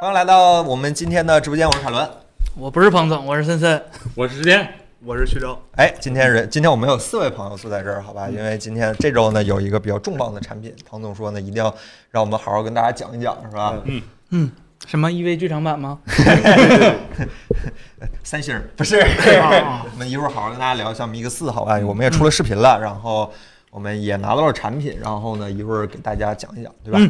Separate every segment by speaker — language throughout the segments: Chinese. Speaker 1: 欢迎来到我们今天的直播间，我是海伦。
Speaker 2: 我不是彭总，我是森森。
Speaker 3: 我是时间，
Speaker 4: 我是徐钊。
Speaker 1: 哎，今天人，今天我们有四位朋友坐在这儿，好吧？因为今天这周呢有一个比较重磅的产品，庞总说呢一定要让我们好好跟大家讲一讲，是吧？
Speaker 2: 嗯，什么 EV 剧场版 吗？
Speaker 1: 三星儿不 是，我们一会儿好好跟大家聊一下 Mix 四，好哎吧？我们也出了视频了，然后我们也拿到了产品，然后呢一会儿给大家讲一讲，对吧？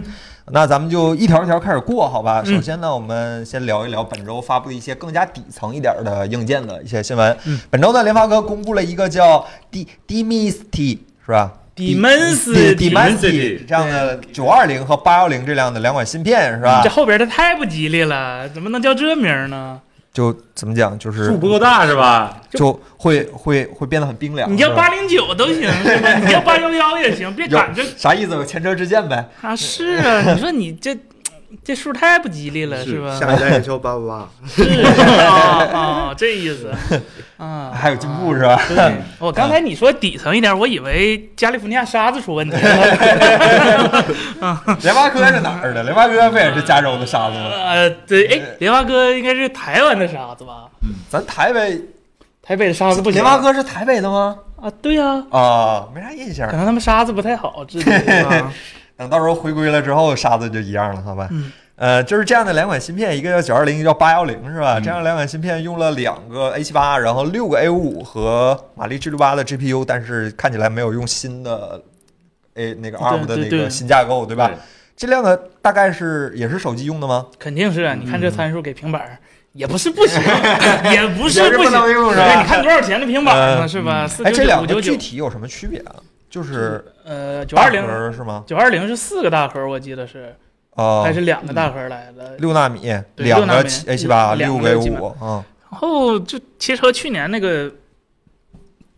Speaker 1: 那咱们就一条一条开始过，好吧？首先呢，我们先聊一聊本周发布的一些更加底层一点儿的硬件的一些新闻。本周呢，联发科公布了一个叫 D Dimensity 是吧
Speaker 2: Dimensity
Speaker 1: Dimensity 这样的九二零和八幺零这样的两款芯片是吧
Speaker 2: 这？后边的太不吉利了，怎么能叫这名儿呢？
Speaker 1: 就怎么讲，就是
Speaker 3: 树不够大是吧？
Speaker 1: 就会会会变得很冰凉。
Speaker 2: 你
Speaker 1: 是
Speaker 2: 叫
Speaker 1: 吧
Speaker 2: 八零九都行，对 吧？你叫八幺幺也行，别
Speaker 1: 有
Speaker 2: 赶着
Speaker 1: 啥意思？有前车之鉴呗。
Speaker 2: 啊！是 啊，你说你这这数太不吉利了，
Speaker 3: 是
Speaker 2: 是吧？
Speaker 4: 下一代也叫 八八
Speaker 2: 是啊啊，这意 思啊，
Speaker 1: 还有进步是吧？
Speaker 2: 对我刚才你说底层一点，我以为加利福尼亚沙子出问题了。
Speaker 1: 联发科是哪儿的？联发科不也是加州的沙子吗？
Speaker 2: 呃，对，哎，联发科应该是台湾的沙子吧？
Speaker 1: 咱台北
Speaker 2: 台北的沙子不行。
Speaker 1: 联发科是台北的吗？
Speaker 2: 啊，对呀，
Speaker 1: 啊，没啥印象
Speaker 2: 可。能他们沙子不太好质地啊。
Speaker 1: 等到时候回归了之后，沙子就一样了，好吧？
Speaker 2: 嗯
Speaker 1: 呃，就是这样的两款芯片，一个叫九二零，一个叫八幺零，是吧？这
Speaker 2: 嗯
Speaker 1: 样两款芯片用了两个 A 七八，然后六个 A 五和马力 G 六八的 GPU，但是看起来没有用新的 A 那个 ARM 的那
Speaker 2: 对对
Speaker 1: 个
Speaker 2: 对
Speaker 1: 新架构，对吧？这两个大概是也是手机用的吗？
Speaker 2: 肯定是啊，你看这参数给平板儿也不是 不行，也不是
Speaker 1: 嗯
Speaker 2: 不
Speaker 1: 也是不能
Speaker 2: 行。哎
Speaker 1: 用是吧
Speaker 2: 对，你看多少钱的平板儿呢？
Speaker 1: 嗯
Speaker 2: 是吧？四
Speaker 1: 哎，
Speaker 2: 九
Speaker 1: 这
Speaker 2: 九、
Speaker 1: 两
Speaker 2: 五九
Speaker 1: 个具
Speaker 2: 九，
Speaker 1: 体有什么区别啊？就是
Speaker 2: 呃，九
Speaker 1: 大
Speaker 2: 二
Speaker 1: 核
Speaker 2: 零，
Speaker 1: 儿是吗？
Speaker 2: 九二零是四个大核，我记得是，
Speaker 1: 啊、
Speaker 2: 还是两个大核来的。
Speaker 1: 六纳米，
Speaker 2: 对
Speaker 1: 两
Speaker 2: 6纳
Speaker 1: 个
Speaker 2: 米
Speaker 1: A 七八，
Speaker 2: 两
Speaker 1: 六
Speaker 2: 个
Speaker 1: 个 A
Speaker 2: 基
Speaker 1: 五
Speaker 2: 本
Speaker 1: 啊，
Speaker 2: 然后就其实和去年那个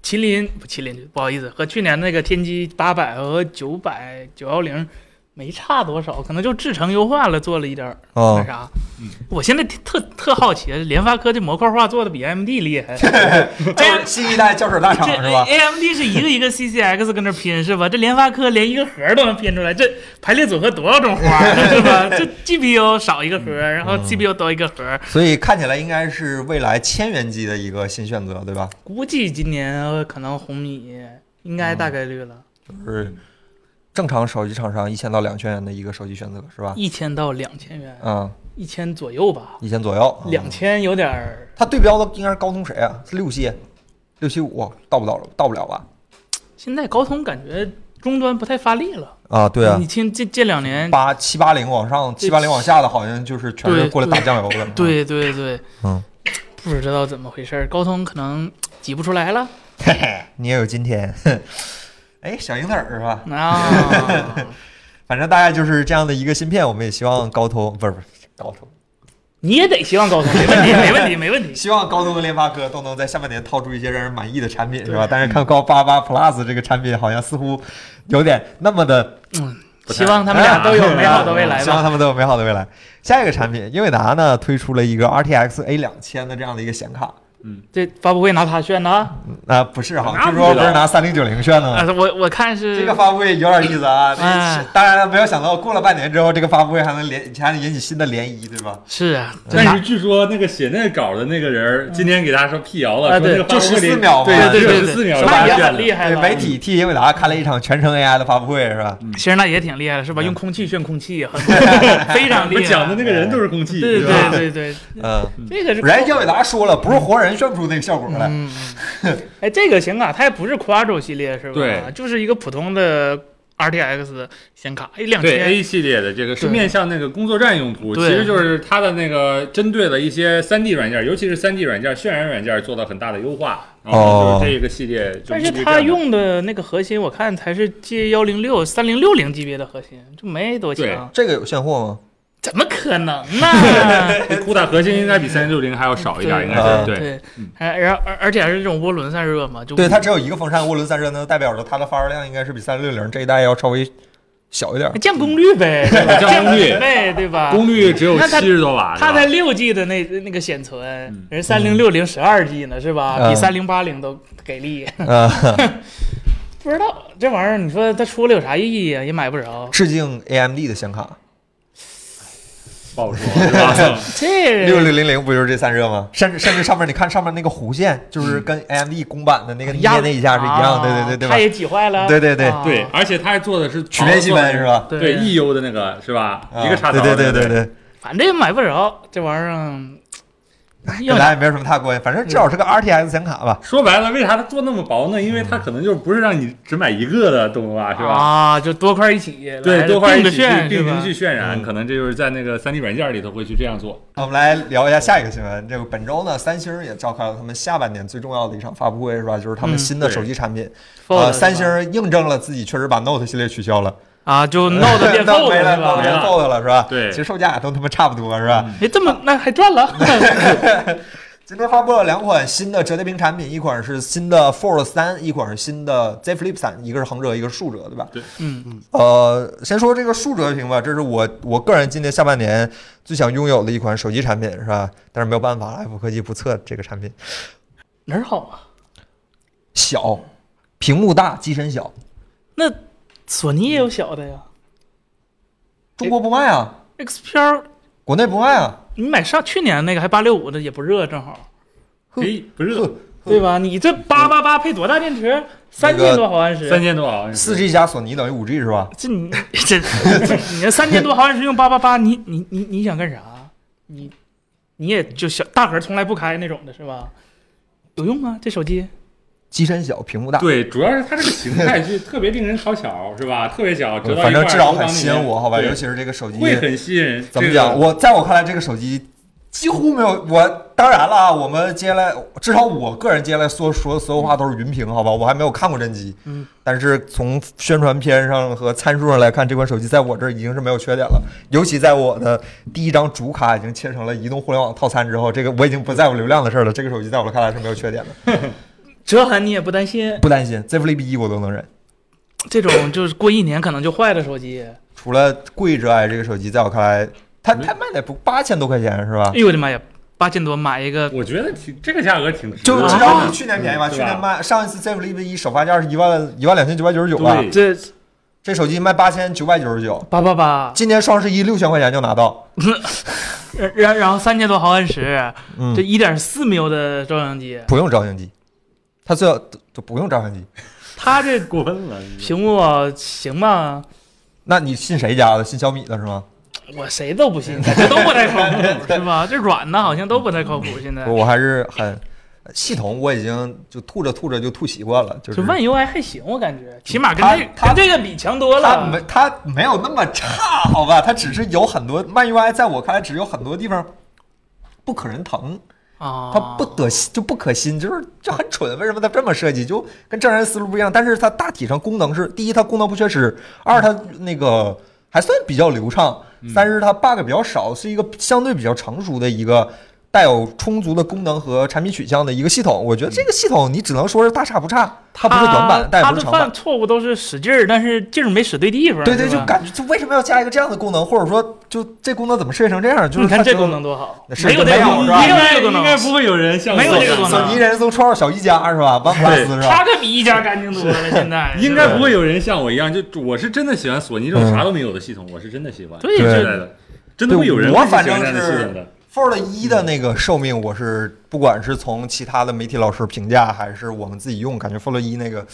Speaker 2: 麒麟不麒麟，不好意思，和去年那个天玑八百和九百九幺零没差多少，可能就制程优化了，做了一点儿那
Speaker 1: 嗯，
Speaker 2: 啥。
Speaker 3: 嗯
Speaker 2: 我现在特特好奇，联发科这模块化做的比 AMD 厉 害。
Speaker 1: 就是新一代胶水大厂
Speaker 2: 哎这哎
Speaker 1: 是吧？
Speaker 2: AMD 是一个一个 CCX 跟那拼是吧？这联发科连一个核都能拼出来，这排列组合多少种花儿是吧？ 这 GPU 少一个核，然后
Speaker 1: 嗯
Speaker 2: CPU 多一个核，
Speaker 1: 所以看起来应该是未来千元机的一个新选择，对吧？
Speaker 2: 估计今年呃可能红米应该大概率了，
Speaker 1: 就是正常手机厂商一千到两千元的一个手机选择是吧？
Speaker 2: 一千到两千元，
Speaker 1: 嗯，
Speaker 2: 一千左右吧，
Speaker 1: 一千左右。嗯
Speaker 2: 两，千有点儿
Speaker 1: 它对标的应该是高通谁啊？是六系，六七五到不到了？到不了吧？
Speaker 2: 现在高通感觉终端不太发力了。
Speaker 1: 啊，对啊
Speaker 2: 你，听这这两年，
Speaker 1: 八七八零往上，七八零往下的，好像就是全是过来打酱油的。，
Speaker 2: 对对对，
Speaker 1: 嗯，
Speaker 2: 不知道怎么回事儿，高通可能挤不出来了
Speaker 1: 嘿嘿，你也有今天。 哎，小英特尔是吧？
Speaker 2: 啊。
Speaker 1: 反正大概就是这样的一个芯片，我们也希望高通不是不是高通，
Speaker 2: 你也得希望高通，没问题，没问题，没问题。
Speaker 1: 希望高通跟联发科都能在下半年掏出一些让人满意的产品，是吧
Speaker 2: 对？
Speaker 1: 但是看高八八 Plus 这个产品，好像似乎有点那么的，
Speaker 3: 不太
Speaker 2: 希望他们俩都有美
Speaker 1: 哎
Speaker 2: 好的未来
Speaker 1: 希望
Speaker 2: 吧。
Speaker 1: 他们都有美好的未来。下一个产品，英伟达呢推出了一个 RTX A 两千的这样的一个显卡，
Speaker 2: 这发布会拿它炫的啊！
Speaker 1: 啊，不是哈，
Speaker 3: 那
Speaker 1: 听
Speaker 3: 不知道
Speaker 1: 说不是拿三零九零炫的吗？
Speaker 2: 啊我我看是
Speaker 1: 嗯这个发布会有点意思啊！
Speaker 2: 哎
Speaker 1: 当然了，没有想到过了半年之后，这个发布会还能连还能引起新的涟漪，对吧？
Speaker 2: 是啊，这
Speaker 3: 但
Speaker 2: 拿
Speaker 3: 是据说那个写那个稿的那个人儿，今天给大家说辟谣
Speaker 2: 嗯啊
Speaker 3: 了，说
Speaker 2: 对
Speaker 3: 那个发布会里
Speaker 1: 就14秒嘛
Speaker 3: 对
Speaker 2: 对对
Speaker 3: 十四秒，
Speaker 2: 那也很厉害
Speaker 1: 对，
Speaker 2: 了。
Speaker 1: 哎媒体替英伟达开了一场全程 AI 的发布会，是吧？
Speaker 2: 其实那也挺厉害的，是吧？
Speaker 1: 嗯
Speaker 2: 用空气炫空气，很非常厉
Speaker 3: 不
Speaker 2: 害。
Speaker 3: 讲的那个人都是空气，
Speaker 2: 对
Speaker 3: 是吧？
Speaker 2: 对对对，
Speaker 1: 嗯，
Speaker 2: 这个是
Speaker 1: 人家英伟达说了，不是活人炫不出那个效果来。
Speaker 2: 嗯， 嗯哎，这个显卡它也不是 Quadro 系列是吧？
Speaker 3: 对
Speaker 2: 就是一个普通的 RTX 显卡，一两
Speaker 3: 对
Speaker 2: 千
Speaker 3: A 系列的这个是
Speaker 2: 对
Speaker 3: 面向那个工作站用途，其
Speaker 2: 对
Speaker 3: 实就是它的那个针对了一些 3D 软件，尤其是 3D 软件、渲染软件做了很大的优化。然
Speaker 4: 哦
Speaker 3: 后就是这个系列就
Speaker 2: 但
Speaker 3: 目
Speaker 2: 是
Speaker 3: 的这样
Speaker 2: 它
Speaker 3: 的，
Speaker 2: 用的那个核心，我看才是 G 幺零六三零六零级别的核心，就没多强，
Speaker 1: 这个有现货吗？
Speaker 2: 怎么可能 呢？
Speaker 3: 酷大核心应该比三零六零还要少一点，
Speaker 2: 对
Speaker 3: 应
Speaker 4: 嗯
Speaker 3: 该是
Speaker 1: 对
Speaker 3: 对。嗯
Speaker 2: 对，还然后而而且还是这种涡轮散热嘛，就
Speaker 1: 对，它只有一个风扇涡轮散热，那代表着它的发热量应该是比三六零这一代要稍微小一点。
Speaker 2: 降功率呗，对吧
Speaker 3: 降功率
Speaker 2: 降呗，对吧？
Speaker 3: 功率只有
Speaker 2: 那它
Speaker 3: 七十多瓦，是
Speaker 2: 它
Speaker 3: 吧
Speaker 2: 才六 G 的那那个显存，
Speaker 3: 嗯
Speaker 2: 人三零六零十二 G 呢，是吧？
Speaker 1: 嗯
Speaker 2: 比三零八零都给力。
Speaker 1: 嗯，
Speaker 2: 不知道这玩意儿，你说它出来有啥意义啊？也买不着。
Speaker 1: 致敬 AMD 的显卡，
Speaker 3: 不好说， 嗯是吧？
Speaker 2: 这人
Speaker 1: 六六零零不就是这散热吗？甚至甚至上面你看上面那个弧线，就是跟 AMD 公版的那个
Speaker 2: 压
Speaker 1: 捏嗯那一下是一样，啊对对对对
Speaker 2: 它
Speaker 1: 吧？
Speaker 2: 也挤坏了，
Speaker 1: 对对对
Speaker 2: 啊
Speaker 3: 对，而且他还做的是
Speaker 1: 曲面细分是？吧？
Speaker 3: 对
Speaker 2: 对，
Speaker 3: ，EU 的那个是吧？
Speaker 1: 啊
Speaker 3: 一个插头，
Speaker 1: 对对对
Speaker 3: 对
Speaker 1: 对对，
Speaker 2: 反正也买不着这玩意儿嗯，要
Speaker 1: 哎本来也没有什么太关系，反正至少是个 RTX 显卡吧。
Speaker 3: 说白了，为啥它做那么薄呢？因为
Speaker 1: 嗯
Speaker 3: 它可能就不是让你只买一个的动画，是吧？
Speaker 2: 啊，就多块一起，来
Speaker 3: 对，多块一
Speaker 2: 并着
Speaker 3: 起去
Speaker 2: 炫
Speaker 3: 并
Speaker 2: 是
Speaker 3: 行
Speaker 2: 吧？
Speaker 3: 去渲染，
Speaker 1: 嗯
Speaker 3: 可能这就是在那个3 D 软件里头会去这样做。
Speaker 1: 我们来聊一下下一个新闻。这个本周呢，三星也召开了他们下半年最重要的一场发布会，是吧？就是他们
Speaker 2: 嗯
Speaker 1: 新的
Speaker 3: 对
Speaker 1: 手机产品。
Speaker 2: Fold
Speaker 1: 呃，
Speaker 2: 是吧
Speaker 1: 三星印证了自己确实把 Note 系列取消了，
Speaker 2: 啊，就 闹得变
Speaker 1: Note 没了
Speaker 2: fold 是
Speaker 1: ，Note
Speaker 2: 吧？
Speaker 1: 变
Speaker 3: 了
Speaker 1: Fold 了，是吧？
Speaker 3: 对
Speaker 1: 其实售价都他妈差不多，是吧？
Speaker 2: 哎，这么那还赚了，
Speaker 1: 今天发布了两款新的折叠屏产品，一款是新的 Fold 三，一款是新的 Z Flip 三，一个是横折，一个是竖折，对吧？
Speaker 2: 嗯，
Speaker 1: 呃，先说这个竖折屏吧，这是我我个人今年下半年最想拥有的一款手机产品，是吧？但是没有办法，F 科技不测这个产品，
Speaker 2: 哪儿好啊？
Speaker 1: 小，屏幕大，机身小，
Speaker 2: 那索尼也有小的呀
Speaker 1: 中国不卖啊，
Speaker 2: ，XPR
Speaker 1: 国内不卖啊，
Speaker 2: 你买上去年那个还八六五的也不热，正好
Speaker 1: 呵
Speaker 3: 诶，不是
Speaker 1: 呵
Speaker 2: 对吧？你这八八八配多大电池？三
Speaker 1: 嗯那个
Speaker 2: 千多毫安时，
Speaker 3: 三千多啊，
Speaker 1: 四 G 加索尼等于五 G 是吧？
Speaker 2: 这你 这你那三千多毫安时用八八八，你你你你想干啥？你你也就小大盒从来不开那种的是吧？有用吗？这手机
Speaker 1: 机身小，屏幕大，
Speaker 3: 对，主要是它这个形态就特别令人讨巧，是吧？特别小，折到
Speaker 1: 反
Speaker 3: 一块儿
Speaker 1: 正至少很
Speaker 3: 都当
Speaker 1: 吸引
Speaker 3: 面
Speaker 1: 我，好吧？
Speaker 3: 对
Speaker 1: 尤其是这个手机
Speaker 3: 会很吸引人。
Speaker 1: 怎么
Speaker 3: 这个
Speaker 1: 讲？我在我看来，这个手机几乎没有我。当然了啊，我们接下来至少我个人接下来说说所有话都是云屏，好吧？我还没有看过真机，
Speaker 2: 嗯，
Speaker 1: 但是从宣传片上和参数上来看，这款手机在我这儿已经是没有缺点了。尤其在我的第一张主卡已经切成了移动互联网套餐之后，这个我已经不在乎流量的事儿了。这个手机在我看来是没有缺点的，
Speaker 2: 折痕你也不担心，
Speaker 1: 不担心。Z Flip 一我都能忍，
Speaker 2: 这种就是过一年可能就坏的手机。
Speaker 1: 除了贵之外，这个手机在我看来，它它卖的不八千多块钱是吧
Speaker 2: 哎？呦我的妈呀，八千多买一个，
Speaker 3: 我觉得挺这个价格挺值
Speaker 1: 就
Speaker 3: 的，啊
Speaker 1: 至少比去年便宜吧。
Speaker 3: 嗯对
Speaker 1: 去
Speaker 3: 吧
Speaker 1: 年卖上一次 Z Flip 一首发价是一万一万两千九百九十九吧，
Speaker 3: 对
Speaker 2: 这
Speaker 1: 这手机卖八千九百九十九，
Speaker 2: 八八八，
Speaker 1: 今年双十一六千块钱就拿到。
Speaker 2: 然然然后三千多毫安时，
Speaker 1: 嗯
Speaker 2: 这，一点四 m 的照相机，
Speaker 1: 不用照相机，它最好就不用照相机。
Speaker 2: 它这
Speaker 3: 过分了。
Speaker 2: 屏幕啊行吗？
Speaker 1: 那你信谁家的？信小米的是吗？
Speaker 2: 我谁都不信，感觉都不太靠 谱，是吧？这软的好像都不太靠谱，现在
Speaker 1: 我。我还是很系统，我已经就吐着吐着就吐习惯了，就是
Speaker 2: 就 One UI 还行，我感觉，起码跟
Speaker 1: 它
Speaker 2: 这
Speaker 1: 它
Speaker 2: 跟这个比强多
Speaker 1: 它没
Speaker 2: 了。
Speaker 1: 它没有那么差，好吧？它只是有很多慢 UI，在我看来只是有很多地方不可人疼。
Speaker 2: 啊，
Speaker 1: 它不得心就不可心，就是这很蠢。为什么它这么设计？就跟正常人思路不一样。但是它大体上功能是：第一，它功能不缺失；二，它那个还算比较流畅；
Speaker 2: 嗯
Speaker 1: 三是它 bug 比较少，是一个相对比较成熟的一个带有充足的功能和产品取向的一个系统。我觉得这个系统你只能说是大差不差，它不是短板，但也
Speaker 2: 他
Speaker 1: 不
Speaker 2: 的
Speaker 1: 是长板
Speaker 2: 犯。错误都是使劲儿，但是劲儿没使对地方。
Speaker 1: 对对，
Speaker 2: 是
Speaker 1: 就
Speaker 2: 吧
Speaker 1: 感觉就为什么要加一个这样的功能，或者说就这功能怎么设计成这样？就是
Speaker 2: 你看
Speaker 1: 它
Speaker 2: 这
Speaker 1: 就
Speaker 2: 功能多好，
Speaker 1: 是
Speaker 2: 没有这
Speaker 1: 没有
Speaker 2: 功
Speaker 1: 是
Speaker 2: 能，
Speaker 1: 吧
Speaker 2: 没有
Speaker 3: 应该
Speaker 2: 这功
Speaker 3: 应该
Speaker 2: 能，
Speaker 3: 不会有人像
Speaker 2: 没有
Speaker 3: 我
Speaker 2: 这个
Speaker 3: 的
Speaker 2: 功能
Speaker 1: 索尼人从创造小一加是吧？OnePlus 是吧？
Speaker 2: 它可比一家干净多了。现在
Speaker 3: 应该不会有人像我一样，就我是真的喜欢索尼这种啥都没有的系统，我是真的喜欢。
Speaker 2: 对，
Speaker 1: 嗯对
Speaker 3: 对
Speaker 2: 就
Speaker 3: 的，真的会有人
Speaker 1: 我
Speaker 3: 会喜
Speaker 1: 反正
Speaker 3: 欢这样的系统
Speaker 1: 是
Speaker 3: 的。
Speaker 1: Fold 一的那个寿命，我是不管是从其他的媒体老师评价，还是我们自己用，感觉 Fold 一那个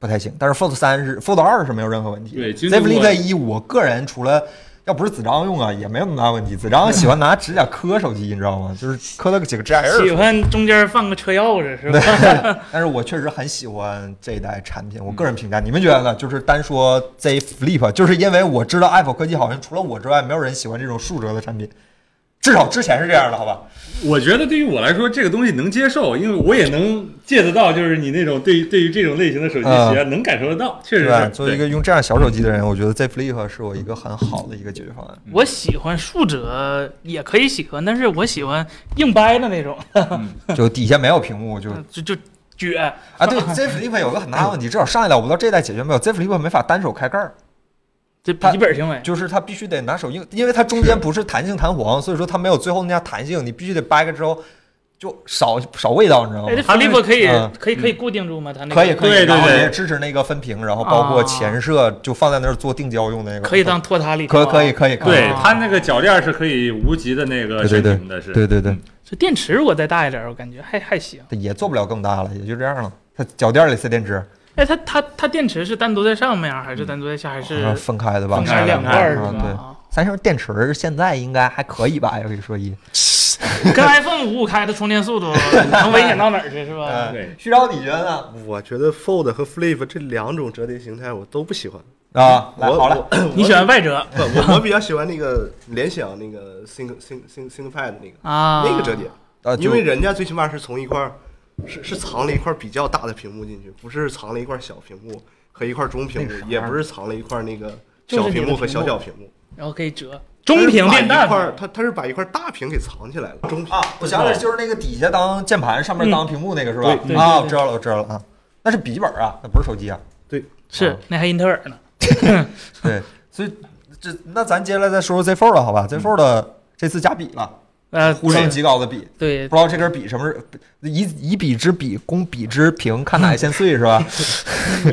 Speaker 1: 不太行。但是 Fold 三是 Fold 二是没有任何问题的。
Speaker 3: 对经
Speaker 1: z
Speaker 3: 历
Speaker 1: f l i
Speaker 3: 过
Speaker 1: p 一，我个人除了要不是子章用啊，也没有那么大问题。子章喜欢拿指甲磕手机，你知道 吗？就是磕了几个指甲印
Speaker 2: 喜
Speaker 1: 儿。
Speaker 2: 欢中间放个车钥匙是吧？
Speaker 1: 但是我确实很喜欢这一代产品，我个人评价，你们觉得呢？就是单说 Z Flip，就是因为我知道 Apple 科技好像除了我之外，没有人喜欢这种竖折的产品，至少之前是这样的，好吧？
Speaker 3: 我觉得对于我来说，这个东西能接受，因为我也能 get 得到，就是你那种对于对于这种类型的手机
Speaker 1: 嗯
Speaker 3: 喜爱能感受得到，确实
Speaker 1: 对吧？
Speaker 3: 是。
Speaker 1: 作为一个用这样小手机的人，我觉得 Z Flip 是我一个很好的一个解决方案。
Speaker 2: 我喜欢竖折，也可以喜欢，但是我喜欢硬掰的那种，
Speaker 1: 就底下没有屏幕，就
Speaker 2: 就就撅。
Speaker 1: 啊，对 Z Flip 有个很大的问题，至少上一代我不知道这一代解决没有，Z Flip 没法单手开盖儿，
Speaker 2: 这
Speaker 1: 它
Speaker 2: 笔记本行为，
Speaker 1: 就是它必须得拿手硬，因为它中间不是弹性弹簧，所以说它没有最后那样弹性，你必须得掰开之后。就少少味道，你知道吗
Speaker 2: 哎，这？
Speaker 3: 它那
Speaker 2: Flip 可以
Speaker 1: 哦嗯
Speaker 2: 可以可以固定住吗？它那个
Speaker 1: 可以可以，
Speaker 3: 对对
Speaker 1: 然后
Speaker 3: 对
Speaker 1: 也支持那个分屏，然后包括
Speaker 2: 啊
Speaker 1: 前摄就放在那儿做定焦用的那个，
Speaker 2: 可以当托塔李
Speaker 1: 可可以可以可以，啊
Speaker 3: 对
Speaker 2: 哦
Speaker 3: 它那个脚链是可以无极的那个
Speaker 1: 对对
Speaker 3: 悬
Speaker 1: 对
Speaker 3: 停的，是
Speaker 1: 对对对，
Speaker 2: 这电池如果再大一点儿，我感觉还还行。
Speaker 1: 它也做不了更大了，也就这样了。它脚垫里塞电池，
Speaker 2: 哎，它它它电池是单独在上面儿，啊还是
Speaker 1: 嗯
Speaker 2: 单独在下，还是
Speaker 1: 好像分开的吧？
Speaker 2: 分开
Speaker 3: 两
Speaker 2: 块儿
Speaker 1: 嗯
Speaker 2: 是
Speaker 1: 对
Speaker 2: 吧？
Speaker 1: 三星电池现在应该还可以吧？要一说一，
Speaker 2: 跟 iPhone 五五开的充电速度能危险到哪儿去是吧？
Speaker 3: 对，
Speaker 1: 徐钊呃你觉得呢？
Speaker 4: 我觉得 Fold 和 Flip 这两种折叠形态我都不喜欢。
Speaker 1: 啊，来
Speaker 4: 我
Speaker 1: 好了，
Speaker 4: 我
Speaker 2: 你喜欢外折
Speaker 4: 不我我比较喜欢那个联想那个 Think Think Think ThinkPad 那个
Speaker 2: 啊？
Speaker 4: 那个折叠，
Speaker 1: 呃，
Speaker 4: 因
Speaker 1: 就
Speaker 4: 为人家最起码是从一块儿是是藏了一块比较大的屏幕进去，不是藏了一块小屏幕和一块中屏
Speaker 1: 那啥
Speaker 4: 幕，也不是藏了一块那个
Speaker 2: 就是
Speaker 4: 小
Speaker 2: 你的
Speaker 4: 屏幕和
Speaker 2: 屏
Speaker 4: 小
Speaker 2: 幕
Speaker 4: 小屏幕。
Speaker 2: 然后可以折，中屏变
Speaker 4: 它是把
Speaker 2: 大
Speaker 4: 一块儿，它它是把一块大屏给藏起来了，中屏
Speaker 1: 啊，我想起来就是那个底下当键盘，上面
Speaker 2: 嗯
Speaker 1: 当屏幕那个是吧？
Speaker 2: 对对
Speaker 1: 啊，
Speaker 2: 对对
Speaker 1: 我知道了，我知道了啊，那是笔记本啊，那不是手 机啊。
Speaker 2: 是那还英特尔呢。
Speaker 1: 对，所以这那咱接下来再说说 Z Fold 了，好吧？Z Fold 这次加笔了，
Speaker 2: 呃，
Speaker 1: 呼声极高的笔，
Speaker 2: 对
Speaker 1: 不知道这根笔什么时以以笔之笔攻笔之平，看哪个先碎是吧？
Speaker 2: 对，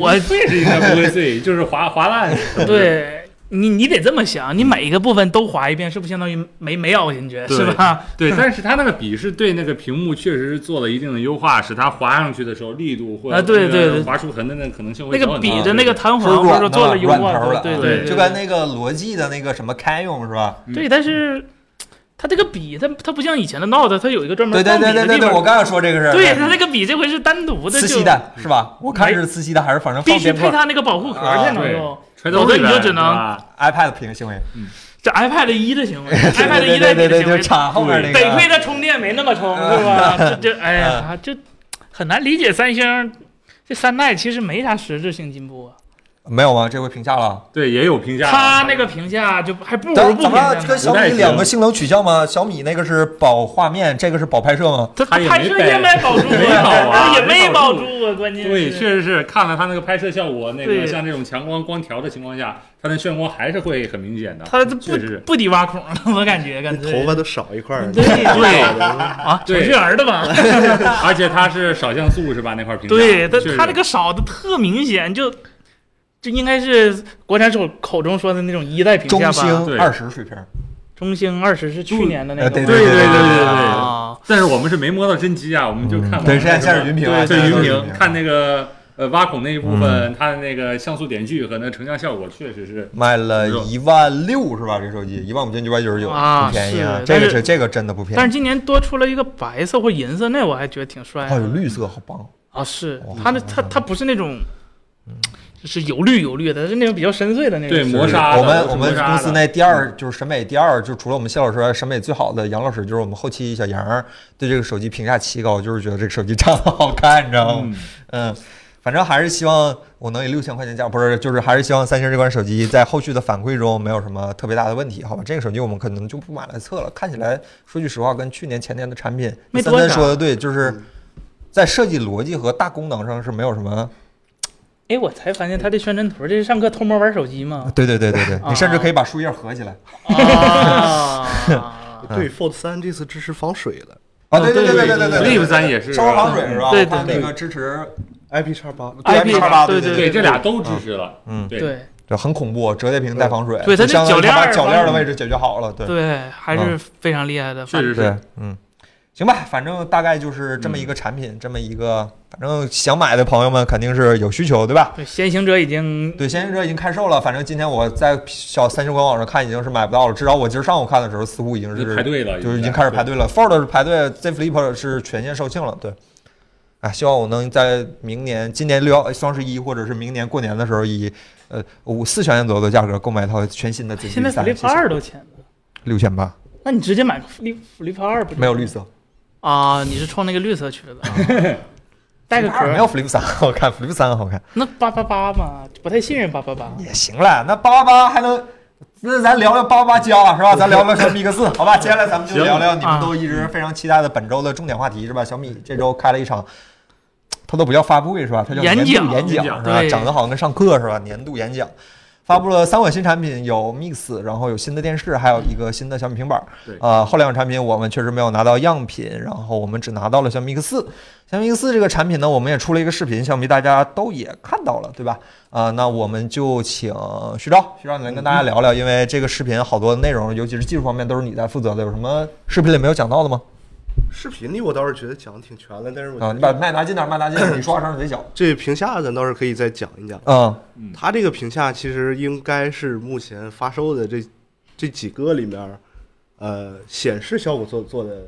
Speaker 2: 我
Speaker 3: 碎是应该不会碎，就是划划烂。
Speaker 2: 对你你得这么想，你每一个部分都划一遍，是不是相当于没没咬进去
Speaker 3: 对
Speaker 2: 是吧？
Speaker 3: 对，但是它那个笔是对那个屏幕确实是做了一定的优化，使它划上去的时候力度或者
Speaker 2: 啊对对
Speaker 3: 那个
Speaker 2: 对
Speaker 3: 划出痕的那个可能性会啊
Speaker 2: 那
Speaker 3: 小
Speaker 2: 个
Speaker 3: 很多
Speaker 2: 笔的那个弹
Speaker 1: 软
Speaker 2: 簧不
Speaker 1: 的
Speaker 2: 是做了优
Speaker 1: 软头
Speaker 2: 化，
Speaker 1: 的，啊嗯
Speaker 2: 对
Speaker 3: 对
Speaker 2: 对，
Speaker 1: 就跟那个罗技的那个什么开用是吧？
Speaker 3: 嗯
Speaker 2: 对，但是它这个笔，它它不像以前的 Note，它有一个专门
Speaker 1: 对对
Speaker 2: 放笔
Speaker 1: 对对
Speaker 2: 的
Speaker 1: 对
Speaker 2: 地
Speaker 1: 对，我
Speaker 2: 方。
Speaker 1: 刚想说这个事儿，
Speaker 2: 对它那个笔这回是单独的，
Speaker 1: 磁
Speaker 2: 就
Speaker 1: 吸的是吧？我看是磁吸的还是反正
Speaker 2: 必
Speaker 1: 放
Speaker 2: 须
Speaker 1: 边
Speaker 2: 配
Speaker 1: 框
Speaker 2: 它那个保护壳
Speaker 1: 啊
Speaker 2: 才能
Speaker 3: 对
Speaker 2: 用。
Speaker 3: 吹到
Speaker 2: 有的
Speaker 3: 里
Speaker 2: 你就
Speaker 3: 边
Speaker 2: 只能
Speaker 3: 是吧
Speaker 1: iPad 屏行为
Speaker 2: 这 iPad 一的行为
Speaker 1: 对
Speaker 2: ，iPad
Speaker 1: 对
Speaker 2: 一代
Speaker 1: 对对
Speaker 2: 笔的
Speaker 1: 对，
Speaker 2: 行
Speaker 1: 就
Speaker 2: 为，
Speaker 1: 插后面那个。嗯
Speaker 2: 得亏它充电没那么充，是吧？这这哎呀，这很难理解三星这三代其实没啥实质性进步啊。
Speaker 1: 没有吗？这回评价了。
Speaker 3: 对也有评价。啊
Speaker 2: 它那个评价就还不如
Speaker 1: 咱
Speaker 2: 不
Speaker 1: 咱
Speaker 2: 评价
Speaker 1: 们
Speaker 2: 呢
Speaker 1: 跟。小米两个性能取向吗？小米那个是保画面，这个是保拍摄吗？
Speaker 2: 它它
Speaker 3: 它也
Speaker 2: 拍
Speaker 3: 没
Speaker 2: 摄
Speaker 3: 被
Speaker 2: 也没保住
Speaker 3: 没保啊
Speaker 2: 也
Speaker 3: 没
Speaker 2: 没
Speaker 3: 保
Speaker 2: 保
Speaker 3: 住
Speaker 2: 住啊，关键
Speaker 3: 对，
Speaker 2: 是
Speaker 3: 确实是看了它那个拍摄效果，那个
Speaker 2: 对
Speaker 3: 像这种强光光调的情况下，它的眩光还是会很明显的。
Speaker 2: 他这
Speaker 3: 确实是
Speaker 2: 不不抵挖孔了，我感觉干脆
Speaker 4: 头发都少一块儿。
Speaker 2: 对对
Speaker 4: 对，
Speaker 2: 啊，程
Speaker 3: 对
Speaker 2: 序员的吧？
Speaker 3: 而且它是少像素是吧？那块屏幕
Speaker 2: 对，他
Speaker 3: 确实
Speaker 2: 他这个少的特明显，就就应该是国产手口中说的那种一代评
Speaker 1: 中
Speaker 2: 价吧。
Speaker 1: 兴二十水平，
Speaker 2: 中兴二十是去年的那个吧，
Speaker 1: 呃对
Speaker 3: 对对对对对
Speaker 2: 啊，
Speaker 3: 但是我们是没摸到真机啊，我们就看
Speaker 1: 嗯对嗯现在现在是云屏啊
Speaker 3: 对
Speaker 1: 现在
Speaker 3: 云
Speaker 1: 都是云
Speaker 3: 屏
Speaker 1: 屏
Speaker 3: 看那个呃挖孔那一部分，它的那个像素点距和那成像效果确实是
Speaker 1: 卖了一万六是吧？这手机一万五千九百九十九，
Speaker 2: 啊
Speaker 1: 不便宜啊！
Speaker 2: 是
Speaker 1: 这个
Speaker 2: 但是
Speaker 1: 这个真的不便
Speaker 2: 但
Speaker 1: 宜。
Speaker 2: 是今年多出了一个白色或银色，那我还觉得挺
Speaker 3: 哎
Speaker 2: 帅
Speaker 1: 哦，有
Speaker 2: 的
Speaker 1: 绿色，好棒！
Speaker 2: 啊。是
Speaker 1: 哦
Speaker 2: 他那他他不是那种，就是油绿油绿的，它是那种比较深邃的那种。
Speaker 3: 对磨砂的。
Speaker 1: 我们
Speaker 3: 都
Speaker 1: 我
Speaker 3: 是磨
Speaker 1: 们
Speaker 3: 砂的嗯
Speaker 1: 公司那第二就是审美第二，就除了我们谢老师，审美最好的杨老师就是我们后期小杨儿对这个手机评价奇高，就是觉得这个手机长得好看，你知道吗？
Speaker 3: 嗯
Speaker 1: 嗯，反正还是希望我能以六千块钱价，不是，就是还是希望三星这款手机在后续的反馈中没有什么特别大的问题，好吧？这个手机我们可能就不买来测了。看起来，说句实话，跟去年前年的产品，
Speaker 2: 没
Speaker 1: 三
Speaker 2: 多
Speaker 1: 三
Speaker 2: 少
Speaker 1: 说的对，
Speaker 3: 嗯
Speaker 1: 就是在设计逻辑和大功能上是没有什么。
Speaker 2: 哎，我才发现他这宣传图，这是上课偷摸玩手机吗？
Speaker 1: 对对对对对，
Speaker 3: 啊
Speaker 1: 你甚至可以把树叶合起来。
Speaker 2: 啊，
Speaker 4: 对 Fold 三这次支持防水了
Speaker 1: 啊，对对对对对对
Speaker 3: Flip 三也是
Speaker 1: 烧防水是啊吧？
Speaker 2: 对对
Speaker 1: 它那
Speaker 4: 对
Speaker 1: 个支持，
Speaker 4: ，IP 叉八，
Speaker 1: IP 叉八
Speaker 2: 对
Speaker 1: 对
Speaker 3: 嗯对这俩都支持了，
Speaker 1: 嗯，
Speaker 3: 对
Speaker 2: 对
Speaker 1: 这很恐怖，啊折叠屏带防水，
Speaker 2: 对
Speaker 1: 就
Speaker 2: 它这
Speaker 1: 相当于
Speaker 2: 脚
Speaker 1: 它把
Speaker 2: 链儿
Speaker 1: 脚
Speaker 2: 防
Speaker 1: 链儿的
Speaker 2: 水
Speaker 1: 位置解决好了，对。
Speaker 2: 对，还是非常厉害的。
Speaker 3: 确实
Speaker 1: 对
Speaker 3: 是，
Speaker 1: 嗯，行吧，反正大概就是
Speaker 2: 嗯
Speaker 1: 这么一个产品，这么一个，反正想买的朋友们肯定是有需求，对吧？
Speaker 2: 对，先行者已经
Speaker 1: 对，先行者已经开售了，反正今天我在小三星官网上看已经是买不到了，至少我今儿上午看的时候，似乎已经是
Speaker 3: 排队了，
Speaker 1: 就是已经开始排队了。Fold 是排队，Z Flip 是全线售罄了，对。哎，希望我能在明年、今年六幺哎双十一，或者是明年过年的时候以，呃五四千元左右的价格购买一套全新的 Z
Speaker 2: 现在 Flip 二多钱了，
Speaker 1: 六千八，
Speaker 2: 那你直接买个 Flip Flip 二不就
Speaker 1: 没有绿色，
Speaker 2: 啊？你是冲那个绿色去的， 带个
Speaker 1: 没有
Speaker 2: 壳，
Speaker 1: Flip 三 好看，Flip 三好看。
Speaker 2: 那八八八嘛，不太信任八八八。
Speaker 1: 也行了，那八八八还能，那咱聊聊八八八交啊，是吧？咱聊聊小米 X 四，好吧？接下来咱们就
Speaker 3: 行
Speaker 1: 聊聊你们
Speaker 2: 啊
Speaker 1: 都一直非常期待的本周的重点话题，是吧？小米这周开了一场，它都不叫发布会是吧？它叫
Speaker 2: 演
Speaker 1: 年度
Speaker 2: 讲
Speaker 1: 演
Speaker 2: 演
Speaker 1: 讲
Speaker 2: 讲
Speaker 1: 是吧？
Speaker 2: 对
Speaker 1: 讲的好像跟上课是吧？年度演讲。发布了三款新产品，有 Mix，然后有新的电视，还有一个新的小米平板儿
Speaker 3: 对。
Speaker 1: 呃，后两款产品我们确实没有拿到样品，然后我们只拿到了小米 Mix 四。小米 Mix 四这个产品呢，我们也出了一个视频，小米大家都也看到了，对吧？啊、那我们就请徐钊，徐钊你来跟大家聊聊，因为这个视频好多内容，尤其是技术方面都是你在负责的，有什么视频里没有讲到的吗？
Speaker 4: 视频里我倒是觉得讲的挺全了，但是我
Speaker 1: 啊、
Speaker 4: 觉
Speaker 1: 你把
Speaker 4: 得
Speaker 1: 麦拿近点，麦拿近点，你说话声儿贼小。
Speaker 4: 这屏下咱倒是可以再讲一讲。
Speaker 1: 嗯
Speaker 4: 它这个屏下其实应该是目前发售的这这几个里面儿，呃，显示效果做做的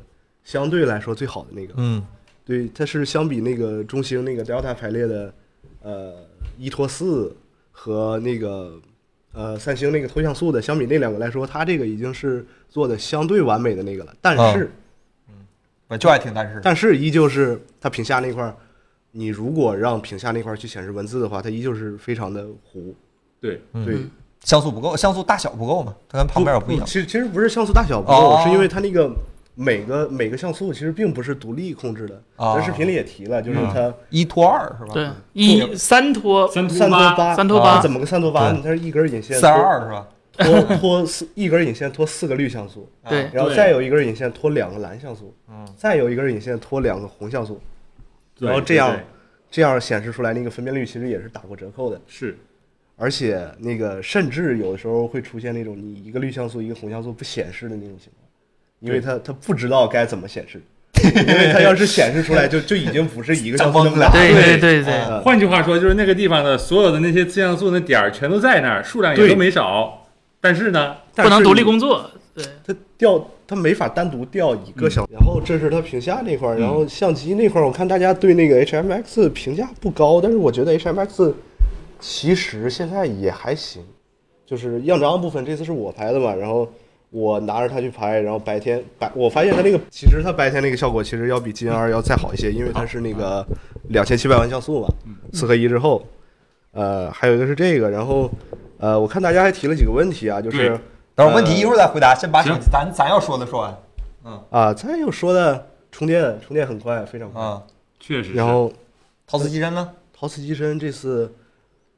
Speaker 4: 相对来说最好的那个。
Speaker 1: 嗯
Speaker 4: 对，它是相比那个中兴那个 Delta 排列的，呃，一拖四和那个呃三星那个头像素的，相比那两个来说，它这个已经是做的相对完美的那个了。但是，
Speaker 1: 我就爱听但是。
Speaker 4: 但是依旧是它屏下那块儿，你如果让屏下那块儿去显示文字的话，它依旧是非常的糊。
Speaker 3: 对，
Speaker 1: 嗯
Speaker 4: 对，
Speaker 1: 像素不够，像素大小不够嘛，它跟旁边也不一样。
Speaker 4: 其实其实不是像素大小不
Speaker 1: 哦
Speaker 4: 够，是因为它那个每个每个像素其实并不是独立控制的。
Speaker 1: 哦嗯
Speaker 4: 咱视频里也提了，就是它
Speaker 1: 一拖二是吧？
Speaker 2: 对，一三拖
Speaker 3: 三
Speaker 4: 三拖
Speaker 3: 八，
Speaker 4: 八，啊
Speaker 2: 三拖
Speaker 1: 八
Speaker 4: 它怎么个三拖八呢？它是一根引线
Speaker 1: 四二二是吧？
Speaker 4: 拖拖拖四一根引线拖四个绿像素，
Speaker 2: 对
Speaker 4: 然后
Speaker 3: 对
Speaker 4: 再有一根引线拖两个蓝像素，
Speaker 1: 嗯，
Speaker 4: 再有一根引线拖两个红像素，
Speaker 3: 对
Speaker 4: 然
Speaker 1: 哦
Speaker 4: 后这样
Speaker 3: 对对
Speaker 4: 这样显示出来那个分辨率其实也是打过折扣的。
Speaker 3: 是
Speaker 4: 而且那个甚至有的时候会出现那种你一个绿像素一个红像素不显示的那种情况，因为它它不知道该怎么显示，因为它要是显示出来就就已经不是一个像素那么大
Speaker 2: 对对对
Speaker 1: 对
Speaker 2: 对
Speaker 4: 呃
Speaker 3: 换句话说，就是那个地方的所有的那些次像素的点儿全都在那儿，数量也
Speaker 4: 对
Speaker 3: 都没少。但是呢，
Speaker 4: 但
Speaker 2: 不能
Speaker 4: 是
Speaker 2: 独立
Speaker 4: 你
Speaker 2: 工作，对，
Speaker 4: 它调它没法单独调一个小，然后这是它屏下那块儿，然后相机那块儿，我看大家对那个 HMX 评价不高，但是我觉得 HMX 其实现在也还行，就是样张部分这次是我拍的嘛，然后我拿着它去拍，然后白天白我发现它那个其实它白天那个效果其实要比 G N R 要再好一些，因为它是那个两千七百万像素嘛，四合一之后，呃，还有一个是这个，然后呃，我看大家还提了几个问题啊，就
Speaker 3: 对
Speaker 4: 是。
Speaker 1: 等会儿问题一会儿再回答，先把
Speaker 3: 行
Speaker 1: 手机咱咱要说的说完。嗯
Speaker 4: 啊，咱又说的充电，充电很快，非常快。
Speaker 1: 啊，
Speaker 3: 确实是。
Speaker 4: 然后
Speaker 1: 陶瓷机身呢？
Speaker 4: 陶瓷机身这次，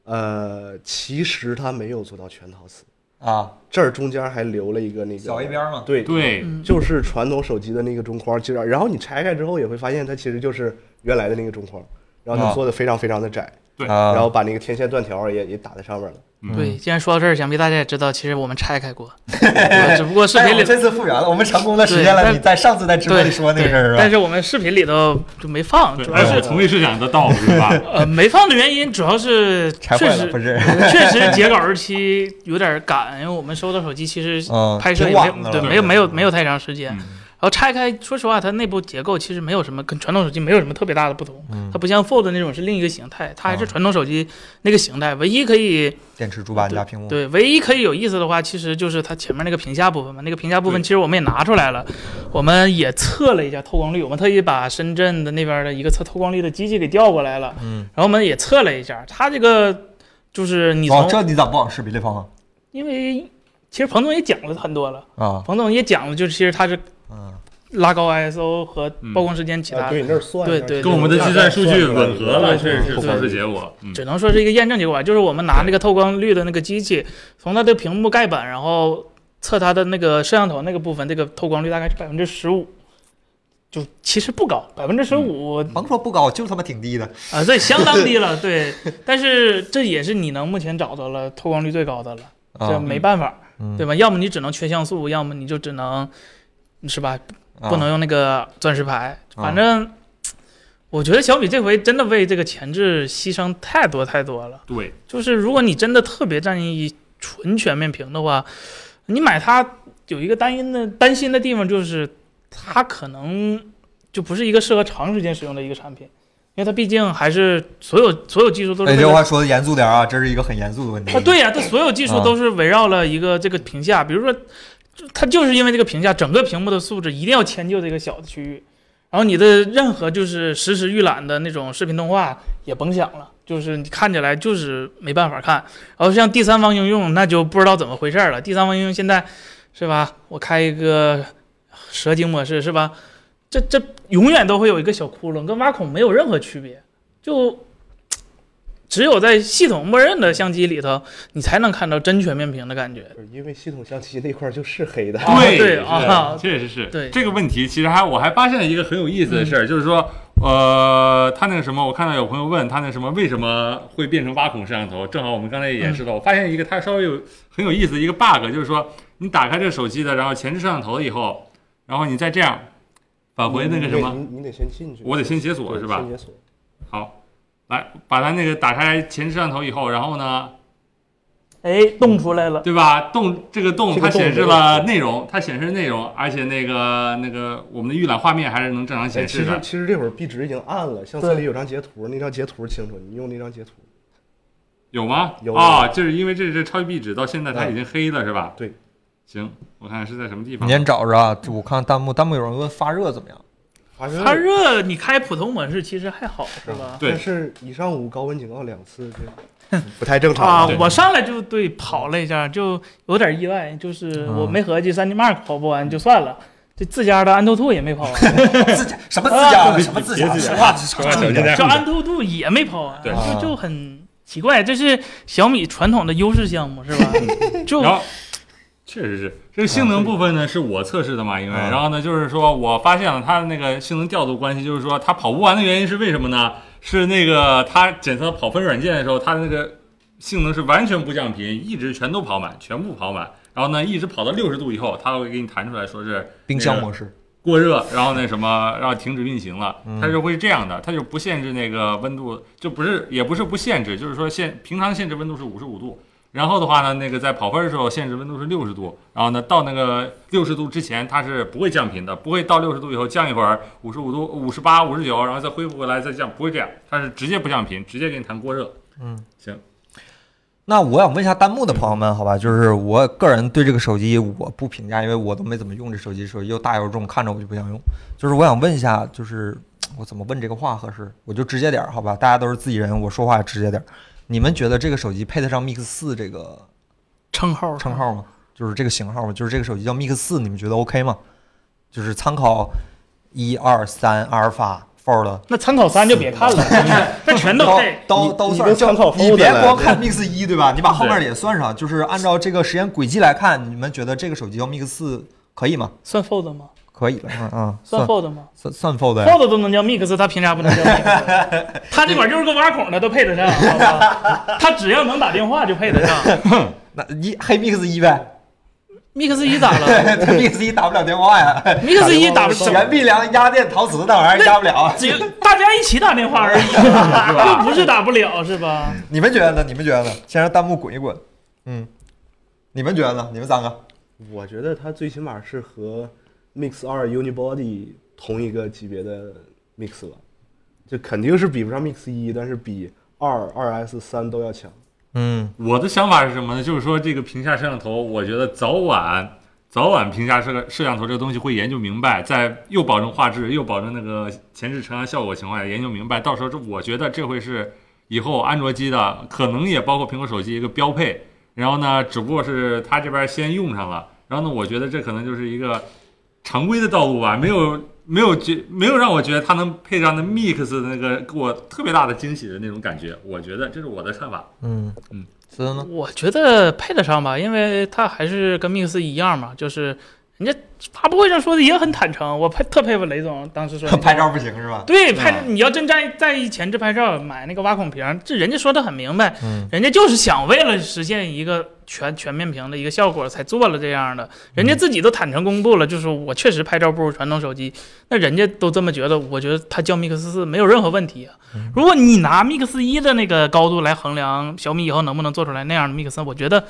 Speaker 4: 呃，其实它没有做到全陶瓷，
Speaker 1: 啊，
Speaker 4: 这儿中间还留了一个那个
Speaker 1: 小一边嘛。
Speaker 4: 对，
Speaker 3: 对，
Speaker 1: 嗯
Speaker 4: 就是传统手机的那个中框，其实然后你拆开之后也会发现它其实就是原来的那个中框，然后
Speaker 1: 啊
Speaker 4: 它做的非常非常的窄，
Speaker 3: 对
Speaker 1: 啊，嗯
Speaker 4: 然后把那个天线断条也也打在上面了。
Speaker 2: 对，既然说到这儿，想必大家也知道，其实我们拆开过，我只不过视
Speaker 1: 但是哎
Speaker 2: 频
Speaker 1: 我
Speaker 2: 里
Speaker 1: 们这次复原了，我们成功的实现
Speaker 2: 对
Speaker 1: 了
Speaker 2: 但
Speaker 1: 你在上次在直播
Speaker 2: 对
Speaker 1: 里说那个事儿是吧？
Speaker 2: 对但是我们视频里头就没放，
Speaker 3: 对，
Speaker 2: 主
Speaker 3: 哎
Speaker 2: 要
Speaker 3: 我
Speaker 2: 是
Speaker 3: 从未设想得到，是吧？
Speaker 2: 呃没放的原因主要是
Speaker 1: 拆
Speaker 2: 确
Speaker 1: 坏了不
Speaker 2: 实
Speaker 1: 是？
Speaker 2: 确实截稿日期有点赶，因为我们收到手机其实
Speaker 1: 嗯，
Speaker 2: 拍摄
Speaker 1: 挺
Speaker 2: 也没有
Speaker 1: 晚的
Speaker 2: 对
Speaker 1: 了
Speaker 2: 没有没有没有太长时间，
Speaker 3: 嗯
Speaker 2: 然后拆开，说实话，它内部结构其实没有什么跟传统手机没有什么特别大的不同，
Speaker 1: 嗯
Speaker 2: 它不像 Fold 那种是另一个形态，它还
Speaker 1: 啊
Speaker 2: 是传统手机那个形态，唯一可以。
Speaker 1: 电池主板加屏幕。
Speaker 2: 对，唯一可以有意思的话，其实就是它前面那个屏下部分嘛。那个屏下部分
Speaker 3: 对
Speaker 2: 其实我们也拿出来了，我们也测了一下透光率，我们特意把深圳的那边的一个测透光率的机器给调过来了，
Speaker 1: 嗯，
Speaker 2: 然后我们也测了一下，它这个就是你从，
Speaker 1: 哦，这你咋不往视频里放啊？
Speaker 2: 因为其实彭总也讲了很多了，
Speaker 1: 啊，
Speaker 2: 彭总也讲了，就是其实它是
Speaker 1: 嗯，
Speaker 2: 拉高 ISO 和
Speaker 3: 嗯
Speaker 2: 曝光时间其他
Speaker 4: 啊，对，你那儿算一
Speaker 2: 对
Speaker 4: 下
Speaker 2: 对
Speaker 3: 跟我们的计算数据吻合了，确实
Speaker 4: 算
Speaker 3: 是
Speaker 4: 出来了
Speaker 3: 测试结果。嗯，
Speaker 2: 只能说是一个验证结果吧。就是我们拿那个透光率的那个机器，从它的屏幕盖板，然后测它的那个摄像头那个部分，这个透光率大概是百分之十五，就其实不高，百分之十五
Speaker 1: 甭说不高，就他妈挺低的。
Speaker 2: 啊，对，相当低了， 对。但是这也是你能目前找到了透光率最高的了，
Speaker 1: 啊
Speaker 2: 这没办法，
Speaker 1: 嗯
Speaker 2: 对吧？要么你只能缺像素，要么你就只能是吧，
Speaker 1: 啊
Speaker 2: 不能用那个钻石牌。
Speaker 1: 啊
Speaker 2: 反正我觉得小米这回真的为这个前置牺牲太多太多了。
Speaker 3: 对，
Speaker 2: 就是如果你真的特别在意纯全面屏的话，你买它有一个担心的担心的地方就是，它可能就不是一个适合长时间使用的一个产品，因为它毕竟还是所有所有技术都是
Speaker 1: 哎，
Speaker 2: 为
Speaker 1: 这
Speaker 2: 了
Speaker 1: 话说的严肃点啊，这是一个很严肃的问题
Speaker 2: 啊，。对呀、它所有技术
Speaker 1: 啊
Speaker 2: 都是围绕了一个这个屏下，比如说，就它就是因为这个屏下，整个屏幕的素质一定要迁就这个小的区域，然后你的任何就是实时预览的那种视频动画也甭想了，就是你看起来就是没办法看。然后像第三方应用，那就不知道怎么回事儿了。第三方应用现在是吧？我开一个蛇精模式是吧？这这永远都会有一个小窟窿，跟挖孔没有任何区别，就只有在系统默认的相机里头，你才能看到真全面屏的感觉。
Speaker 4: 就是因为系统相机那块儿就是黑的，
Speaker 2: 对
Speaker 3: 对
Speaker 2: 啊
Speaker 3: 确实是。
Speaker 2: 对嗯
Speaker 3: 这个问题，其实还我还发现了一个很有意思的事儿，就是说，呃，他那个什么，我看到有朋友问他那什么为什么会变成挖孔摄像头，正好我们刚才也演示了，我发现一个它稍微有呃很有意思的一个 bug，就是说你打开这个手机的，然后前置摄像头以后，然后你再这样返回那个什么，
Speaker 2: 嗯
Speaker 4: 你你得先进去，
Speaker 3: 我得先解锁
Speaker 4: 对
Speaker 3: 是吧
Speaker 4: 先解锁，
Speaker 3: 好，来把它那个打开前置摄像头以后，然后呢，
Speaker 2: 哎，动出来了。
Speaker 3: 对吧？动这个动
Speaker 4: 这个
Speaker 3: 它
Speaker 4: 动
Speaker 3: 显示
Speaker 4: 没
Speaker 3: 了内容，它显示内容，而且那个那个我们的预览画面还是能正常
Speaker 4: 哎，
Speaker 3: 显
Speaker 4: 其
Speaker 3: 示
Speaker 4: 实
Speaker 3: 的。
Speaker 4: 其实这会儿壁纸已经暗了，相册里有张截图，那张截图清楚，你用那张截图。
Speaker 3: 有吗？
Speaker 4: 有哎
Speaker 3: 啊，就是因为这是超级壁纸，到现在它已经黑了，是吧？
Speaker 4: 对。
Speaker 3: 行，我看是在什么地
Speaker 1: 你
Speaker 3: 方。
Speaker 1: 先找着啊！我看弹幕，弹幕有人问发热怎么样？
Speaker 4: 发
Speaker 2: 发热，你开普通模式其实还好，是吧？啊
Speaker 3: 对
Speaker 4: 但是以上午高温警告两次，这不太正 常
Speaker 2: 啊
Speaker 4: 对，
Speaker 2: 我上来就对跑了一下，就有点意外，就是我没合计 3D Mark 跑不完就算了，这自家的安兔兔也没跑完，
Speaker 1: 自家什么自家的？什么自家的？
Speaker 3: 啊别自
Speaker 1: 说
Speaker 3: 家
Speaker 1: 话
Speaker 3: 说话小心点
Speaker 2: 就安兔兔也没跑完，
Speaker 3: 对
Speaker 2: 就就很奇怪，这是小米传统的优势项目是吧？就
Speaker 3: 然后，确实是这个性能部分呢，是我测试的嘛，因为
Speaker 1: 啊
Speaker 3: 然后呢，就是说我发现了它的那个性能调度关系，就是说它跑不完的原因是为什么呢？是那个它检测跑分软件的时候，它的那个性能是完全不降频，一直全都跑满，全部跑满。然后呢，一直跑到六十度以后，它会给你弹出来说是
Speaker 1: 冰箱模式，
Speaker 3: 过热，然后那什么，然后停止运行了，它就会这样的，它就不限制那个温度，就不是也不是不限制，就是说限平常限制温度是五十五度，然后的话呢，那个在跑分的时候限制温度是六十度，然后呢到那个六十度之前它是不会降频的，不会到六十度以后降一会儿五十五度、五十八、五十九，然后再恢复回来再降，不会这样，它是直接不降频，直接给你弹过热。
Speaker 1: 嗯，
Speaker 3: 行，
Speaker 1: 那我想问一下弹幕的朋友们，好吧，就是我个人对这个手机我不评价，因为我都没怎么用这手机，手机又大又重，看着我就不想用。就是我想问一下，就是我怎么问这个话合适？我就直接点儿，好吧，大家都是自己人，我说话也直接点儿。你们觉得这个手机配得上 Mix 四这个
Speaker 2: 称号
Speaker 1: 称号吗？就是这个型号吗？就是这个手机叫 Mix 四，你们觉得 OK 吗？就是参考一二三阿尔法 Fold。
Speaker 2: 那参考三就别看了， 那 全都
Speaker 1: 刀
Speaker 2: 配。
Speaker 1: 刀
Speaker 4: 你
Speaker 1: 刀
Speaker 4: 你
Speaker 1: 算
Speaker 4: 都
Speaker 1: 就
Speaker 4: 参考
Speaker 1: 你
Speaker 4: Fold
Speaker 1: 别
Speaker 4: 了
Speaker 1: 光
Speaker 4: 对
Speaker 1: 看 Mix 一对吧？你把后面
Speaker 3: 对
Speaker 1: 也算上，就是按照这个时间轨迹来看，你们觉得这个手机叫 Mix 四可以吗？
Speaker 2: 算 Fold 吗？
Speaker 1: 可以吧？嗯嗯，
Speaker 2: 算
Speaker 1: 算
Speaker 2: Fold 吗
Speaker 1: 算算 Fold 呀。
Speaker 2: ？Fold 都能叫 Mix，它凭啥不能叫 Mix？它这款就是个挖孔的，都配得上，好吧？它只要能打电话就配得上。
Speaker 1: 那一黑 Mix 一呗
Speaker 2: Mix 一咋 了？
Speaker 1: ，Mix 一打不了电话呀。
Speaker 2: Mix 一打 不什么
Speaker 1: 袁碧良压电陶瓷那玩意儿压不了。
Speaker 2: 只有大家一起打电话而已，又不是打不了，是吧？
Speaker 1: 你们觉得呢？你们觉得呢？先让弹幕滚一滚。嗯，你们觉得呢？你们三个
Speaker 4: 我觉得它最起码是和 Mix 二 Unibody 同一个级别的 Mix 了，就肯定是比不上 Mix 一，但是比二、二 S、三都要强。
Speaker 1: 嗯，
Speaker 3: 我的想法是什么呢？就是说这个屏下摄像头，我觉得早晚早晚屏下摄摄像头这个东西会研究明白，在又保证画质又保证那个前置成像效果情况下研究明白，到时候这我觉得这会是以后安卓机的可能也包括苹果手机一个标配。然后呢，只不过是它这边先用上了，然后呢，我觉得这可能就是一个常规的道路吧，没有没有觉没有让我觉得它能配上那 Mix 的那个给我特别大的惊喜的那种感觉，我觉得这是我的看法。
Speaker 1: 嗯
Speaker 3: 嗯，
Speaker 1: 思思呢？
Speaker 2: 我觉得配得上吧，因为它还是跟 Mix 一样嘛，就是人家发布会上说的也很坦诚，我佩特佩服雷总当时说
Speaker 1: 拍。照不行是吧？
Speaker 2: 对，
Speaker 3: 吧
Speaker 2: 拍你要真在在意前置拍照，买那个挖孔屏，这人家说的很明白，
Speaker 1: 嗯
Speaker 2: 人家就是想为了实现一个全全面屏的一个效果才做了这样的，人家自己都坦诚公布了，就是我确实拍照不如传统手机，那人家都这么觉得，我觉得他叫 Mix 四没有任何问题啊。如果你拿 Mix 一的那个高度来衡量小米以后能不能做出来那样的 Mix 三，我觉得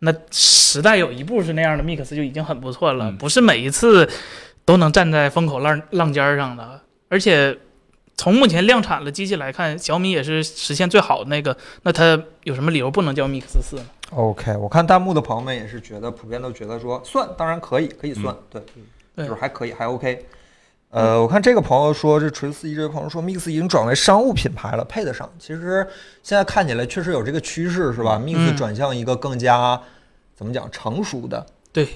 Speaker 2: 那时代有一步是那样的 Mix 就已经很不错了，
Speaker 3: 嗯
Speaker 2: 不是每一次都能站在风口浪浪尖儿上的，而且。从目前量产的机器来看，小米也是实现最好的那个，那它有什么理由不能叫 Mix 四呢？
Speaker 1: OK，我看弹幕的朋友们也是觉得，普遍都觉得说算，当然可以，可以算，对，
Speaker 2: 嗯对
Speaker 1: 就是还可以，还 OK。呃，我看这个朋友说，这锤四一这位朋友说，Mix 已经转为商务品牌了，配得上。其实现在看起来确实有这个趋势，是吧？Mix
Speaker 2: 嗯
Speaker 1: 转向一个更加怎么讲成熟的，
Speaker 3: 对，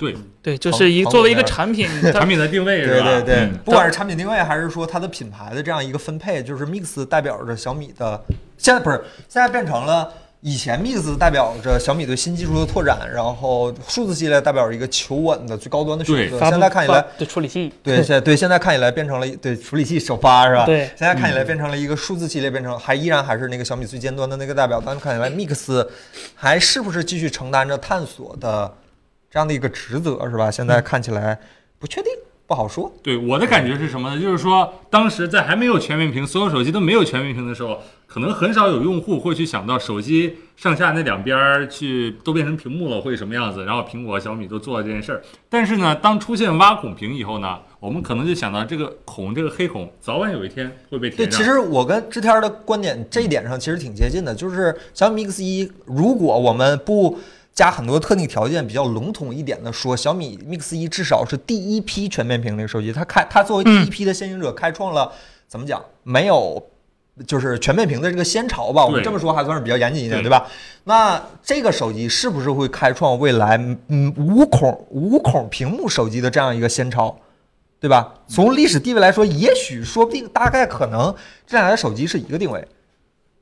Speaker 2: 对，就是一
Speaker 1: 好
Speaker 2: 作为一个
Speaker 1: 好
Speaker 2: 产品，
Speaker 3: 产
Speaker 2: 它
Speaker 3: 品的定位是
Speaker 1: 对
Speaker 3: 吧？
Speaker 1: 对对
Speaker 3: 嗯，
Speaker 1: 不管是产品定位还是说它的品牌的这样一个分配，就是 Mix 代表着小米的现在不是，现在变成了以前 Mix 代表着小米对新技术的拓展，然后数字系列代表着一个求稳的最高端的选择。
Speaker 3: 对
Speaker 1: 现在看起来，
Speaker 2: 对处理器，
Speaker 1: 对，现在对现在看起来变成了对处理器首发是吧？
Speaker 2: 对
Speaker 1: 现在看
Speaker 3: 嗯
Speaker 1: 起来变成了一个数字系列，变成还依然还是那个小米最尖端的那个代表，但是看起来 Mix 还是不是继续承担着探索的这样的一个职责是吧？现在看起来不确定，不好说。
Speaker 3: 对我的感觉是什么呢？就是说，当时在还没有全面屏，所有手机都没有全面屏的时候，可能很少有用户会去想到手机上下那两边儿去都变成屏幕了会什么样子。然后苹果、小米都做了这件事儿。但是呢，当出现挖孔屏以后呢，我们可能就想到这个孔，这个黑孔，早晚有一天会被
Speaker 1: 对，
Speaker 3: 填上。
Speaker 1: 其实我跟知天儿的观点这一点上其实挺接近的，就是小米 Mix 一，如果我们不加很多特定条件，比较笼统一点的说，小米 Mix 一至少是第一批全面屏的手机，它开它作为
Speaker 3: 嗯
Speaker 1: 第一批的先行者，开创了、怎么讲没有。就是全面屏的这个先潮吧，我们
Speaker 3: 对
Speaker 1: 这么说还算是比较严谨一点，
Speaker 3: 对
Speaker 1: 对吧？那这个手机是不是会开创未来嗯无孔无孔屏幕手机的这样一个先潮？对吧？从历史地位来说，也许说不定大概可能这两台手机是一个定位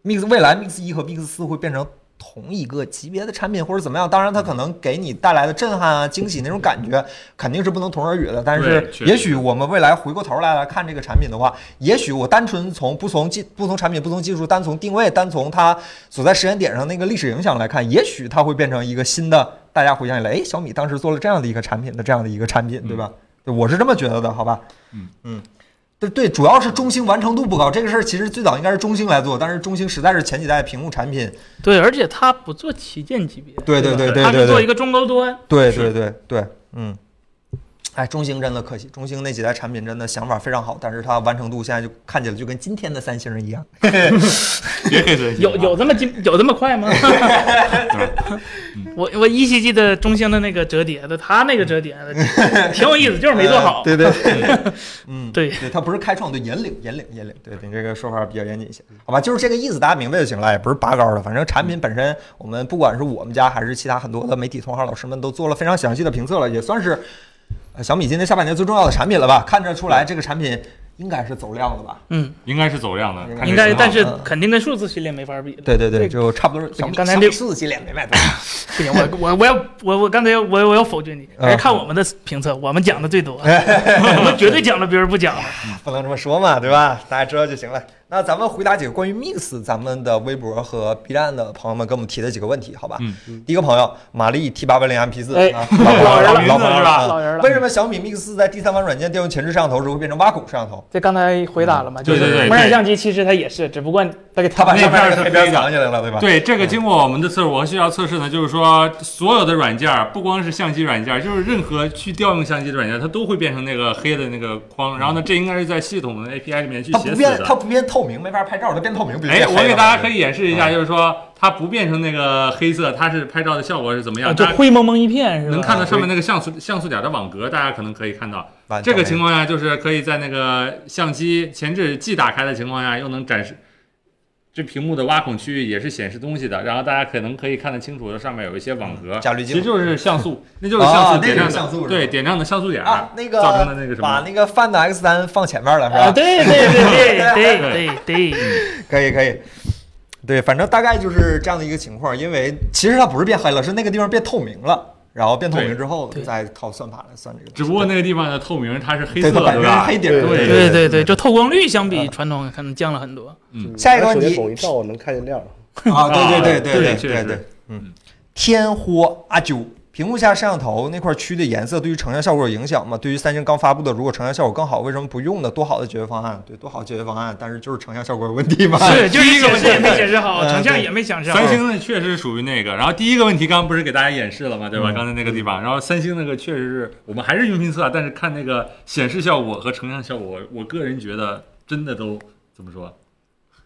Speaker 1: ，Mix 未来 Mix 一和 Mix 四会变成同一个级别的产品或者怎么样。当然，它可能给你带来的震撼啊、惊喜那种感觉肯定是不能同日而语的。但是
Speaker 3: 对确实
Speaker 1: 也许我们未来回过头来来看这个产品的话，也许我单纯从不从技不从产品、不从技术，单从定位、单从它所在时间点上那个历史影响来看，也许它会变成一个新的，大家回想起来，哎，小米当时做了这样的一个产品的这样的一个产品，对吧？对，我是这么觉得的，好吧？
Speaker 3: 嗯
Speaker 1: 嗯，对对，主要是中兴完成度不高，这个事儿其实最早应该是中兴来做，但是中兴实在是前几代屏幕产品，
Speaker 2: 对，而且它不做旗舰级别，
Speaker 1: 对对
Speaker 2: 对
Speaker 1: 对对
Speaker 2: 吧它
Speaker 1: 对
Speaker 2: 是做一
Speaker 1: 对，
Speaker 2: 个中高端，
Speaker 1: 对对
Speaker 3: 是
Speaker 1: 对对，嗯，哎，中兴真的可惜，中兴那几代产品真的想法非常好，但是它完成度现在就看起来就跟今天的三星人一 样。
Speaker 3: 别黑森
Speaker 2: 有有这么近有这么快吗？ 我我依稀记得中兴的那个折叠的，它那个折叠的挺有意思，就是没做 好。
Speaker 1: 呃对对对，嗯，
Speaker 2: 对
Speaker 1: 对，它不是开创，对，引领，引领，引领。嗯对你这个说法比较严谨一些，好吧，就是这个意思，大家明白就行了，也不是拔高的。反正产品本身，我们不管是我们家还是其他很多的媒体同行老师们，都做了非常详细的评测了，也算是呃小米今年下半年最重要的产品了吧？看得出来，这个产品应该是走量的吧？
Speaker 2: 嗯，
Speaker 3: 应该是走量的，看这
Speaker 2: 应该，
Speaker 3: 信号
Speaker 2: 但是肯定跟数字系列没法比。
Speaker 1: 嗯对对对，
Speaker 2: 对
Speaker 1: 就差不多。小米
Speaker 2: 刚才
Speaker 1: 小
Speaker 2: 这
Speaker 1: 米数字系列没卖多少，
Speaker 2: 不行，我我我要我我刚才我我要否决你，
Speaker 1: 嗯
Speaker 3: 啊
Speaker 2: 还是看我们的评测，我们讲的最 多，我们绝对讲了别人不讲的。
Speaker 1: 不能这么说嘛，对吧？大家知道就行了。那咱们回答几个关于 Mix 咱们的微博和 B 站的朋友们给我们提的几个问题，好吧？
Speaker 3: 嗯
Speaker 1: 第一个朋友，玛丽 T 八八零 MP 四、
Speaker 2: 哎
Speaker 1: 啊，老
Speaker 2: 老人
Speaker 1: 朋友老
Speaker 2: 了
Speaker 1: 朋友
Speaker 3: 是吧
Speaker 1: 啊
Speaker 2: 老人了
Speaker 1: 为什么小米 Mix 四在第三方软件调用前置摄像头时会变成挖孔摄像头？
Speaker 2: 这刚才回答了嘛？就
Speaker 3: 啊对对
Speaker 2: 是
Speaker 3: 对
Speaker 2: 无人
Speaker 3: 对
Speaker 2: 相机其实它也是，只不过它给
Speaker 1: 它
Speaker 2: 它
Speaker 1: 把
Speaker 3: 那
Speaker 1: 上面
Speaker 3: 片儿
Speaker 1: 那个黑
Speaker 3: 是黑
Speaker 1: 边
Speaker 3: 的
Speaker 1: 藏起来了，对吧？嗯
Speaker 3: 对这个，经过我们的测试，我需要测试呢，就是说所有的软件儿，不光是相机软件儿，就是任何去调用相机的软件儿，它都会变成那个黑的那个框。然后呢，这应该是在系统的 API 里面去
Speaker 1: 嗯它
Speaker 3: 写
Speaker 1: 不
Speaker 3: 死
Speaker 1: 变，它
Speaker 3: 的。
Speaker 1: 不变透明，没法拍照，它变透明不就
Speaker 3: 哎，
Speaker 1: 变黑了吗？
Speaker 3: 我给大家可以演示一下，
Speaker 1: 嗯
Speaker 3: 就是说它不变成那个黑色，它是拍照的效果是怎么
Speaker 2: 啊
Speaker 3: 样？
Speaker 2: 就
Speaker 3: 大家
Speaker 2: 灰蒙蒙一片，是吧？
Speaker 3: 能看到上面那个像素像素点的网格，大家可能可以看到。
Speaker 1: 啊完
Speaker 3: 这个
Speaker 1: 整
Speaker 3: 情况下，就是可以在那个相机前置既打开的情况下，又能展示这屏幕的挖孔区域也是显示东西的，然后大家可能可以看得清楚，上面有一些网格，
Speaker 1: 嗯加滤
Speaker 3: 其
Speaker 1: 镜
Speaker 3: 实就是像素，那就是
Speaker 1: 啊
Speaker 3: 像
Speaker 1: 那个
Speaker 3: 素点亮
Speaker 1: 是像素是
Speaker 3: 的，
Speaker 1: 吧
Speaker 3: 对，点亮的像素点
Speaker 1: 啊，那个
Speaker 3: 造成的那个什
Speaker 1: 把
Speaker 3: 么，哎
Speaker 1: 那个 Find X 3放前面了是吧？
Speaker 2: 啊，对对 对对对对对，
Speaker 1: 可以可以，对，反正大概就是这样的一个情况。因为其实它不是变黑了，是那个地方变透明了，然后变透明之后
Speaker 2: 对对
Speaker 1: 再靠算法来算这个东西。
Speaker 3: 只不过那个地方的透明它是黑
Speaker 1: 对它
Speaker 3: 色的，
Speaker 1: 本
Speaker 3: 对
Speaker 1: 身
Speaker 3: 吧？
Speaker 1: 黑底儿，
Speaker 4: 对
Speaker 3: 对啊
Speaker 2: 对对对，就透光率相
Speaker 1: 啊
Speaker 2: 比传统可能降了很多。
Speaker 1: 下一个
Speaker 4: 嗯拿手
Speaker 1: 问
Speaker 4: 机
Speaker 1: 题
Speaker 4: 拱一照，我能看见亮。
Speaker 1: 啊，对对对对
Speaker 3: 对确
Speaker 1: 对
Speaker 3: 实
Speaker 1: 对，嗯，天豁阿九。屏幕下摄像头那块区的颜色对于成像效果有影响吗？对于三星刚发布的，如果成像效果更好，为什么不用呢？多好的解决方案，对，多好的解决方案，但是就是成像效果有问题嘛。
Speaker 2: 是，就是
Speaker 3: 第一个
Speaker 2: 显示也
Speaker 3: 问题啊
Speaker 2: 没显示好，
Speaker 1: 嗯
Speaker 2: 成像
Speaker 1: 对
Speaker 2: 也没显示好。
Speaker 3: 三星呢确实属于那个，然后第一个问题刚刚不是给大家演示了嘛，对吧？
Speaker 1: 嗯
Speaker 3: 刚才那个地方，然后三星那个确实是我们还是用评测啊，但是看那个显示效果和成像效果，我个人觉得真的都怎么说？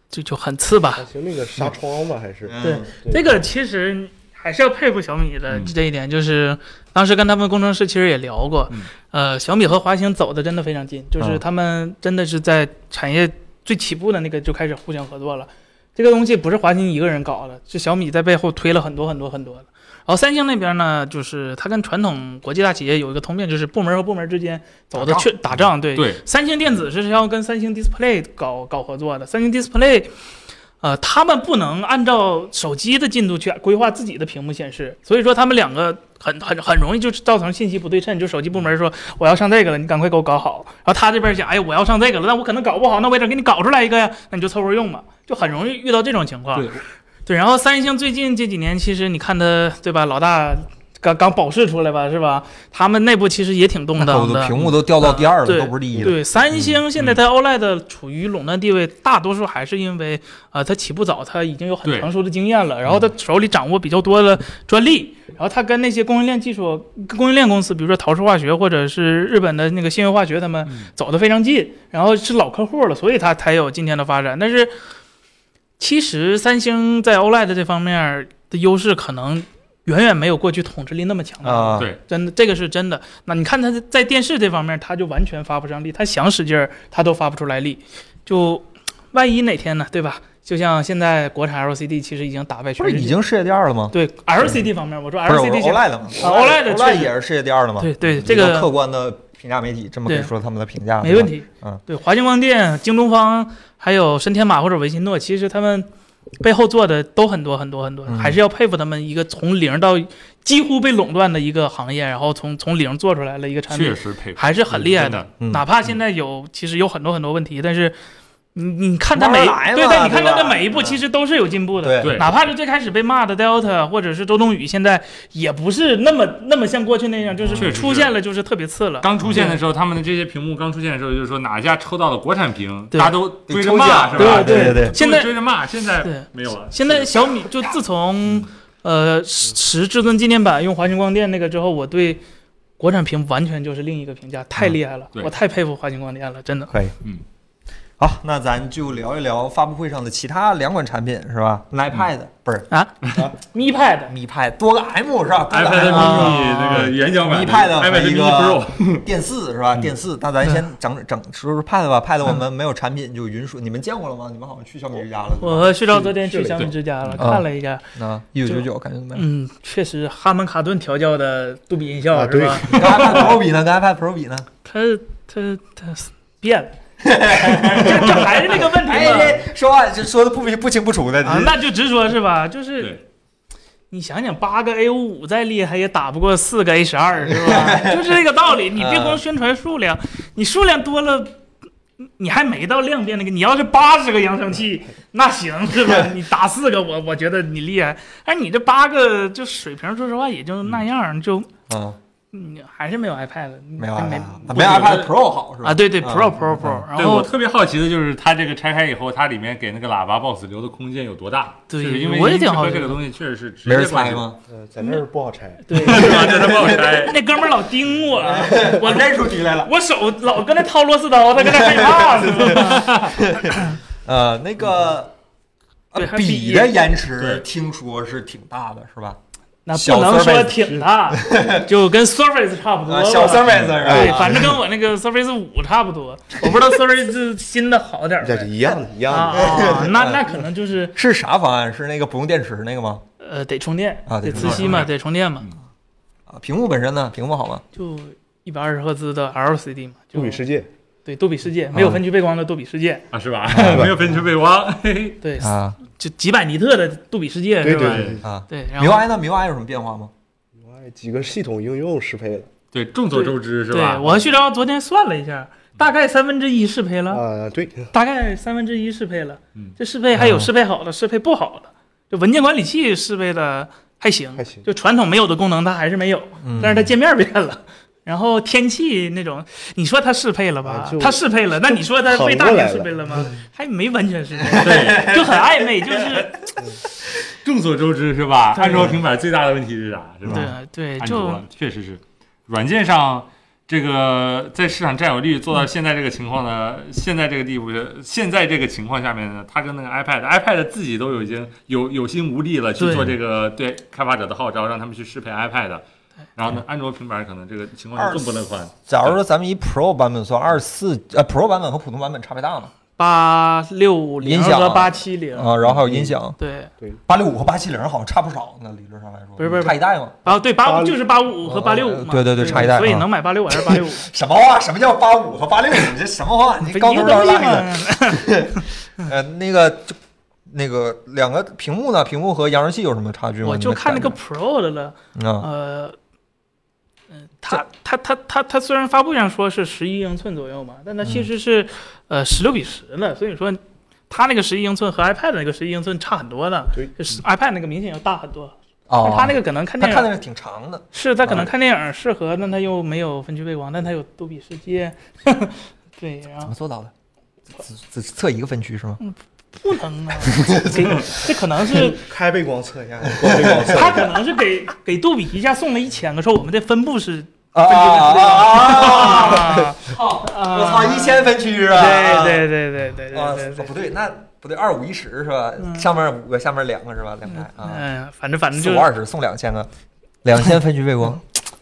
Speaker 2: 就就很次吧。
Speaker 4: 还行，那个纱窗吧，还是
Speaker 1: 嗯
Speaker 2: 对这个其实还是要佩服小米的
Speaker 3: 嗯
Speaker 2: 这一点，就是当时跟他们工程师其实也聊过
Speaker 3: 嗯，
Speaker 2: 呃，小米和华星走的真的非常近，就是
Speaker 1: 嗯
Speaker 2: 他们真的是在产业最起步的那个就开始互相合作了。这个东西不是华星一个人搞的，是小米在背后推了很多很多很多的。然后三星那边呢，就是它跟传统国际大企业有一个通病，就是部门和部门之间走的
Speaker 1: 打仗
Speaker 2: 确打仗，对，
Speaker 3: 对，
Speaker 2: 三星电子是要跟三星 Display 搞搞合作的，三星 Display。呃，他们不能按照手机的进度去规划自己的屏幕显示，所以说他们两个很很很容易就造成信息不对称。就手机部门说我要上这个了，你赶快给我搞好，然后他这边想，哎，我要上这个了，那我可能搞不好，那我也得给你搞出来一个呀，那你就凑合用吧，就很容易遇到这种情况。
Speaker 3: 对
Speaker 2: 对，然后三星最近这几年，其实你看它，对吧？老大刚刚保释出来吧，是吧？他们内部其实也挺动
Speaker 1: 那
Speaker 2: 荡
Speaker 1: 我
Speaker 2: 的
Speaker 1: 的。屏幕都掉到第二了，
Speaker 2: 对
Speaker 1: 都不是第一了。
Speaker 2: 对，三星现在在 OLED 处于垄断地位，大多数还是因为呃，它起步早，它已经有很
Speaker 3: 对
Speaker 2: 成熟的经验了，然后它手里掌握比较多的专利，然后它跟那些供应链技术、供应链公司，比如说陶氏化学或者是日本的那个信源化学，他们
Speaker 3: 嗯
Speaker 2: 走得非常近，然后是老客户了，所以它才有今天的发展。但是其实三星在 OLED 这方面的优势可能。远远没有过去统治力那么强大
Speaker 1: 啊，
Speaker 3: 对
Speaker 2: 真的，这个是真的。那你看他在电视这方面，他就完全发不上力，他想使劲儿，他都发不出来力。就万一哪天呢，对吧？就像现在国产 LCD 其实已经打败
Speaker 1: 不
Speaker 2: 全
Speaker 1: 是
Speaker 2: 世界，
Speaker 1: 已经世界第二了吗？
Speaker 2: 对 LCD 方面，我说
Speaker 1: 不是我
Speaker 2: LCD
Speaker 1: 说
Speaker 2: 现在
Speaker 1: OLED 嘛
Speaker 2: 啊，OLED 确实
Speaker 1: 也是世界第二了吗？
Speaker 2: 对对
Speaker 1: 嗯
Speaker 2: 这
Speaker 1: 一个
Speaker 2: 个
Speaker 1: 客观的评价媒体这么可以
Speaker 2: 对
Speaker 1: 说他们的评价，
Speaker 2: 没问
Speaker 1: 对吧。
Speaker 2: 题。
Speaker 1: 嗯，
Speaker 2: 对，华星光电、京东方，还有深天马或者维信诺，其实他们背后做的都很多很多很多，
Speaker 1: 嗯
Speaker 2: 还是要佩服他们一个从零到几乎被垄断的一个行业，然后从从零做出来了一个产品
Speaker 3: 确，实佩服，
Speaker 2: 还是很厉害的。
Speaker 1: 嗯
Speaker 2: 哪怕现在有，其实有很多很多问题，但是你你看他每
Speaker 1: 慢慢来嘛
Speaker 2: 对，但你看他
Speaker 1: 对
Speaker 2: 的
Speaker 1: 吧
Speaker 2: 每一步其实都是有进步的。
Speaker 1: 对
Speaker 3: 对
Speaker 2: 哪怕是最开始被骂的 Delta 或者是周冬雨，现在也不是那么那么像过去那样，就
Speaker 3: 嗯确实
Speaker 2: 是
Speaker 3: 是
Speaker 2: 出现了就是特别次了。
Speaker 3: 刚出现的时候，他们的这些屏幕刚出现的时候，就是说哪家抽到了国产屏，
Speaker 2: 对
Speaker 3: 大家都追着
Speaker 1: 抽
Speaker 3: 骂，
Speaker 1: 奖
Speaker 3: 是吧？
Speaker 1: 对对对对
Speaker 2: 现在
Speaker 3: 追着骂，现
Speaker 2: 对
Speaker 3: 在没有了。
Speaker 2: 现在小米就自从呃十十至尊纪念版用华星光电那个之后，我对国产屏完全就是另一个评价，太厉害了，
Speaker 3: 嗯对
Speaker 2: 我太佩服华星光电了，真的。
Speaker 1: 可以，
Speaker 3: 嗯。
Speaker 1: 好，那咱就聊一聊发布会上的其他两款产品，是吧？iPad、不
Speaker 2: 嗯
Speaker 1: 是
Speaker 2: 啊
Speaker 1: 啊
Speaker 2: 咪 Pad，
Speaker 1: 米派多个 M 是吧多个
Speaker 3: iPad
Speaker 1: M
Speaker 3: mini
Speaker 2: 啊
Speaker 3: 那个原奖版
Speaker 1: 米 Pad 和
Speaker 3: iPad
Speaker 1: 一
Speaker 3: mini Pro，
Speaker 2: 嗯
Speaker 1: 个电四是吧？电四，那咱先整整说说 Pad 吧。Pad 我
Speaker 2: 嗯
Speaker 1: 们没有产品就云说，你们见过了吗？你们好像去小米之家了。对吧
Speaker 2: 我和旭照昨天去
Speaker 4: 去
Speaker 2: 小米之家了，
Speaker 1: 嗯
Speaker 2: 看了一下，
Speaker 1: 那一九九九感觉怎么样？
Speaker 2: 嗯，确实哈曼卡顿调教的杜比音效、
Speaker 4: 啊
Speaker 2: 是吧？
Speaker 1: 跟 iPad Pro 比呢？跟 iPad Pro 比呢？
Speaker 2: 它它它变了， 这这还是那个问题 嘛、
Speaker 1: 哎，这说话就说的不明不清不楚的。
Speaker 2: 啊，那就直说是吧？就是
Speaker 3: 对，
Speaker 2: 你想想，八个 A 五五再厉害也打不过四个 A 十二是 吧？就是这个道理，你别光宣传数量，你数量多了。你还没到量变那个，你要是八十个扬声 器，那行是吧？你打四个我，我觉得你厉害。但是你这八个就水平，说实话也就那样，就
Speaker 1: 啊，
Speaker 2: 嗯，还是没有 iPad 了，
Speaker 1: 没有啊，
Speaker 2: 哎没
Speaker 1: 没有 iPad Pro 好是吧？
Speaker 2: 啊，对对
Speaker 1: 嗯
Speaker 2: ，Pro Pro Pro，然
Speaker 3: 对我
Speaker 2: 后
Speaker 3: 特别好奇的就是它这个拆开以后，它里面给那个喇叭 box 留的空间有多大？
Speaker 2: 对
Speaker 3: 就是因为
Speaker 2: 我也挺好奇
Speaker 3: 这个东西确实是直
Speaker 1: 没
Speaker 3: 接
Speaker 1: 人猜
Speaker 3: 放进去？
Speaker 1: 吗？
Speaker 4: 呃，在那儿不好拆。
Speaker 2: 对，
Speaker 3: 是吧？在那帮我拆，
Speaker 2: 那哥们儿老盯我，我
Speaker 1: 认出题来了。
Speaker 2: 我手老跟那掏螺丝刀，他跟那啊害 怕似的。
Speaker 1: 呃，那个呃
Speaker 2: 对还
Speaker 1: 笔
Speaker 2: 比
Speaker 1: 的延迟
Speaker 3: 对
Speaker 1: 听说是挺大的，是吧？
Speaker 2: 那
Speaker 1: 小
Speaker 2: 不能
Speaker 1: Surface
Speaker 2: 说挺大，就跟 Surface 差不多
Speaker 1: 啊，
Speaker 2: 吧。
Speaker 1: 小 Surface 哎是
Speaker 2: 对，
Speaker 1: 吧？
Speaker 2: 反正跟我那个 Surface 五差不多。我不知道 Surface 新的好点儿
Speaker 4: 这
Speaker 2: 呗
Speaker 4: 是一样的，一
Speaker 2: 啊
Speaker 4: 样的。
Speaker 2: 啊， 那那可能就是
Speaker 1: 是啥方案？是那个不用电池那个吗？
Speaker 2: 呃得充电
Speaker 1: 啊得
Speaker 2: 得
Speaker 1: 充
Speaker 2: 磁
Speaker 1: 电
Speaker 2: 吸嘛，得充电嘛，
Speaker 1: 啊，屏幕本身呢？屏幕好吗？
Speaker 2: 就一百二十赫兹的 LCD 嘛，就
Speaker 4: 物理世界，
Speaker 2: 对杜比世
Speaker 1: 嗯
Speaker 2: 界没有分区背光的杜比世界，
Speaker 3: 啊，是吧？没有分区背光，嘿嘿
Speaker 2: 对，
Speaker 1: 啊
Speaker 2: 就几百尼特的杜比世 界
Speaker 4: 对
Speaker 2: 是吧？
Speaker 4: 对对
Speaker 1: 啊
Speaker 2: 对，然后
Speaker 1: ，MIUI 呢？MIUI 有什么变化吗？
Speaker 4: 对，几个系统应用适配的
Speaker 3: 对，众所周知是吧？
Speaker 2: 对我和旭钊昨天算了一下，大概三分之一适配了，
Speaker 4: 啊，对，
Speaker 2: 大概三分之一适配了。
Speaker 3: 嗯
Speaker 2: 这适配还有
Speaker 1: 啊
Speaker 2: 适配好的，适配不好的。就文件管理器适配的还行，
Speaker 4: 还行
Speaker 2: 就传统没有的功能它还是没有，
Speaker 1: 嗯
Speaker 2: 但是它界面变了。然后天气那种，你说它适配了吧
Speaker 4: 啊就？
Speaker 2: 它适配了，那你说它被大屏
Speaker 4: 反过来
Speaker 2: 适
Speaker 4: 了
Speaker 2: 配了吗？还没完全适配，
Speaker 3: 对，
Speaker 2: 就很暧昧，就是
Speaker 3: 众所周知是吧？
Speaker 2: 对
Speaker 3: 安卓平板最大的问题是啥？是吧？
Speaker 2: 对对，
Speaker 3: 安
Speaker 2: 就
Speaker 3: 卓确实是，软件上这个在市场占有率做
Speaker 2: 嗯
Speaker 3: 到现在这个情况呢，现在这个地步是，现在这个情况下面呢，它跟那个 iPad，iPad 自己都有已经有有心无力了去
Speaker 2: 对
Speaker 3: 做这个对开发者的号召，让他们去适配 iPad。然后呢，安卓平板可能这个情况
Speaker 1: 二
Speaker 3: 就更不乐观。
Speaker 1: 假如说咱们以 Pro 版本算，二四呃 Pro 版本和普通版本差别大吗？
Speaker 2: 八六五零
Speaker 1: 音响
Speaker 2: 和八七零，
Speaker 1: 啊，然后还有音响，
Speaker 2: 对，
Speaker 1: 八六五和八七零好像差不少，那理论上来说，
Speaker 2: 不是不是
Speaker 1: 差一代吗？
Speaker 2: 啊，对八
Speaker 4: 八
Speaker 2: 就是八五五和八六
Speaker 1: 呃
Speaker 2: 五嘛，
Speaker 1: 对对对差一代
Speaker 2: 所以
Speaker 1: 啊
Speaker 2: 能买八六五还是八 六五，
Speaker 1: 什么话？什么叫八五和八六？你这什么话？你
Speaker 2: 不
Speaker 1: 高
Speaker 2: 一
Speaker 1: 头
Speaker 2: 个
Speaker 1: 高
Speaker 2: 东西
Speaker 1: 拉的。
Speaker 2: 嘛。
Speaker 1: 呃，那个就那个两个屏幕呢？屏幕和扬声器有什么差距吗？
Speaker 2: 我
Speaker 1: 你
Speaker 2: 就
Speaker 1: 们
Speaker 2: 看那
Speaker 1: 感觉
Speaker 2: 个 Pro 的了，
Speaker 1: 啊，
Speaker 2: 呃，嗯，它它它它它虽然发布上说是十一英寸左右嘛，但它
Speaker 1: 嗯
Speaker 2: 其实是、呃十六比十的，所以说它那个十一英寸和 iPad 那个十一英寸差很多的，
Speaker 4: 对
Speaker 2: 就是 iPad 那个明显要大很多，
Speaker 1: 嗯哦
Speaker 2: 但，它那个可能看
Speaker 1: 他
Speaker 2: 电
Speaker 1: 看
Speaker 2: 影
Speaker 1: 的是挺长的，
Speaker 2: 是它可能
Speaker 1: 啊
Speaker 2: 看电影适合，但它又没有分区背光，但它有杜比世界， 对，然
Speaker 1: 怎
Speaker 2: 后
Speaker 1: 么做到的？只只测一个分区是吗？
Speaker 2: 不 能啊，给这可能是。
Speaker 4: 开背光测一下，光背光测 一
Speaker 2: 他
Speaker 4: 下。
Speaker 2: 可能是给给杜比一下送了一千个，说我们的分布是
Speaker 1: 啊啊！
Speaker 2: 啊，
Speaker 1: 我操，一千分区啊！
Speaker 2: 对对对对对
Speaker 1: 啊，
Speaker 2: 对对
Speaker 1: 哦
Speaker 2: 对
Speaker 1: 不。对，那不对，二五一十是吧？
Speaker 2: 嗯
Speaker 1: 上面五个，下面两个是吧？两排啊，
Speaker 2: 嗯，反正反正
Speaker 1: 四
Speaker 2: 就
Speaker 1: 五
Speaker 2: 是
Speaker 1: 二十送两千个，两千分区背光，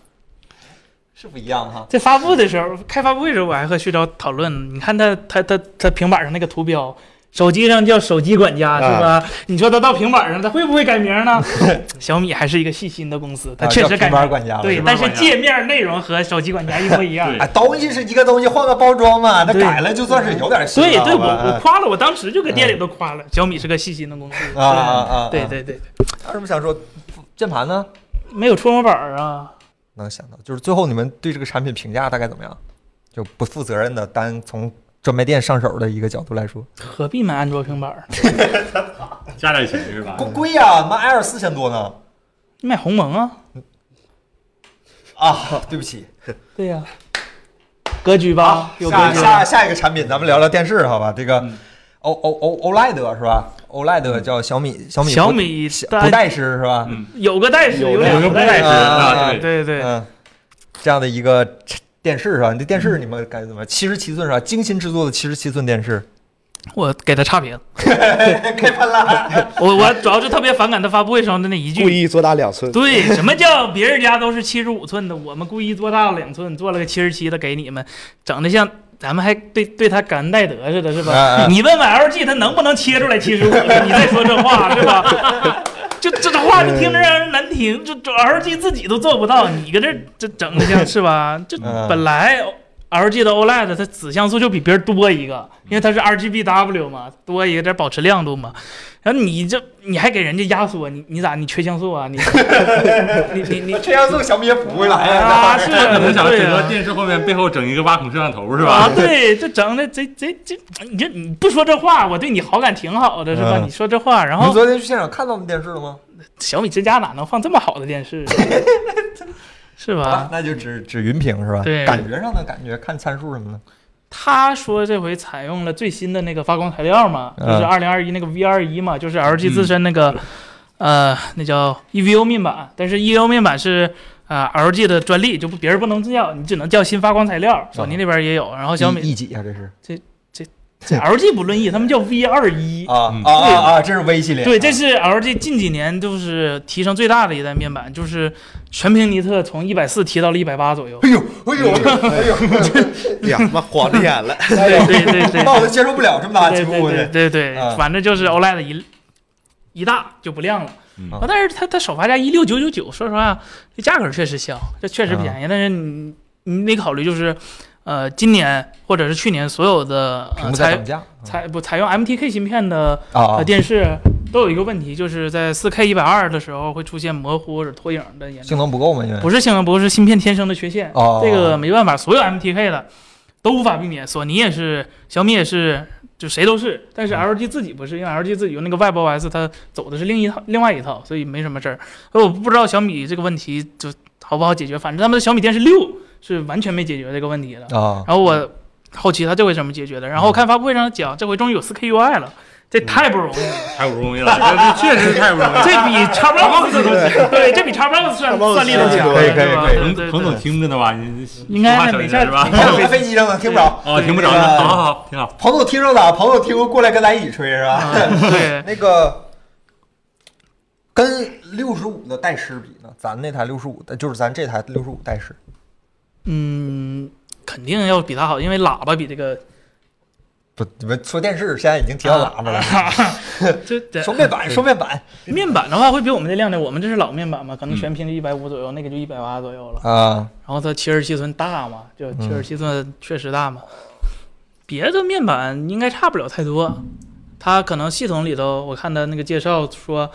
Speaker 1: 是不一样哈。
Speaker 2: 在发布的时候，开发布会的时候，我还和旭钊讨论，你看他他他他平板上那个图标。手机上叫手机管
Speaker 1: 啊
Speaker 2: 家是吧？你说他到平板上，他会不会改名 呢？小米还是一个细心的公司，它
Speaker 1: 啊
Speaker 2: 确
Speaker 1: 叫
Speaker 2: 实改
Speaker 1: 平板
Speaker 2: 名。
Speaker 1: 管家了，
Speaker 2: 对，
Speaker 1: 是吧
Speaker 2: 但是
Speaker 3: 平板管家
Speaker 2: 界面内容和手机管家一模 一样。
Speaker 3: 对
Speaker 1: 哎，东西是一个东西，换个包装嘛，那
Speaker 2: 对
Speaker 1: 改了就算是有 点心
Speaker 2: 对
Speaker 1: 了
Speaker 2: 对，我
Speaker 1: 吧哎嗯
Speaker 2: 我夸了，我当时就搁店里都夸了，小米是个细心的公司。
Speaker 1: 啊啊啊！
Speaker 2: 对
Speaker 1: 啊，
Speaker 2: 对对，
Speaker 1: 还有什么想说？键盘呢？
Speaker 2: 没有触摸板儿啊，
Speaker 1: 能想到，就是最后你们对这个产品评价大概怎么样？就不负责任的，单从专卖店上手的一个角度来说，
Speaker 2: 何必买安卓平板儿？
Speaker 3: 加点钱是吧？
Speaker 1: 贵贵呀，妈 Air 四千多呢！
Speaker 2: 你买鸿蒙啊？
Speaker 1: 啊，对不起，
Speaker 2: 对呀、格局吧，有格
Speaker 1: 下
Speaker 2: 局。
Speaker 1: 下下一个产品，咱们聊聊电视，好吧？这个
Speaker 3: 嗯
Speaker 1: O O O OLED 是吧？OLED 叫小米小米
Speaker 2: 小
Speaker 1: 不
Speaker 2: 米
Speaker 1: 不带式是吧？
Speaker 3: 嗯，
Speaker 2: 有个带是
Speaker 4: 有
Speaker 2: 两
Speaker 3: 有个
Speaker 2: 个
Speaker 3: 不
Speaker 2: 带
Speaker 3: 带
Speaker 2: 是
Speaker 3: 是
Speaker 1: 啊啊
Speaker 3: 啊，对，
Speaker 2: 对对，
Speaker 1: 嗯，这样的一个电视是吧？你这电视你们感觉怎么样？七十七寸是吧？精心制作的七十七寸电视，
Speaker 2: 我给他 差评。
Speaker 1: 开喷了。
Speaker 2: 我我主要是特别反感他发布会上的那一
Speaker 4: 故
Speaker 2: 句。
Speaker 4: 意做大两寸，
Speaker 2: 对，什么叫别人家都是七十五寸的，我们故意做大了两寸，做了个七十七的给你们，整的像咱们还对对他感恩戴德似的，是
Speaker 1: 哎
Speaker 2: 吧
Speaker 1: 哎？
Speaker 2: 你问问 LG 他能不能切出来七十五，你再说这话是吧？就这种话就听着让人难听，这这 LG 自己都做不到，你搁这这整的像是吧？这
Speaker 1: 嗯
Speaker 2: 本来 LG 的 OLED 它子像素就比别人多一个，因为它是 RGBW 嘛，多一个点保持亮度嘛。然后你这你还给人家压缩，你你咋你缺像素啊？你你你你
Speaker 1: 这样做小米也补不回来
Speaker 2: 啊是
Speaker 3: 他可能想
Speaker 2: 对
Speaker 3: 整
Speaker 2: 啊
Speaker 3: 个电视后面背后整一个挖孔摄像头是
Speaker 2: 啊
Speaker 3: 吧？，
Speaker 2: 对，这整的贼贼这你这你不说这话，我对你好感挺好的是吧？
Speaker 1: 嗯
Speaker 2: 你说这话，然
Speaker 1: 你们
Speaker 2: 后
Speaker 1: 昨天去现场看到我们电视了吗？
Speaker 2: 小米之家哪能放这么好的电视，是吧？
Speaker 1: 啊那就只只云屏是吧？
Speaker 2: 啊对
Speaker 1: 感觉上的感觉，看参数什么的。
Speaker 2: 他说这回采用了最新的那个发光材料嘛，就是
Speaker 1: 嗯
Speaker 2: 二零二一那个 V 二一嘛，就是 LG
Speaker 3: 嗯
Speaker 2: 自身那个、呃那叫 EVO 面板，但是 EVO 面板是。啊、l g 的专利就不别人不能叫，你只能叫新发光材
Speaker 1: 啊
Speaker 2: 料。索尼那边也有，然后小米
Speaker 1: 一几啊？这是
Speaker 2: 这 LG 不论译，他们叫 V 二一。
Speaker 1: 嗯啊
Speaker 3: 嗯
Speaker 1: 啊啊啊！这是微系列。
Speaker 2: 对，这是 LG 近几年就是提升最大的一代面板，就是全屏尼特从一百四提到了一百八 左右。
Speaker 1: 哎呦哎呦哎呦！
Speaker 4: 哎呀妈，晃着眼了。
Speaker 1: 哎
Speaker 2: 对
Speaker 1: 呦
Speaker 2: 对对对
Speaker 1: 那我都接受不了这么大的
Speaker 2: 对
Speaker 1: 进步，
Speaker 2: 对
Speaker 1: 这
Speaker 2: 对对，
Speaker 1: 啊
Speaker 2: 反正就是 OLED 一一大就不亮了。
Speaker 3: 嗯
Speaker 2: 啊但是它它首发价一六九九九，说实话，这价格确实香，这确实
Speaker 1: 嗯
Speaker 2: 便宜。但是你你得考虑就是，呃，今年或者是去年所有的、
Speaker 1: 屏
Speaker 2: 呃、
Speaker 1: 幕在涨
Speaker 2: 采
Speaker 1: 价
Speaker 2: 采不采用 MTK 芯片的
Speaker 1: 啊
Speaker 2: 呃，
Speaker 1: 啊！
Speaker 2: 电视都有一个问题，就是在 4K 120的时候会出现模糊或者拖影的严
Speaker 1: 性
Speaker 2: 重，
Speaker 1: 能不够吗？因为
Speaker 2: 不是性能不够，是芯片天生的缺陷，
Speaker 1: 哦
Speaker 2: 这个没办法，所有 MTK 的都无法避免，索尼也是，小米也是，就谁都是，但是
Speaker 4: 嗯
Speaker 2: LG 自己不是，因为 LG 自己用那个 WebOS，它走的是另一套另外一套，所以没什么事儿。所以我不知道小米这个问题就好不好解决，反正他们的小米电视六是完全没解决这个问题
Speaker 4: 嗯
Speaker 2: 的。
Speaker 1: 啊
Speaker 2: 然后我好奇他这回怎么解决的，然后我看发布会上讲，这回终于有 4K UI 了，这太不容易了。
Speaker 4: 嗯
Speaker 3: 太不容易了，这确实太不容易了。
Speaker 2: 这比叉 box 都强，对，这比叉 box 算
Speaker 4: Xbox
Speaker 2: 算力都强，
Speaker 4: 可以
Speaker 2: 是吧对
Speaker 3: 对，彭
Speaker 2: 对
Speaker 3: 彭总
Speaker 2: 对。
Speaker 3: 听着呢吧？你你
Speaker 2: 应该
Speaker 3: 说
Speaker 2: 是
Speaker 3: 话小
Speaker 2: 没事
Speaker 3: 心点
Speaker 2: 儿
Speaker 3: 是吧？
Speaker 1: 朋友在飞机上呢，听不着。
Speaker 3: 哦，听不着呢，好好好，挺好。
Speaker 1: 朋友听着的，朋友听过来跟咱一起吹是吧？
Speaker 2: 啊 对，
Speaker 1: 那个跟六十五的带师比呢，咱那台六十五的，就是咱这台六十五带师
Speaker 2: 嗯，肯定要比它好，因为喇叭比这个
Speaker 1: 不，你们说电视现在已经提到喇叭了，
Speaker 2: 啊 这这
Speaker 1: 说面板，说面板
Speaker 2: 面板的话会比我们这亮点，我们这是老面板嘛，可能全屏就一百五左右，那个就一百八左右了。
Speaker 1: 啊，
Speaker 2: 然后它七十七寸大嘛，就七十七寸确实大嘛，别的面板应该差不了太多。它可能系统里头，我看它那个介绍说，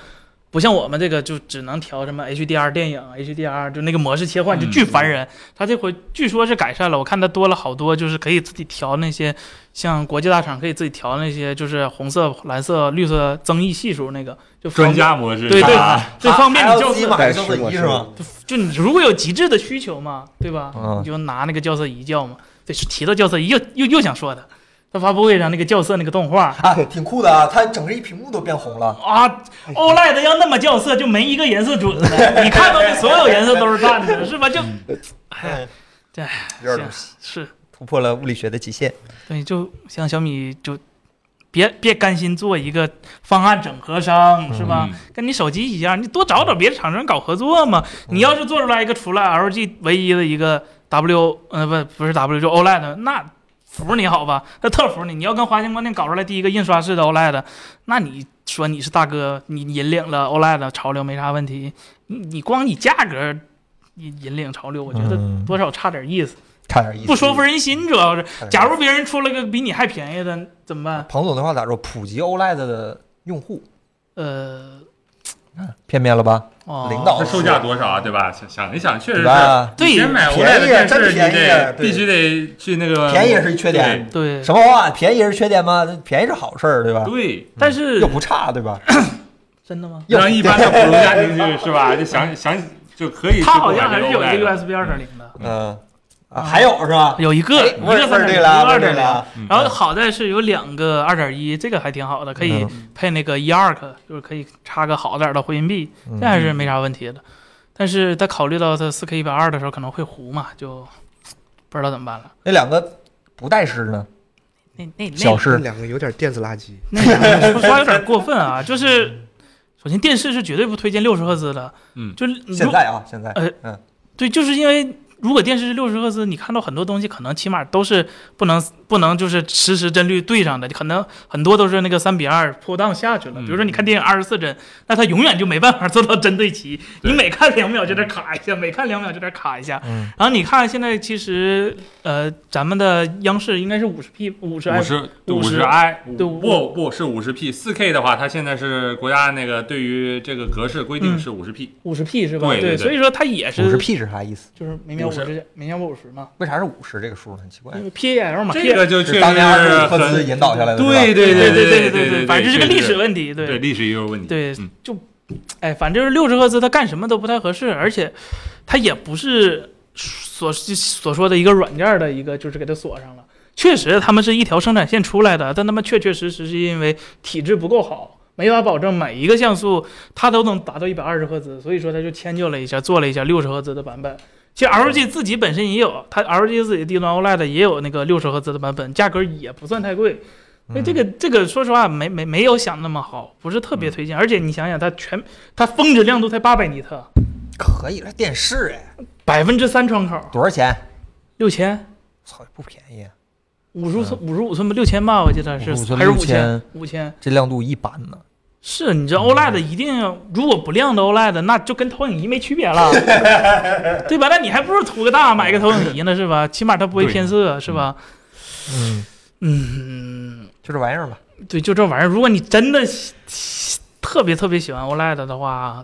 Speaker 2: 不像我们这个就只能调什么 HDR 电影、HDR 就那个模式切换就巨烦人。它这回据说是改善了，我看它多了好多，就是可以自己调那些，像国际大厂可以自己调那些，就是红色、蓝色、绿色增益系数那个，就方
Speaker 3: 专
Speaker 2: 便
Speaker 3: 家模式，
Speaker 2: 对对
Speaker 3: 啊
Speaker 2: 最方便你
Speaker 1: 叫
Speaker 2: 校
Speaker 1: 自己
Speaker 2: 色。
Speaker 1: 买
Speaker 4: 但
Speaker 1: 个
Speaker 4: 是
Speaker 1: 校色
Speaker 4: 我
Speaker 1: 仪
Speaker 4: 是
Speaker 1: 是吗？
Speaker 2: 就你如果有极致的需求嘛，对吧？
Speaker 1: 嗯
Speaker 2: 你就拿那个校色仪叫嘛。对，是提到校色仪，又又又想说的，他发布会上那个校色那个动画
Speaker 1: 啊，挺酷的啊！它整个一屏幕都变红了。
Speaker 2: 啊，OLED 要那么校色，就没一个颜色准的。你看到的所有颜色都是淡的，是吧？就
Speaker 1: 哎，
Speaker 2: 对，
Speaker 1: 有
Speaker 2: 行
Speaker 1: 点
Speaker 2: 是，
Speaker 1: 突破了物理学的极限。
Speaker 2: 对，就像小米就。别别甘心做一个方案整合商是吧？
Speaker 3: 嗯
Speaker 2: 跟你手机一样，你多找找别的厂商搞合作嘛。
Speaker 1: 嗯
Speaker 2: 你要是做出来一个除了 LG 唯一的一个 W，呃不不是 W 就 OLED，那服你好吧，那特服你。你要跟华星光电搞出来第一个印刷式的 OLED，那你说你是大哥，你引领了 OLED 潮流没啥问题。你你光以价格引引领潮流，我觉得
Speaker 1: 嗯
Speaker 2: 多少差点意思，
Speaker 1: 差点意思。
Speaker 2: 不说服人心，主要是。
Speaker 1: 差点意思
Speaker 2: 假如别人出了个比你还便宜的怎么办？
Speaker 1: 彭总的话咋说？普及 OLED 的用户
Speaker 2: 呃，
Speaker 1: 片面了吧？
Speaker 2: 哦、
Speaker 1: 领导
Speaker 3: 它售价多少啊？对吧？想想一想，确
Speaker 1: 对
Speaker 3: 实是。
Speaker 1: 吧？
Speaker 2: 对
Speaker 3: 你先买
Speaker 1: 便宜
Speaker 3: OLED 电
Speaker 1: 真
Speaker 3: 视，你
Speaker 1: 便宜啊
Speaker 3: 得
Speaker 1: 对
Speaker 3: 必须得去那个
Speaker 1: 便宜也是缺点。
Speaker 2: 对，
Speaker 1: 什么话？便宜是缺点吗？便宜是好事儿，对吧？
Speaker 3: 对，
Speaker 2: 但是
Speaker 1: 又不差，对吧？
Speaker 2: 真的吗？
Speaker 1: 又
Speaker 3: 让一般的普通家庭去是吧？就想想就可以去购买
Speaker 2: 它好
Speaker 3: 这个 OLED。
Speaker 2: 像还是有一个 USB 二点零的，
Speaker 1: 嗯，啊还有是吧？
Speaker 2: 有一个
Speaker 1: 哎
Speaker 2: 一
Speaker 1: 味
Speaker 2: 个
Speaker 1: 儿
Speaker 2: 三
Speaker 1: 味儿啊对了，味儿
Speaker 2: 点零，一个二
Speaker 1: 对
Speaker 2: 点零。嗯
Speaker 1: 了。
Speaker 2: 然后好在是有两个二点一，这个还挺好的，可以配那个一 ARC，就是可以插个好点儿的回音壁，这还是没啥问题的。但是他考虑到它四 K 一百二的时候可能会糊嘛，就不知道怎么办了。
Speaker 1: 那两个不带湿呢？
Speaker 2: 那那那
Speaker 1: 小
Speaker 4: 这
Speaker 1: 事。
Speaker 4: 两个有点电子垃圾。
Speaker 2: 那个说有点过分啊，就是首先电视是绝对不推荐六十赫兹的，
Speaker 3: 嗯
Speaker 2: 就是如
Speaker 1: 现在啊，现在
Speaker 2: 呃对，就是因为如果电视是六十赫兹，你看到很多东西可能起码都是不能不能就是实时帧率对上的，可能很多都是那个三比二波荡下去了。比如说你看电影二十四帧，那它永远就没办法做到帧对齐，
Speaker 3: 对
Speaker 2: 你每看两秒就得卡一下，每看两秒就得卡一下。
Speaker 1: 嗯
Speaker 2: 然后你看现在其实呃咱们的央视应该是五十 P 五十
Speaker 3: 五
Speaker 2: F
Speaker 3: 十
Speaker 2: 50
Speaker 3: 十 i，
Speaker 2: 对
Speaker 3: 不不是五十 p，四 k 的话，它现在是国家那个对于这个格式规定是五十 p，
Speaker 2: 五十 P 是吧？
Speaker 3: 对对对
Speaker 2: 所以说它也是
Speaker 1: 五十 P 是啥意思？
Speaker 2: 就是每秒五
Speaker 3: 50
Speaker 2: 十，每秒五十嘛，
Speaker 1: 为啥是五十这个数呢？很奇怪
Speaker 2: 因。为 PAL 嘛，
Speaker 3: 这个就确
Speaker 1: 是
Speaker 3: 实
Speaker 1: 当年二十五赫兹
Speaker 3: 很
Speaker 1: 引导下来的，
Speaker 3: 对
Speaker 1: 是吧
Speaker 3: 对
Speaker 2: 对
Speaker 3: 对
Speaker 2: 对
Speaker 3: 对
Speaker 2: 对，反正是个
Speaker 3: 确
Speaker 2: 历
Speaker 3: 实
Speaker 2: 史问题，
Speaker 3: 对历史也有问题，
Speaker 2: 对
Speaker 3: 嗯，
Speaker 2: 就，哎，反正六十赫兹它干什么都不太合适，而且它也不是所所说的一个软件的一个，就是给它锁上了。确实，他们是一条生产线出来的，但他们确确实实是因为体制不够好，没法保证每一个像素它都能达到一百二十赫兹，所以说它就迁就了一下，做了一下六十赫兹的版本。其实 LG 自己本身也有，它 LG 自己的低端 OLED 也有那个六十赫兹的版本，价格也不算太贵。
Speaker 1: 嗯
Speaker 2: 所哎
Speaker 3: 哎
Speaker 2: 以这个这个说实话没没没有想那么好，不是特别推荐。而且你想想，它全它峰值亮度才八百尼特，
Speaker 1: 可以了，电视哎，
Speaker 2: 百分之三窗口，
Speaker 1: 多少钱？
Speaker 2: 六千
Speaker 1: 操，也不便宜啊，
Speaker 2: 五十寸五十五寸不六千吧？我记得是
Speaker 1: 55寸
Speaker 2: 嗯还是五
Speaker 1: 6000
Speaker 2: 千嗯五千。
Speaker 1: 这亮度一般呢。
Speaker 2: 是你这 OLED E 一定要，如果不亮的 OLED，那就跟投影仪没区别 了，对吧？那你还不如图个大买个投影仪呢，是吧？起码它不会
Speaker 3: 对
Speaker 2: 偏色，是吧？
Speaker 1: 嗯，
Speaker 2: 嗯，
Speaker 1: 就这玩意儿吧。
Speaker 2: 对，就这玩意儿，如果你真的喜喜特别特别喜欢 OLED 的话，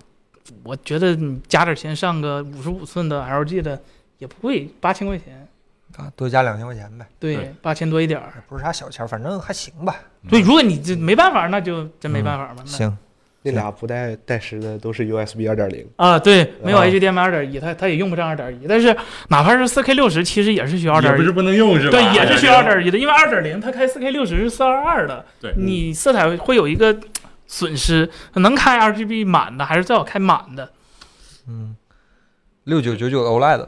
Speaker 2: 我觉得你加点钱上个五十五寸的 LG 的也不贵，八千块钱，
Speaker 1: 啊，多加两千块钱呗，
Speaker 2: 对
Speaker 3: 对，
Speaker 2: 八千多一点儿。
Speaker 1: 也不是啥小钱儿，反正还行吧。
Speaker 2: 对，如果你这没办法，那就真没办法嘛。那
Speaker 1: 行，
Speaker 4: 那俩不带带实的都是 USB 二点零，
Speaker 2: 啊，对，没有
Speaker 1: 啊
Speaker 2: HDMI 二点一，它它也用不上二点一，但是哪怕是四 K 六十，其实也是需要二
Speaker 3: 也
Speaker 2: 点
Speaker 3: 不是不能用是吧？
Speaker 2: 对，也是需要
Speaker 3: 哎
Speaker 2: 二点一的，因为二点零它开四 K 六十是四二二的，
Speaker 3: 对
Speaker 2: 你色彩会有一个损失。能开 RGB 满的，还是最好开满的。
Speaker 1: 嗯，六九九九 E OLED，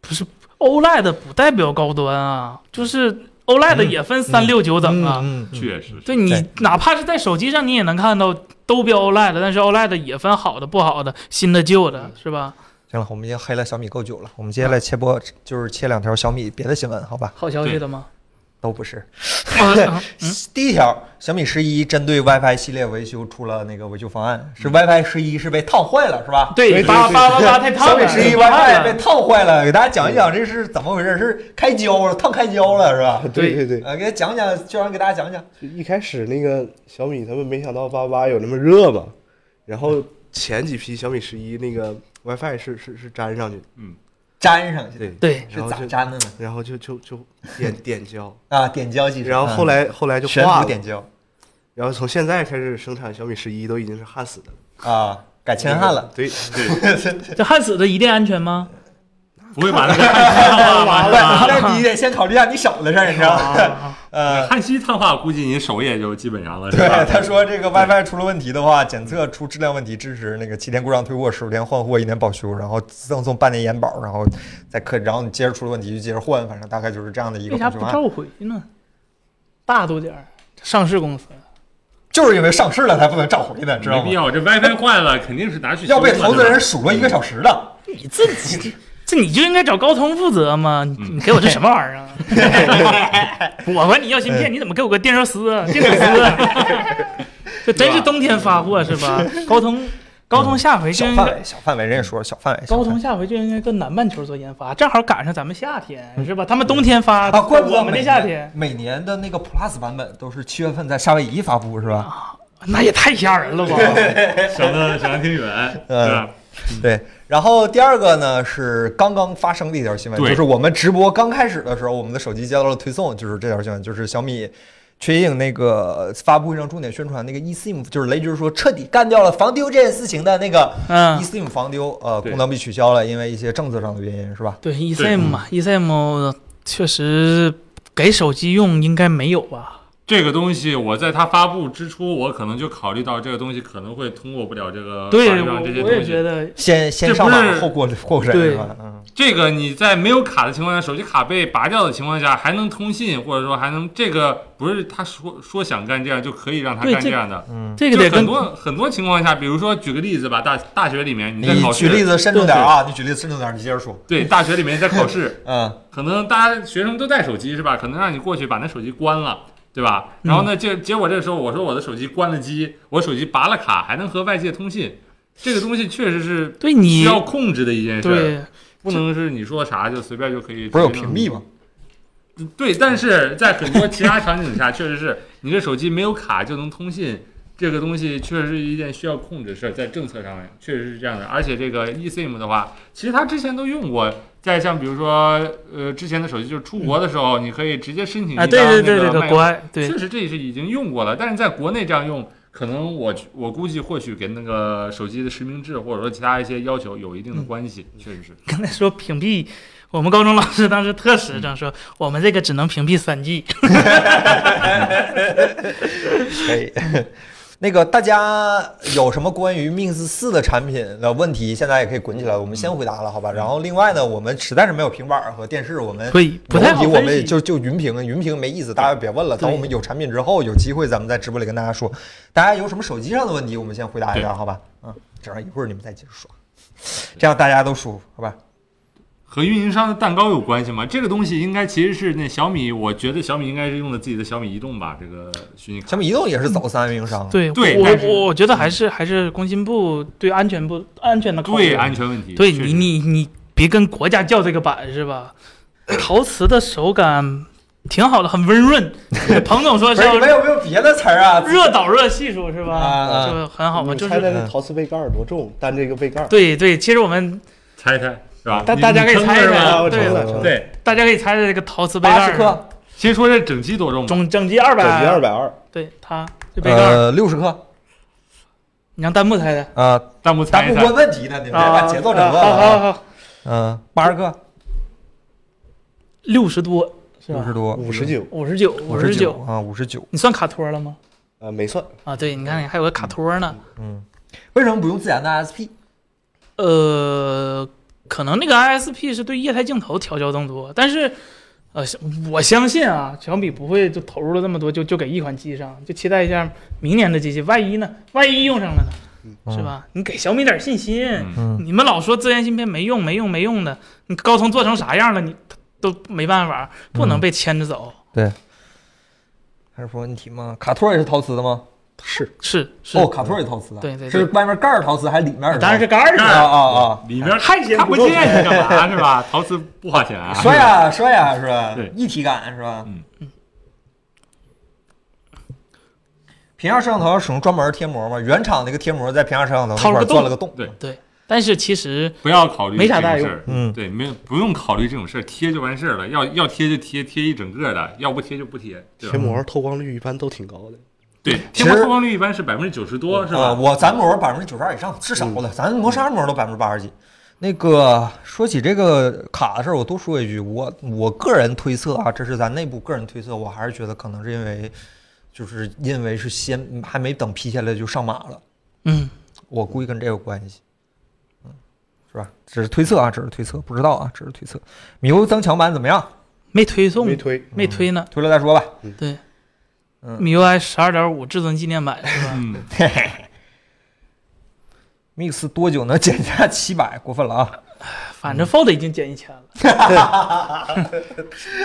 Speaker 2: 不是 OLED E 不代表高端啊，就是 OLED 也分三六九等啊。
Speaker 1: 嗯，嗯
Speaker 3: 确实是
Speaker 2: 对你
Speaker 1: 对
Speaker 2: 哪怕是在手机上，你也能看到都标 OLED，但是 E OLED 也分好的、不好的、新的、旧
Speaker 1: 嗯
Speaker 2: 的，是吧？
Speaker 1: 行了，我们已经
Speaker 4: 啊
Speaker 1: 黑了小米够久了，我们接下来切播就是切两条小米别的新闻，好吧？
Speaker 2: 好消息的吗？
Speaker 1: 都不是。
Speaker 2: 啊
Speaker 4: 嗯
Speaker 1: 第一条，小米十一针对 WiFi 系列维修出了那个维修方案，
Speaker 4: 嗯
Speaker 1: 是 WiFi 十一是被烫坏了，是吧？
Speaker 2: 对，八八八八太烫
Speaker 1: 小米
Speaker 2: 了，
Speaker 1: 十一
Speaker 2: 太烫
Speaker 1: WiFi 被
Speaker 2: 了
Speaker 1: 烫坏了，给大家讲一
Speaker 4: 嗯
Speaker 1: 讲这是怎么回事？是开胶了，烫开胶了，是吧？
Speaker 4: 对对对，
Speaker 1: 呃，给大家讲讲，就让给大家讲讲。
Speaker 4: 就一开始那个小米他们没想到八八有那么热嘛，然后前几批小米十一那个 WiFi 是是是粘上去的，
Speaker 1: 粘上去，
Speaker 4: 对，
Speaker 2: 对，
Speaker 1: 是咋粘的呢？
Speaker 4: 然后就就就点点胶，
Speaker 1: 啊，点胶技术。
Speaker 4: 然后后来后来
Speaker 1: 嗯
Speaker 4: 就
Speaker 1: 悬
Speaker 4: 化
Speaker 1: 浮
Speaker 4: 了，
Speaker 1: 点胶
Speaker 4: 然后从现在开始生产小米十一都已经是焊死的了，
Speaker 1: 啊，改前焊了。
Speaker 4: 对，
Speaker 2: 这焊死的一定安全吗？
Speaker 3: 不会把那个碳吸烫化
Speaker 1: 不
Speaker 3: 吧？
Speaker 1: 但是你得先考虑一下你手的事儿，你知道吗？ 呃，
Speaker 3: 碳吸烫化，估计你手也就基本上了，是
Speaker 1: 对，
Speaker 3: 吧？
Speaker 1: 他说这个 WiFi 出了问题的话，检测出质量问题，支持那个七天故障退货、十五天换货、一年保修，然后赠送半年延保，然后再可，然后你接着出了问题就接着换，反正大概就是这样的一个啊
Speaker 2: 为啥
Speaker 1: 补
Speaker 2: 不
Speaker 1: 救方案。
Speaker 2: 召回呢？大度点儿，上市公司
Speaker 1: 就是因为上市了才不能召回的，知道
Speaker 3: 没必
Speaker 1: 吗？
Speaker 3: 要，这 WiFi 坏了肯定是拿去
Speaker 1: 要被
Speaker 3: 修嘛
Speaker 1: 投资人
Speaker 3: 对吧
Speaker 1: 数落一个小时的。
Speaker 2: 你自己。 这你就应该找高通负责嘛！你你给我这什么玩意儿啊？我管你要芯片，你怎么给我个电热丝、啊？电阻丝啊？这真是冬天发货是吧？高通，高通下回
Speaker 1: 嗯
Speaker 2: 就
Speaker 1: 小
Speaker 2: 应
Speaker 1: 范
Speaker 2: 该
Speaker 1: 围，小范围，人家说小范围。小
Speaker 2: 高
Speaker 1: 范
Speaker 2: 通
Speaker 1: 围
Speaker 2: 下回就应该跟南半球做研发，正好赶上咱们夏天是吧？他们冬天发，
Speaker 1: 啊，怪不得
Speaker 2: 我们
Speaker 1: 每
Speaker 2: 这夏天，
Speaker 1: 每年的那个 Plus 版本都是七月份在夏威夷发布，是吧？
Speaker 2: 那也太吓人了吧！
Speaker 3: 省得省得挺远，
Speaker 1: 嗯
Speaker 3: 对吧？
Speaker 1: 对。然后第二个呢是刚刚发生的一条新闻，
Speaker 3: 对
Speaker 1: 就是我们直播刚开始的时候，我们的手机接到了推送，就是这条新闻，就是小米。缺影那个发布会上重点宣传那个 eSIM，就是雷军说彻底干掉了防丢这件事情的那个
Speaker 2: 嗯
Speaker 1: eSIM 防丢，呃，
Speaker 3: 对
Speaker 1: 功能被取消了，因为一些政策上的原因，是吧？
Speaker 2: 对 eSIM 嘛，eSIM 确实给手机用应该没有吧？
Speaker 3: 这个东西，我在它发布之初，我可能就考虑到这个东西可能会通过不了这个法
Speaker 2: 对，
Speaker 3: 律
Speaker 2: 我
Speaker 3: 嗯上这些
Speaker 2: 我也
Speaker 3: 东
Speaker 2: 觉
Speaker 3: 西。
Speaker 2: 得
Speaker 1: 先先
Speaker 3: 这
Speaker 1: 上
Speaker 3: 不
Speaker 1: 马
Speaker 3: 是
Speaker 1: 后过后审
Speaker 2: 对
Speaker 1: 是吧？嗯，
Speaker 3: 这个你在没有卡的情况下，手机卡被拔掉的情况下，还能通信，或者说还能这个不是他说说想干这样就可以让他
Speaker 2: 对
Speaker 3: 干
Speaker 2: 这
Speaker 3: 这样的。
Speaker 2: 这个
Speaker 3: 就
Speaker 2: 得
Speaker 3: 很
Speaker 2: 跟
Speaker 3: 多很多情况下，比如说举个例子吧，大大学里面你在
Speaker 1: 你
Speaker 3: 考试，
Speaker 1: 举例子慎重点啊，你举例子慎重点，你接着说。
Speaker 3: 对，大学里面在考试，
Speaker 1: 嗯，
Speaker 3: 可能大家学生都带手机是吧？可能让你过去把那手机关了，对吧？然
Speaker 1: 嗯
Speaker 3: 后呢，结结果这时候我说我的手机关了机，我手机拔了卡，还能和外界通信，这个东西确实是
Speaker 2: 对你
Speaker 3: 需要控制的一件事儿，
Speaker 2: 对
Speaker 3: 不能是你说啥就随便就可以。
Speaker 1: 不是有屏蔽？吗？
Speaker 3: 对，但是在很多其他场景下，确实是你这手机没有卡就能通信。这个东西确实是一件需要控制的事儿，在政策上确实是这样的。而且这个 eSIM 的话，其实它之前都用过，在像比如说呃之前的手机，就是出国的时候，你可以直接申请一
Speaker 2: 啊，
Speaker 3: 张
Speaker 2: 对对对
Speaker 3: 那
Speaker 2: 对
Speaker 3: 个
Speaker 2: 对，
Speaker 3: 卖
Speaker 2: 国外对
Speaker 3: 确实这是已经用过了，但是在国内这样用，可能我我估计或许跟那个手机的实名制或者说其他一些要求有一
Speaker 2: 嗯
Speaker 3: 定的关系，确实是。
Speaker 2: 刚才说屏蔽。我们高中老师当时特实
Speaker 3: 嗯
Speaker 2: 诚说，我们这个只能屏蔽三 G。
Speaker 1: 可以。
Speaker 2: 嗯
Speaker 1: 那个大家有什么关于 Mix 四的产品的问题，现在也可以滚起来，我们先回答了，好
Speaker 2: 嗯
Speaker 1: 吧？然后另外呢，我们实在是没有平板儿和电视，我们
Speaker 2: 对不太好
Speaker 1: 有问题我
Speaker 2: 分
Speaker 1: 们
Speaker 2: 析
Speaker 1: 就就云屏，云屏没意思，大家别问了。等我们有产品之后，有机会咱们在直播里跟大家说。大家有什么手机上的问题，我们先回答一下，好吧？嗯，这样一会儿你们再接着说，这样大家都舒服，好吧？
Speaker 3: 和运营商的蛋糕有关系吗？这个东西应该其实是那小米，我觉得小米应该是用的自己的小米移动吧，这个虚拟卡。
Speaker 1: 小米移动也是走三运营商，，
Speaker 2: 对，
Speaker 3: 对但是
Speaker 2: 我我我觉得还是还是工信部对安全不安全的考虑。
Speaker 3: 对安全问题，
Speaker 2: 对
Speaker 3: 确
Speaker 2: 你
Speaker 3: 实
Speaker 2: 你你别跟国家叫这个板是吧？陶瓷的手感挺好的，很温润。彭总说
Speaker 1: 不
Speaker 2: 是
Speaker 1: 是你
Speaker 2: 要
Speaker 1: 们哎有没有别的词儿啊？
Speaker 2: 热导热系数是吧？
Speaker 1: 啊啊
Speaker 2: 就很 好嘛，就
Speaker 4: 你猜猜
Speaker 2: 是
Speaker 4: 那陶瓷杯盖儿多重？单这个杯盖儿，
Speaker 2: 对对。其实我们
Speaker 3: 猜一猜是吧？
Speaker 2: 大
Speaker 3: 你
Speaker 2: 大家可以
Speaker 3: 你撑
Speaker 2: 猜一
Speaker 3: 着
Speaker 2: 猜
Speaker 3: 吧
Speaker 2: 啊对
Speaker 4: 成了成了
Speaker 3: 对，
Speaker 2: 大家可以猜猜这个陶瓷杯盖
Speaker 1: 八
Speaker 2: 儿
Speaker 1: 十克，
Speaker 3: 先说这整机多重吧，
Speaker 2: 总整机二百，
Speaker 4: 等级二。百二，
Speaker 2: 对，它这杯盖儿，
Speaker 1: 呃，六十克，
Speaker 2: 你让弹幕猜猜。
Speaker 1: 呃，
Speaker 3: 弹幕
Speaker 1: 咱
Speaker 3: 猜
Speaker 1: 不
Speaker 3: 一猜
Speaker 1: 问，问题呢，你们别
Speaker 2: 啊，
Speaker 1: 哎把节奏整
Speaker 2: 啊
Speaker 1: 乱
Speaker 2: 好好
Speaker 1: 了。
Speaker 2: 好好，
Speaker 1: 嗯，八十个，
Speaker 2: 六十多是
Speaker 1: 六
Speaker 2: 吧
Speaker 1: 十？多，
Speaker 4: 五
Speaker 2: 嗯
Speaker 4: 十九，
Speaker 2: 五十九，五十
Speaker 1: 九
Speaker 2: 九。
Speaker 1: 啊，五十九。
Speaker 2: 你算卡托了吗？
Speaker 4: 呃，没算，
Speaker 2: 啊，对，你看还有个卡托呢。
Speaker 1: 为什么不用自研的 SP？
Speaker 2: 呃，可能那个 ISP 是对液态镜头调教更多，但是，呃，我相信啊，小米不会就投入了那么多就就给一款机上，就期待一下明年的机器，万一呢？万一用上了呢？是吧？你给小米点信心，
Speaker 1: 嗯
Speaker 2: 你们老说自研芯片没用、没用、没用的，你高通做成啥样了，你都没办法，不能被牵着走。
Speaker 1: 对，还是说问题吗？卡托也是陶瓷的吗？
Speaker 4: 是
Speaker 2: 是是，
Speaker 1: 哦，卡托也陶瓷的，
Speaker 2: 对对对
Speaker 1: 是外面盖儿陶瓷还是里面儿？
Speaker 5: 当然是
Speaker 1: 是
Speaker 5: 杆儿
Speaker 1: 啊
Speaker 5: 的，
Speaker 1: 啊啊！
Speaker 3: 里面
Speaker 5: 看见
Speaker 3: 看
Speaker 5: 不
Speaker 3: 不
Speaker 5: 够
Speaker 3: 见你干嘛是吧？陶瓷不花 钱啊，
Speaker 1: 说呀说呀是吧
Speaker 3: 对？
Speaker 1: 一体感是吧？
Speaker 3: 嗯
Speaker 1: 嗯。屏下摄像头要使用专门贴膜吗？原厂那个贴膜在屏下摄像头那块儿
Speaker 2: 掏
Speaker 1: 钻
Speaker 2: 了
Speaker 1: 了个洞。
Speaker 3: 对
Speaker 2: 对，但是其实
Speaker 3: 不要考虑
Speaker 5: 没啥
Speaker 3: 这
Speaker 5: 大
Speaker 3: 种
Speaker 5: 用
Speaker 3: 事儿，
Speaker 1: 嗯
Speaker 3: 对，没有不用考虑这种事儿，贴就完事儿了。要要贴就贴，贴一整个的；要不贴就不贴，对
Speaker 4: 贴
Speaker 3: 吧？
Speaker 4: 膜透光率一般都挺高的。
Speaker 3: 对，
Speaker 1: 其
Speaker 3: 贴膜
Speaker 1: 实
Speaker 3: 透光率一般是百分之九十多，是
Speaker 1: 啊，
Speaker 3: 吧？嗯
Speaker 1: 我咱膜百分之九十二以上，至少的，咱磨砂膜都百分之八十几。那个说起这个卡的事儿，我多说一句，我我个人推测啊，这是咱内部个人推测，我还是觉得可能是因为，就是因为是先还没等批下来就上马了，
Speaker 2: 嗯，
Speaker 1: 我估计跟这有关系，嗯，是吧？只是推测啊，只是推测，不知道啊，只是推测。米欧增强版怎么样？
Speaker 2: 没推
Speaker 1: 嗯
Speaker 2: 送，
Speaker 4: 没推，
Speaker 2: 没推呢。
Speaker 1: 推了再说吧。
Speaker 2: 对
Speaker 1: 嗯
Speaker 2: ，MIUI 十二点五至尊纪念版是吧？
Speaker 3: 嗯，
Speaker 1: Mix 多久能减价七百？过分了啊！
Speaker 2: 反正 Fold 已经减一千了，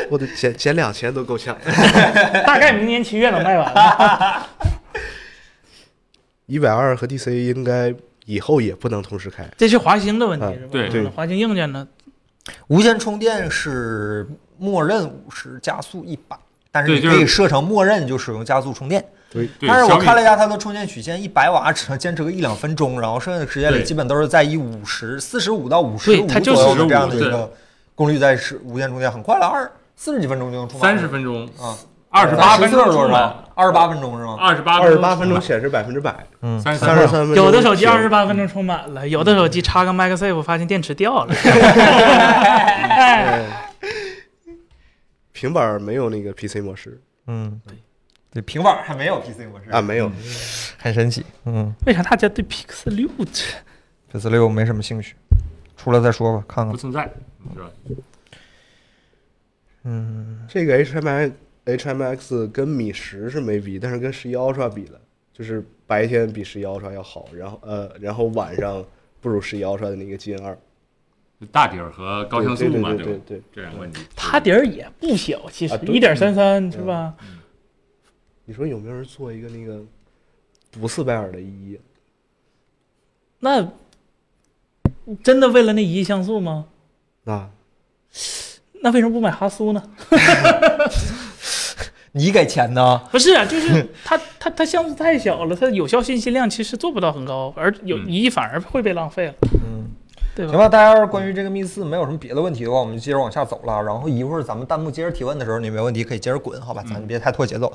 Speaker 4: 我得减减两千都够呛。
Speaker 2: 大概明年七月能卖完吧。
Speaker 4: 一百二和 DC 应该以后也不能同时开。
Speaker 2: 这是华星的问题
Speaker 4: 嗯
Speaker 2: 是吧？
Speaker 3: 对
Speaker 2: 可能华星硬件呢？
Speaker 1: 无线充电是默认五十，加速一百，但是
Speaker 3: 对
Speaker 1: 你
Speaker 3: 就
Speaker 1: 可
Speaker 3: 是
Speaker 1: 以设成默认就使用加速充电。
Speaker 4: 对，
Speaker 3: 对。
Speaker 1: 但是我
Speaker 3: 小米
Speaker 1: 看了一下它的充电曲线，一百瓦只能坚持个一两分钟，然后剩下的时间里
Speaker 3: 对
Speaker 1: 基本都是在以五十四十五到五十
Speaker 2: 对
Speaker 1: 五
Speaker 2: 它就
Speaker 1: 左右
Speaker 3: 是
Speaker 1: 的这样的
Speaker 3: 55
Speaker 1: 一个功率在使无线充电，很快了，二四十几分钟就能充满。
Speaker 3: 三十分钟
Speaker 1: 啊，
Speaker 3: 二十八分
Speaker 1: 分钟
Speaker 3: 钟
Speaker 1: 是多
Speaker 3: 充满，
Speaker 1: 少？二十八分钟是吗？
Speaker 3: 二十八
Speaker 4: 二十八分钟显示百分之百，
Speaker 3: 三十三
Speaker 4: 三十
Speaker 3: 分钟。
Speaker 4: 三分钟
Speaker 2: 有的手机二十八分钟充满了，有的手机插个 MagSafe 发现电池掉了。
Speaker 4: 哎平板儿没有那个 PC 模式
Speaker 1: 嗯，对，平板还没有 PC 模式
Speaker 2: 嗯
Speaker 4: 啊，，没有。
Speaker 1: 很神奇。嗯
Speaker 2: 为啥大家对 Pixel 六这
Speaker 1: ，PS 六没什么兴趣，出来再说吧，看看
Speaker 3: 不。存在，是吧？
Speaker 4: 这个 HMI HMX 跟米十是没比，但是跟十一 Ultra 比了，就是白天比十一 Ultra 要好，然后呃，然后晚上不如十一 Ultra 的那个 GN 二
Speaker 3: 就大底儿和高像素嘛，
Speaker 4: 对对
Speaker 3: 吧？
Speaker 4: 对
Speaker 3: 这两个问题。
Speaker 2: 它底儿也不小，其实
Speaker 4: 啊对
Speaker 2: 一点三三是吧？
Speaker 4: 你说有没有人做一个那个不四百尔的一？
Speaker 2: 那真的为了那一亿像素吗？
Speaker 4: 啊，
Speaker 2: 那为什么不买哈苏呢？
Speaker 1: 你给钱呢？
Speaker 2: 不是啊，就是它它它像素太小了，它有效信息量其实做不到很高，而有
Speaker 3: 嗯
Speaker 2: 一亿反而会被浪费了，
Speaker 1: 嗯。
Speaker 2: 对
Speaker 1: 行
Speaker 2: 吧？
Speaker 1: 吧，大家要是关于这个密四没有什么别的问题的话，我们接着往下走了。然后一会儿咱们弹幕接着提问的时候，你没问题可以接着滚，好吧？咱别太拖节奏。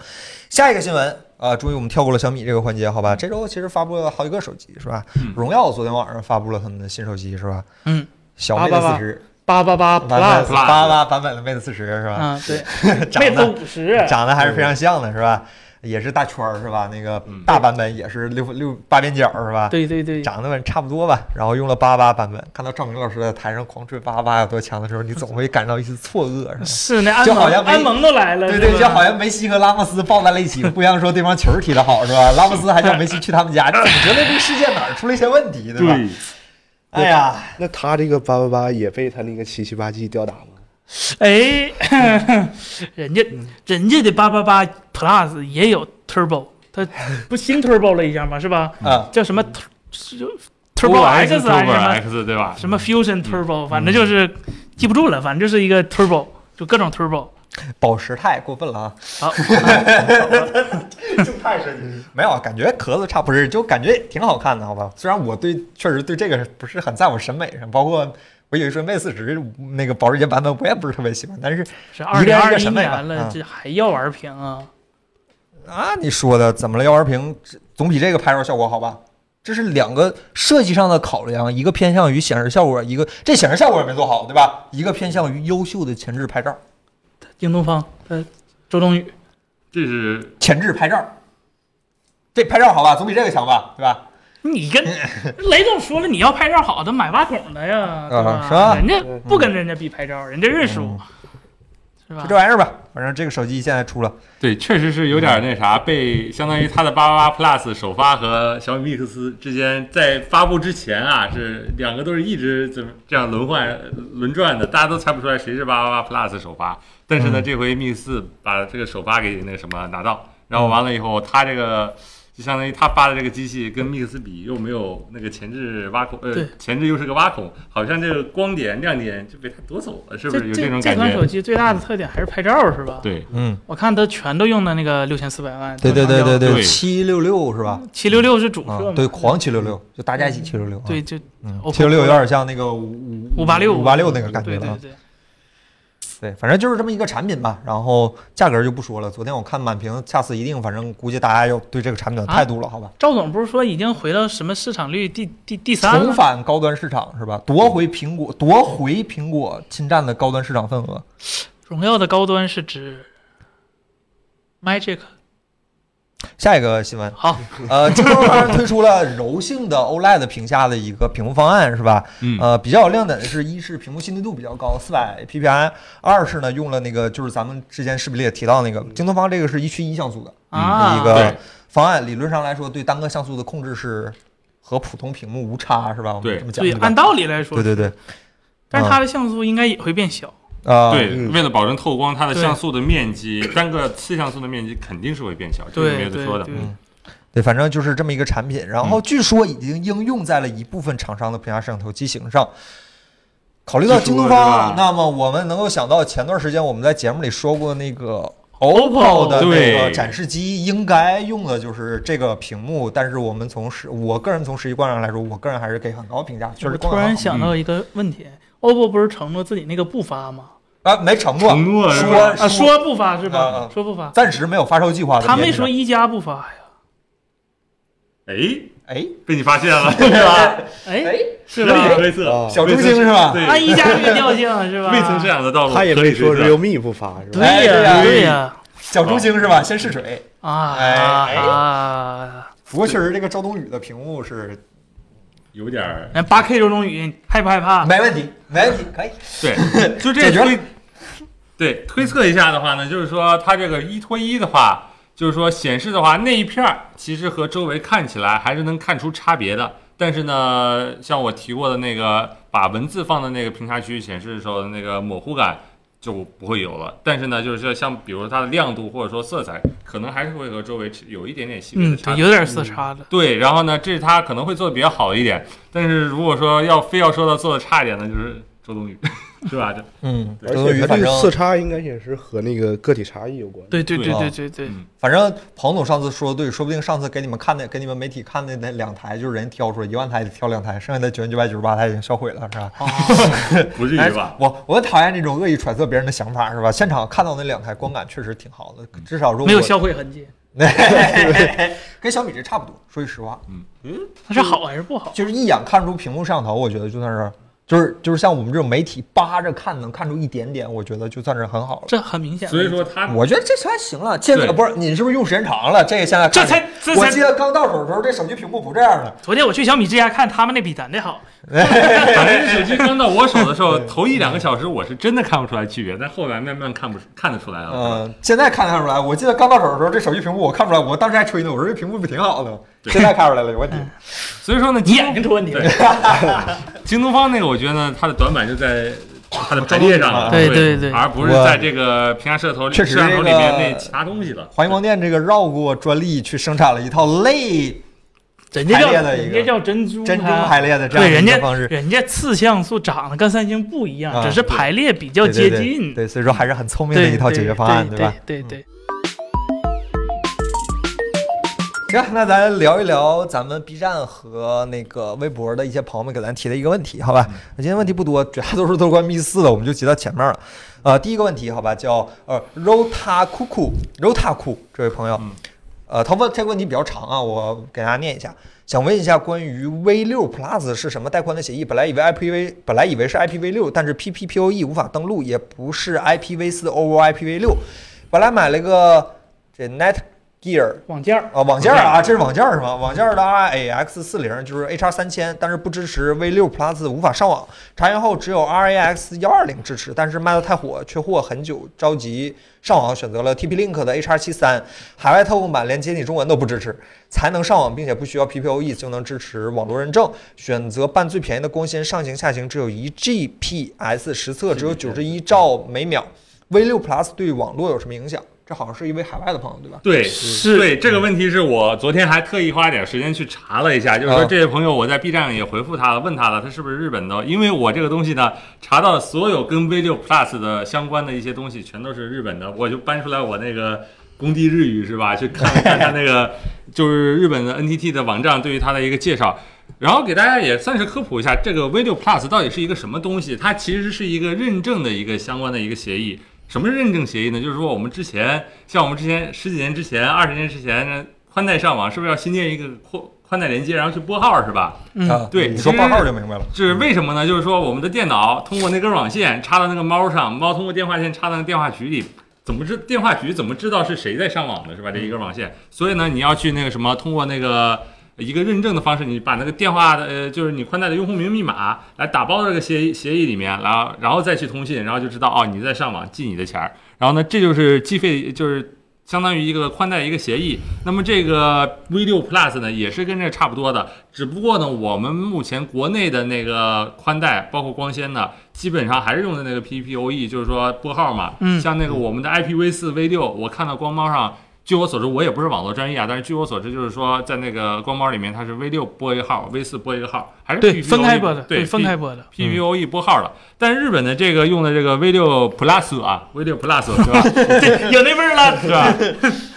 Speaker 1: 下一个新闻啊、终于我们跳过了小米这个环节，好吧？这周其实发布了好几个手机，是吧？荣耀昨天晚上发布了他们的新手机，是吧？
Speaker 2: 嗯，
Speaker 1: 小 Mate
Speaker 2: 888
Speaker 1: 四十，
Speaker 2: 八八八
Speaker 1: 版本
Speaker 2: Plus
Speaker 1: 八八八版本的 Mate 四十是吧？
Speaker 2: 啊，对
Speaker 1: 长
Speaker 2: ，Mate
Speaker 1: 得
Speaker 2: 五十，啊
Speaker 1: 长得还是非常像的，是吧？也是大圈儿是吧？那个大版本也是六六八边角是吧？
Speaker 2: 对对对，
Speaker 1: 长得差不多吧，然后用了八八版本。看到赵明老师在台上狂吹八八有多强的时候，你总会感到一丝错愕，是吧？
Speaker 2: 是那安
Speaker 1: 就好
Speaker 2: 蒙
Speaker 1: 像没
Speaker 2: 安蒙都来了，
Speaker 1: 对对，
Speaker 2: 是
Speaker 1: 就
Speaker 2: 吧
Speaker 1: 好像梅西和拉莫斯抱在了一起，互相说对方球踢得好，是吧？拉莫斯还叫梅西去他们家，你总觉得这个世界哪儿出了一些问题，对吧？哎呀，
Speaker 4: 那他这个八八八也被他那个七七八 G 吊打吗？
Speaker 2: 哎， 人家人家的八八八 Plus 也有 Turbo，它 不新 Turbo 了一下吗？是吧？
Speaker 1: 啊，
Speaker 2: 叫什么 Tur- 是 Turbo X
Speaker 3: ，Turbo
Speaker 2: 还是什么
Speaker 3: X 对吧？
Speaker 2: 什
Speaker 1: 嗯
Speaker 2: 么 Fusion Turbo，反正就是记不住了，反正就是一个 Turbo，就各种 Turbo。
Speaker 1: 保时太过分了啊！
Speaker 2: 好，
Speaker 1: 就太神奇。没有，啊感觉壳子差不是，就感觉挺好看的，好吧？虽然我对确实对这个不是很在我审美上，包括我有一说 Mate 四十那个保时捷版本我也不是特别喜欢，但是
Speaker 2: 是二
Speaker 1: 一
Speaker 2: 零
Speaker 1: 个
Speaker 2: 二
Speaker 1: 审
Speaker 2: 一
Speaker 1: 美吧
Speaker 2: 年了
Speaker 1: 嗯，
Speaker 2: 这还要玩屏啊？
Speaker 1: 啊，你说的怎么了？幺二屏这总比这个拍照效果好吧？这是两个设计上的考量，一个偏向于显示效果，一个这显示效果也没做好，对吧？一个偏向于优秀的前置拍照，
Speaker 2: 京东方，呃，周冬雨，
Speaker 3: 这是
Speaker 1: 前置拍照，这拍照好吧，总比这个强吧，对吧？
Speaker 2: 你跟雷总说了，你要拍照好的买话筒的呀，对
Speaker 1: 啊是吧嗯
Speaker 2: 吧？人家不跟人家比拍照，人家认输，是是吧
Speaker 1: 就这？玩意儿吧。反正这个手机现在出了，
Speaker 3: 对，确实是有点
Speaker 2: 嗯
Speaker 3: 那啥，被相当于它的八八八 Plus 首发和小米 Mix 之间在发布之前啊，是两个都是一直怎么这样轮换轮转的，大家都猜不出来谁是八八八 Plus 首发。但是呢，
Speaker 2: 嗯
Speaker 3: 这回 Mix 把这个首发给那什么拿到，然后完了以后，它这个就相当于它发的这个机器跟 Mix 比又没有那个前置挖孔，呃
Speaker 2: 对，
Speaker 3: 前置又是个挖孔，好像这个光点亮点就被它夺走了，是不
Speaker 2: 这
Speaker 3: 是有
Speaker 2: 这
Speaker 3: 种
Speaker 2: 这
Speaker 3: 感
Speaker 2: 款手
Speaker 3: 觉？
Speaker 2: 机最大的特点还是拍照是吧？，
Speaker 3: 对，
Speaker 1: 嗯，
Speaker 2: 我看它全都用的那个六千四百万，
Speaker 1: 对对对对
Speaker 3: 对
Speaker 1: 七六六是吧？
Speaker 2: 七六六是主摄
Speaker 1: 啊
Speaker 2: 嘛，，
Speaker 1: 对，狂七六六，就大家一起七六六。
Speaker 2: 嗯对，就
Speaker 1: 嗯，
Speaker 2: OPPO
Speaker 1: 七六六有点像那个五
Speaker 2: 五八六嗯
Speaker 1: 五八六那个感觉
Speaker 2: 对
Speaker 1: 了
Speaker 2: 对
Speaker 1: 啊。
Speaker 2: 对，
Speaker 1: 对，反正就是这么一个产品吧。然后价格就不说了，昨天我看满屏，下次一定，反正估计大家要对这个产品有态度了，好吧？
Speaker 2: 赵总不是说已经回到什么市场率第第第三
Speaker 1: 重
Speaker 2: 了？
Speaker 1: 返高端市场是吧？夺回苹果，夺回苹果侵占的高端市场份额。
Speaker 2: 荣耀的高端是指 Magic，
Speaker 1: 下一个新闻，
Speaker 2: 好，
Speaker 1: 呃，京东方推出了柔性的 OLED 屏下的一个屏幕方案是吧？
Speaker 3: 嗯
Speaker 1: 呃，比较有亮点的是，一是屏幕细腻度比较高，四百 PPI；二是呢用了那个就是咱们之前视频里也提到那个京东方这个是一区一像素的
Speaker 2: 啊
Speaker 1: 一个
Speaker 3: 对
Speaker 1: 方案，理论上来说对单个像素的控制是和普通屏幕无差是吧？我们
Speaker 3: 对
Speaker 1: 这么讲
Speaker 2: 对，
Speaker 1: 吧
Speaker 2: 按道理来说，
Speaker 1: 对对对，
Speaker 2: 但是它的像素应该也会变小。
Speaker 1: 啊、
Speaker 3: 对，
Speaker 4: 嗯
Speaker 3: 为了保证透光，它的
Speaker 2: 对
Speaker 3: 像素的面积， 单个次像素的面积肯定是会变小，这个没
Speaker 2: 对
Speaker 3: 得
Speaker 2: 对
Speaker 3: 说的。
Speaker 1: 嗯
Speaker 2: 对，
Speaker 1: 对，反正就是这么一个产品。
Speaker 3: 嗯
Speaker 1: 然后据说已经应用在了一部分厂商的屏下摄像头机型上。考虑到京东
Speaker 3: 据说是吧
Speaker 1: 方，那么我们能够想到，前段时间我们在节目里说过那个 OPPO
Speaker 2: OPPO
Speaker 1: 的那个
Speaker 3: 对
Speaker 1: 展示机，应该用的就是这个屏幕。但是我们从实，我个人从实际观上来说，我个人还是给很高评价，确
Speaker 2: 我
Speaker 1: 实
Speaker 2: 突
Speaker 1: 功能
Speaker 2: 然
Speaker 1: 很好嗯
Speaker 2: 想到一个问题，OPPO 不是承诺自己那个不发吗？
Speaker 1: 啊，没承诺，
Speaker 3: 承诺是吧
Speaker 1: 说
Speaker 2: 啊，说不发是
Speaker 1: 啊啊
Speaker 2: 吧？说不发，
Speaker 1: 暂时没有发售计划的。
Speaker 2: 他没说，一加不发呀？
Speaker 3: 哎，
Speaker 1: 哎，
Speaker 3: 被你发现 了， 对吧？
Speaker 2: 哎，是
Speaker 3: 合理
Speaker 2: 吧？
Speaker 3: 推测，
Speaker 4: 啊
Speaker 1: 小猪精是吧？
Speaker 3: 对，
Speaker 2: 按一加这个调性是吧？
Speaker 3: 未曾这样的道
Speaker 2: 哦
Speaker 3: 路，
Speaker 4: 他也
Speaker 3: 可
Speaker 4: 可以
Speaker 3: 以
Speaker 4: 说
Speaker 3: 推测。
Speaker 4: realme 不发是吧？
Speaker 2: 对呀，
Speaker 1: 哎
Speaker 2: 对呀，
Speaker 1: 小猪精是吧？先试水。
Speaker 2: 啊
Speaker 1: 哎哎
Speaker 2: 啊！
Speaker 1: 不过确实，这个周冬雨的屏幕是
Speaker 3: 有点儿
Speaker 2: 那八 K 周冬雨害不害怕？
Speaker 1: 啊没问题，没问题，可以。
Speaker 3: 对，就这
Speaker 1: 解决了
Speaker 3: 推，对推测一下的话呢，就是说它这个一拖一的话，就是说显示的话那一片儿其实和周围看起来还是能看出差别的。但是呢，像我提过的那个把文字放在那个屏下区域显示的时候，那个模糊感就不会有了。但是呢，就是说像比如它的亮度或者说色彩，可能还是会和周围有一点点细微
Speaker 2: 嗯，
Speaker 3: 的差别。
Speaker 2: 对，有点色差了。
Speaker 3: 对，然后呢，这是他可能会做的比较好一点，但是如果说要非要说到做的差一点呢，就是周冬雨， 是吧？这
Speaker 1: 嗯，
Speaker 4: 而
Speaker 1: 周冬
Speaker 4: 且
Speaker 1: 雨
Speaker 4: 它
Speaker 1: 反
Speaker 4: 这个色
Speaker 1: 正
Speaker 4: 差应该也是和那个个体差异有关。，
Speaker 2: 对对对
Speaker 1: 对
Speaker 2: 对对对，
Speaker 3: 嗯
Speaker 1: 反正彭总上次说的对，说不定上次给你们看的给你们媒体看的那两台，就是人挑出来一万台挑两台，剩下的九千九百九十八台已经销毁了，是吧？
Speaker 3: 不至于
Speaker 1: 哎
Speaker 3: 吧？
Speaker 1: 我我讨厌这种恶意揣测别人的想法，是吧？现场看到那两台观感确实挺好的，至少说
Speaker 2: 没有
Speaker 1: 我
Speaker 2: 销毁痕迹。
Speaker 1: 跟小米这差不多。说句实话，
Speaker 2: 它是好还是不好？
Speaker 1: 就是一眼看出屏幕摄像头，我觉得就算是就是就是像我们这种媒体扒着看能看出一点点，我觉得就算是很好了。
Speaker 2: 这很明显。
Speaker 3: 所以说他
Speaker 1: 哎我觉得这还行了，现在
Speaker 3: 对
Speaker 1: 不是你是不是用时间长了？这个现在看
Speaker 2: 这才这才
Speaker 1: 我记得刚到手的时候，这手机屏幕不这样的。
Speaker 2: 昨天我去小米之家看，他们那比咱这好。
Speaker 3: 反正手机刚到我手的时候，头一两个小时我是真的看不出来区别，但后来慢慢看不出看得出来了。是吧
Speaker 1: 嗯，现在看得出来，我记得刚到手的时候，这手机屏幕我看不出来，我当时还吹呢，我说这屏幕不挺好的吗？现在看出来了，有问题。
Speaker 3: 所以说呢，
Speaker 2: 你
Speaker 3: 京
Speaker 2: 眼睛出问题了。
Speaker 3: 京东方那个，我觉得呢，它的短板就在它的排列上了，
Speaker 2: 对对
Speaker 3: 对
Speaker 2: 对
Speaker 3: 而不是
Speaker 1: 我
Speaker 3: 在这个屏下摄像头里
Speaker 1: 确
Speaker 3: 摄
Speaker 1: 实
Speaker 3: 像头里面
Speaker 1: 这个
Speaker 3: 那其他东西了。
Speaker 1: 华谊光电这个绕过专利去生产了一套类
Speaker 2: 人家
Speaker 1: 排
Speaker 2: 叫
Speaker 1: 列的一
Speaker 2: 人
Speaker 1: 个
Speaker 2: 家叫珍珠，
Speaker 1: 珍珠
Speaker 2: 它
Speaker 1: 排列的这
Speaker 2: 对，
Speaker 1: 样
Speaker 2: 人
Speaker 1: 的一
Speaker 2: 家
Speaker 1: 个方式，
Speaker 2: 人家次像素长得跟三星不一样，
Speaker 1: 啊
Speaker 2: 只是排列比较
Speaker 1: 对对
Speaker 2: 接
Speaker 1: 对
Speaker 2: 近。
Speaker 1: 对，所以说还是很聪明的
Speaker 2: 对
Speaker 1: 一套解决方案，
Speaker 2: 对
Speaker 1: 吧？？
Speaker 2: 对对，
Speaker 1: 行，那咱聊一聊咱们 B 站和那个微博的一些朋友们给咱提的一个问题，好吧？今天问题不多，绝大多数都是关于密四的，我们就截到前面了。呃，第一个问题，好吧，叫呃 Rota Kuku Rota Ku 这位朋友，呃，他问这个问题比较长啊，我给大家念一下，想问一下关于 V 六 Plus 是什么带宽的协议？本来以为 IPv 本来以为是 IPv 六，但是 PPPoE E 无法登录，也不是 IPv 四 over IPv 六。本来买了一个这 Net Gear
Speaker 2: 网件儿，
Speaker 1: 啊，网件儿啊，这是网件儿是吗？网件儿的 RAX 四零就是 HR 三千，但是不支持 V 六 Plus，无法上网。查询后只有 RAX 幺二零支持，但是卖的太火，缺货很久，着急上网，选择了 TP-Link 的 HR 七三，海外特供版连简体中文都不支持，才能上网，并且不需要 PPOE E 就能支持网络认证。选择办最便宜的光纤，上行下行只有一 GPS，实测只有九十一兆每秒。V 六 Plus 对网络有什么影响？这好像是一位海外的朋友对吧？
Speaker 3: 对，
Speaker 2: 是
Speaker 3: 对这个问题是我昨天还特意花点时间去查了一下，就是说
Speaker 1: 啊
Speaker 3: 这位朋友我在 B 站也回复他了，问他了，他是不是日本的？因为我这个东西呢，查到所有跟 V 六 Plus 的相关的一些东西全都是日本的，我就搬出来我那个工地日语是吧，去看了看他那个就是日本的 NTT 的网站对于它的一个介绍。然后给大家也算是科普一下，这个 V 六 Plus 到底是一个什么东西？它其实是一个认证的一个相关的一个协议。什么是认证协议呢？就是说我们之前，像我们之前十几年之前、二十年之前，呢，宽带上网是不是要新建一个宽宽带连接，然后去拨号是吧？
Speaker 2: 嗯，
Speaker 1: 啊，
Speaker 3: 对
Speaker 1: 你说
Speaker 3: 其实
Speaker 1: 报号就明白了。
Speaker 3: 这是为什么呢？就是说我们的电脑通过那根网线插到那个猫上，猫通过电话线插到那个电话局里，怎么知电话局怎么知道是谁在上网的，是吧？这一根网线，所以呢，你要去那个什么，通过那个。一个认证的方式，你把那个电话的呃，就是你宽带的用户名密码来打包到这个协议协议里面，然后然后再去通信，然后就知道哦你在上网记你的钱儿。然后呢，这就是计费，就是相当于一个宽带一个协议。那么这个 V 六 Plus 呢，也是跟这差不多的，只不过呢，我们目前国内的那个宽带，包括光纤呢，基本上还是用的那个 PPOE，就是 E，说拨号嘛。
Speaker 2: 嗯
Speaker 3: 像那个我们的 IPv 四、V 六，我看到光猫上，据我所知，我也不是网络专业啊，但是据我所知，就是说在那个光猫里面，它是 V 六拨一个号，V 四拨一个号，还是 PPOE,
Speaker 2: 对，分开播的，
Speaker 3: E 对，
Speaker 2: 分开播的，
Speaker 3: PPOE 拨号了。但日本的这个用的这个 V 六 Plus 啊，V 六 Plus 是吧？
Speaker 2: 有那味儿了，
Speaker 3: 是吧？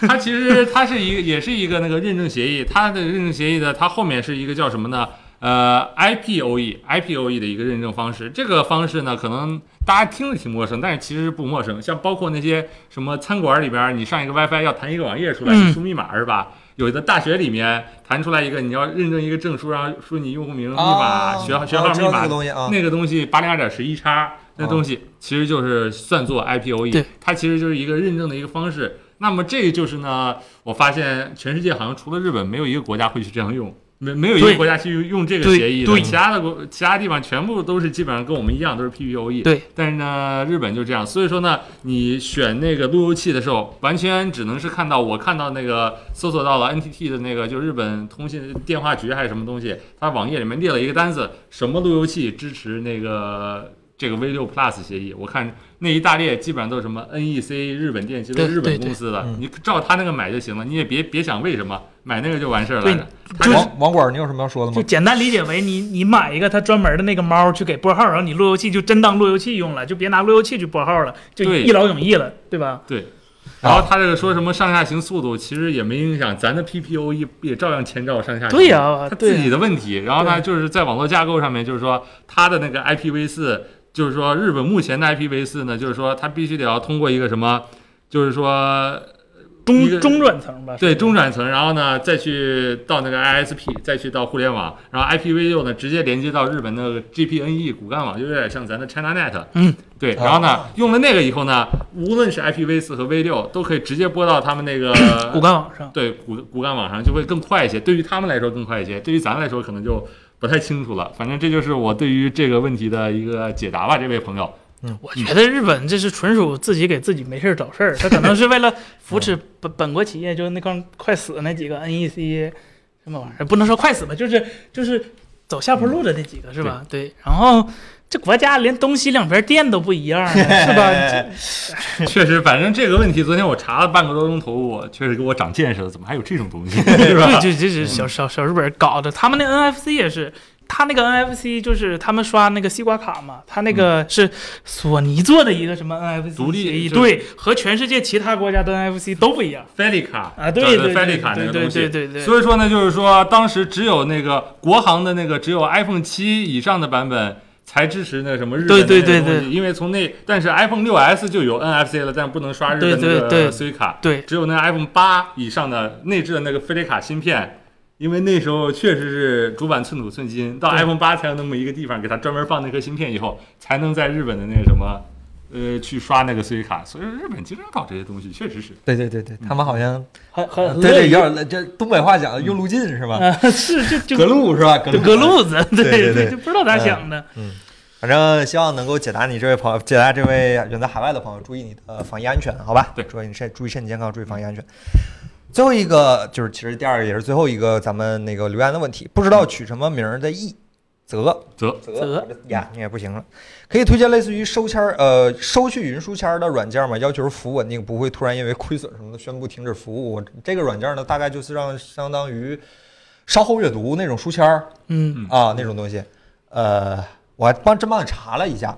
Speaker 3: 它其实它是一个，也是一个那个认证协议，它的认证协议的它后面是一个叫什么呢？呃，IPOE IPOE E 的一个认证方式，这个方式呢，可能大家听着挺陌生，但是其实不陌生。像包括那些什么餐馆里边儿，你上一个 WiFi 要弹一个网页出来，
Speaker 2: 嗯
Speaker 3: 你输密码是吧？有的大学里面弹出来一个，你要认证一个证书，然后输你用户名、密码、
Speaker 1: 啊
Speaker 3: 学号、学
Speaker 1: 啊
Speaker 3: 号、
Speaker 1: 知
Speaker 3: 密
Speaker 1: 道
Speaker 3: 码
Speaker 1: 那个东西啊，
Speaker 3: 那个东西八零二点十一叉，那
Speaker 1: 啊
Speaker 3: 东西其实就是算作 IPOE，
Speaker 2: 对
Speaker 3: E，它其实就是一个认证的一个方式。那么这就是呢，我发现全世界好像除了日本，没有一个国家会去这样用，没没有一个
Speaker 2: 对
Speaker 3: 国家去用用这个
Speaker 2: 对
Speaker 3: 协议的，
Speaker 2: 对
Speaker 3: 其他的国其他地方全部都是基本上跟我们一样，都是 PPOE。
Speaker 2: 对，
Speaker 3: E 但是呢，日本就这样，所以说呢，你选那个路由器的时候，完全只能是看到我看到那个搜索到了 NTT 的那个，就日本通信电话局还是什么东西，它网页里面列了一个单子，什么路由器支持那个这个 V 六 Plus 协议。我看那一大列基本上都是什么 NEC 日本电器都
Speaker 2: 对
Speaker 3: 是日本
Speaker 2: 对对
Speaker 3: 公司的
Speaker 1: 嗯，
Speaker 3: 你照它那个买就行了，你也别别想为什么买那个就完事儿
Speaker 2: 对
Speaker 3: 了。它
Speaker 2: 就是
Speaker 1: 网网管，你有什么要说的
Speaker 2: 就
Speaker 1: 吗？
Speaker 2: 简单理解为你你买一个它专门的那个猫去给拨号，然后你路由器就真当路由器用了，就别拿路由器去拨号了，就
Speaker 3: 对
Speaker 2: 一劳永逸了，对吧？
Speaker 3: 对。然后他这个说什么上下行速度，其实也没影响，咱的 PPOE 也照样千兆上下行。
Speaker 2: 对呀
Speaker 3: 他
Speaker 2: 对呀
Speaker 3: 自己的问题。然后呢，
Speaker 2: 对
Speaker 3: 就是在网络架构上面，就是说它的那个 IPv 四，就是说日本目前的 IPv 四呢，就是说它必须得要通过一个什么，就是说一
Speaker 2: 中
Speaker 3: 个
Speaker 2: 中转层吧，
Speaker 3: 对中转层，然后呢再去到那个 ISP，再去到互联网，然后 IPv 六呢直接连接到日本那个 GPNE E，骨干网，就有点像咱的 ChinaNet。
Speaker 2: 嗯，
Speaker 3: 对。
Speaker 1: 啊
Speaker 3: 然后呢，用了那个以后呢，无论是 IPv 四和 V 六，都可以直接拨到他们那个
Speaker 2: 骨干网上，
Speaker 3: 对骨骨干网上就会更快一些，对于他们来说更快一些，对于咱来说可能就不太清楚了。反正这就是我对于这个问题的一个解答吧，这位朋友。
Speaker 2: 我觉得日本这是纯属自己给自己没事儿找事儿，他可能是为了扶
Speaker 3: 嗯
Speaker 2: 持本本国企业，就是那刚快死那几个 NEC 什么玩意儿，不能说快死吧，就是就是走下坡路的那几个是吧？对，然后这国家连东西两边电都不一 样啊，是吧？这
Speaker 3: 确实，反正这个问题昨天我查了半个多钟头，我确实给我长见识了，怎么还有这种东西， 是
Speaker 2: 对，
Speaker 3: 吧？
Speaker 2: 这这是小小小日本搞的，他们那 NFC 也是。他那个 NFC 就是他们刷那个西瓜卡嘛，他那个是索尼做的一个什么 NFC
Speaker 3: 独立
Speaker 2: 协议，
Speaker 3: 就是
Speaker 2: 对，和全世界其他国家的 NFC 都不一样。
Speaker 3: 菲利卡
Speaker 2: 啊对对对
Speaker 3: 菲利卡那
Speaker 2: 对
Speaker 3: 个
Speaker 2: 对
Speaker 3: 东西，
Speaker 2: 对对对
Speaker 3: 所以说呢，就是说当时只有那个国行的那个只有 iPhone 七以上的版本才支持那个什么日本的
Speaker 2: 对对
Speaker 3: 那个
Speaker 2: 对
Speaker 3: 东西因为从那但是 iPhone 六 S 就有 NFC 了，但不能刷日本
Speaker 2: 对对
Speaker 3: 那
Speaker 2: 对
Speaker 3: 个 C 卡，
Speaker 2: 对
Speaker 3: 只有那 iPhone 八以上的内置的那个菲利卡芯片。因为那时候确实是主板寸土寸金，到
Speaker 2: 对
Speaker 3: iPhone 八才有那么一个地方给它专门放那颗芯片，以后才能在日本的那个什么呃去刷那个 C 卡，所以说日本经常搞这些东西，确实是。
Speaker 1: 对对对对，他们好像
Speaker 2: 很很
Speaker 1: 对
Speaker 2: 乐
Speaker 1: 对
Speaker 2: 意
Speaker 1: 有点儿嗯这东北话讲的用路径是吧？
Speaker 2: 啊，是就就
Speaker 1: 隔路是吧？
Speaker 2: 就隔路子，
Speaker 1: 对对对
Speaker 2: 对，就不知道咋想的。
Speaker 1: 反正希望能够解答你这位朋友，解答这位远在海外的朋友，注意你的防疫安全，好吧？
Speaker 3: 对
Speaker 1: 注意你身，注意身体健康，注意防疫安全。最后一个就是，其实第二个也是最后一个咱们那个留言的问题，不知道取什么名儿的译泽
Speaker 3: 则
Speaker 2: 泽
Speaker 1: 我这呀，你也不行了。可以推荐类似于收签儿、呃收去云书签儿的软件吗？要求是服务稳定，不会突然因为亏损什么的宣布停止服务。我这个软件呢，大概就是让相当于稍后阅读那种书签儿，
Speaker 2: 嗯，
Speaker 1: 啊那种东西。呃，我还帮真帮你查了一下，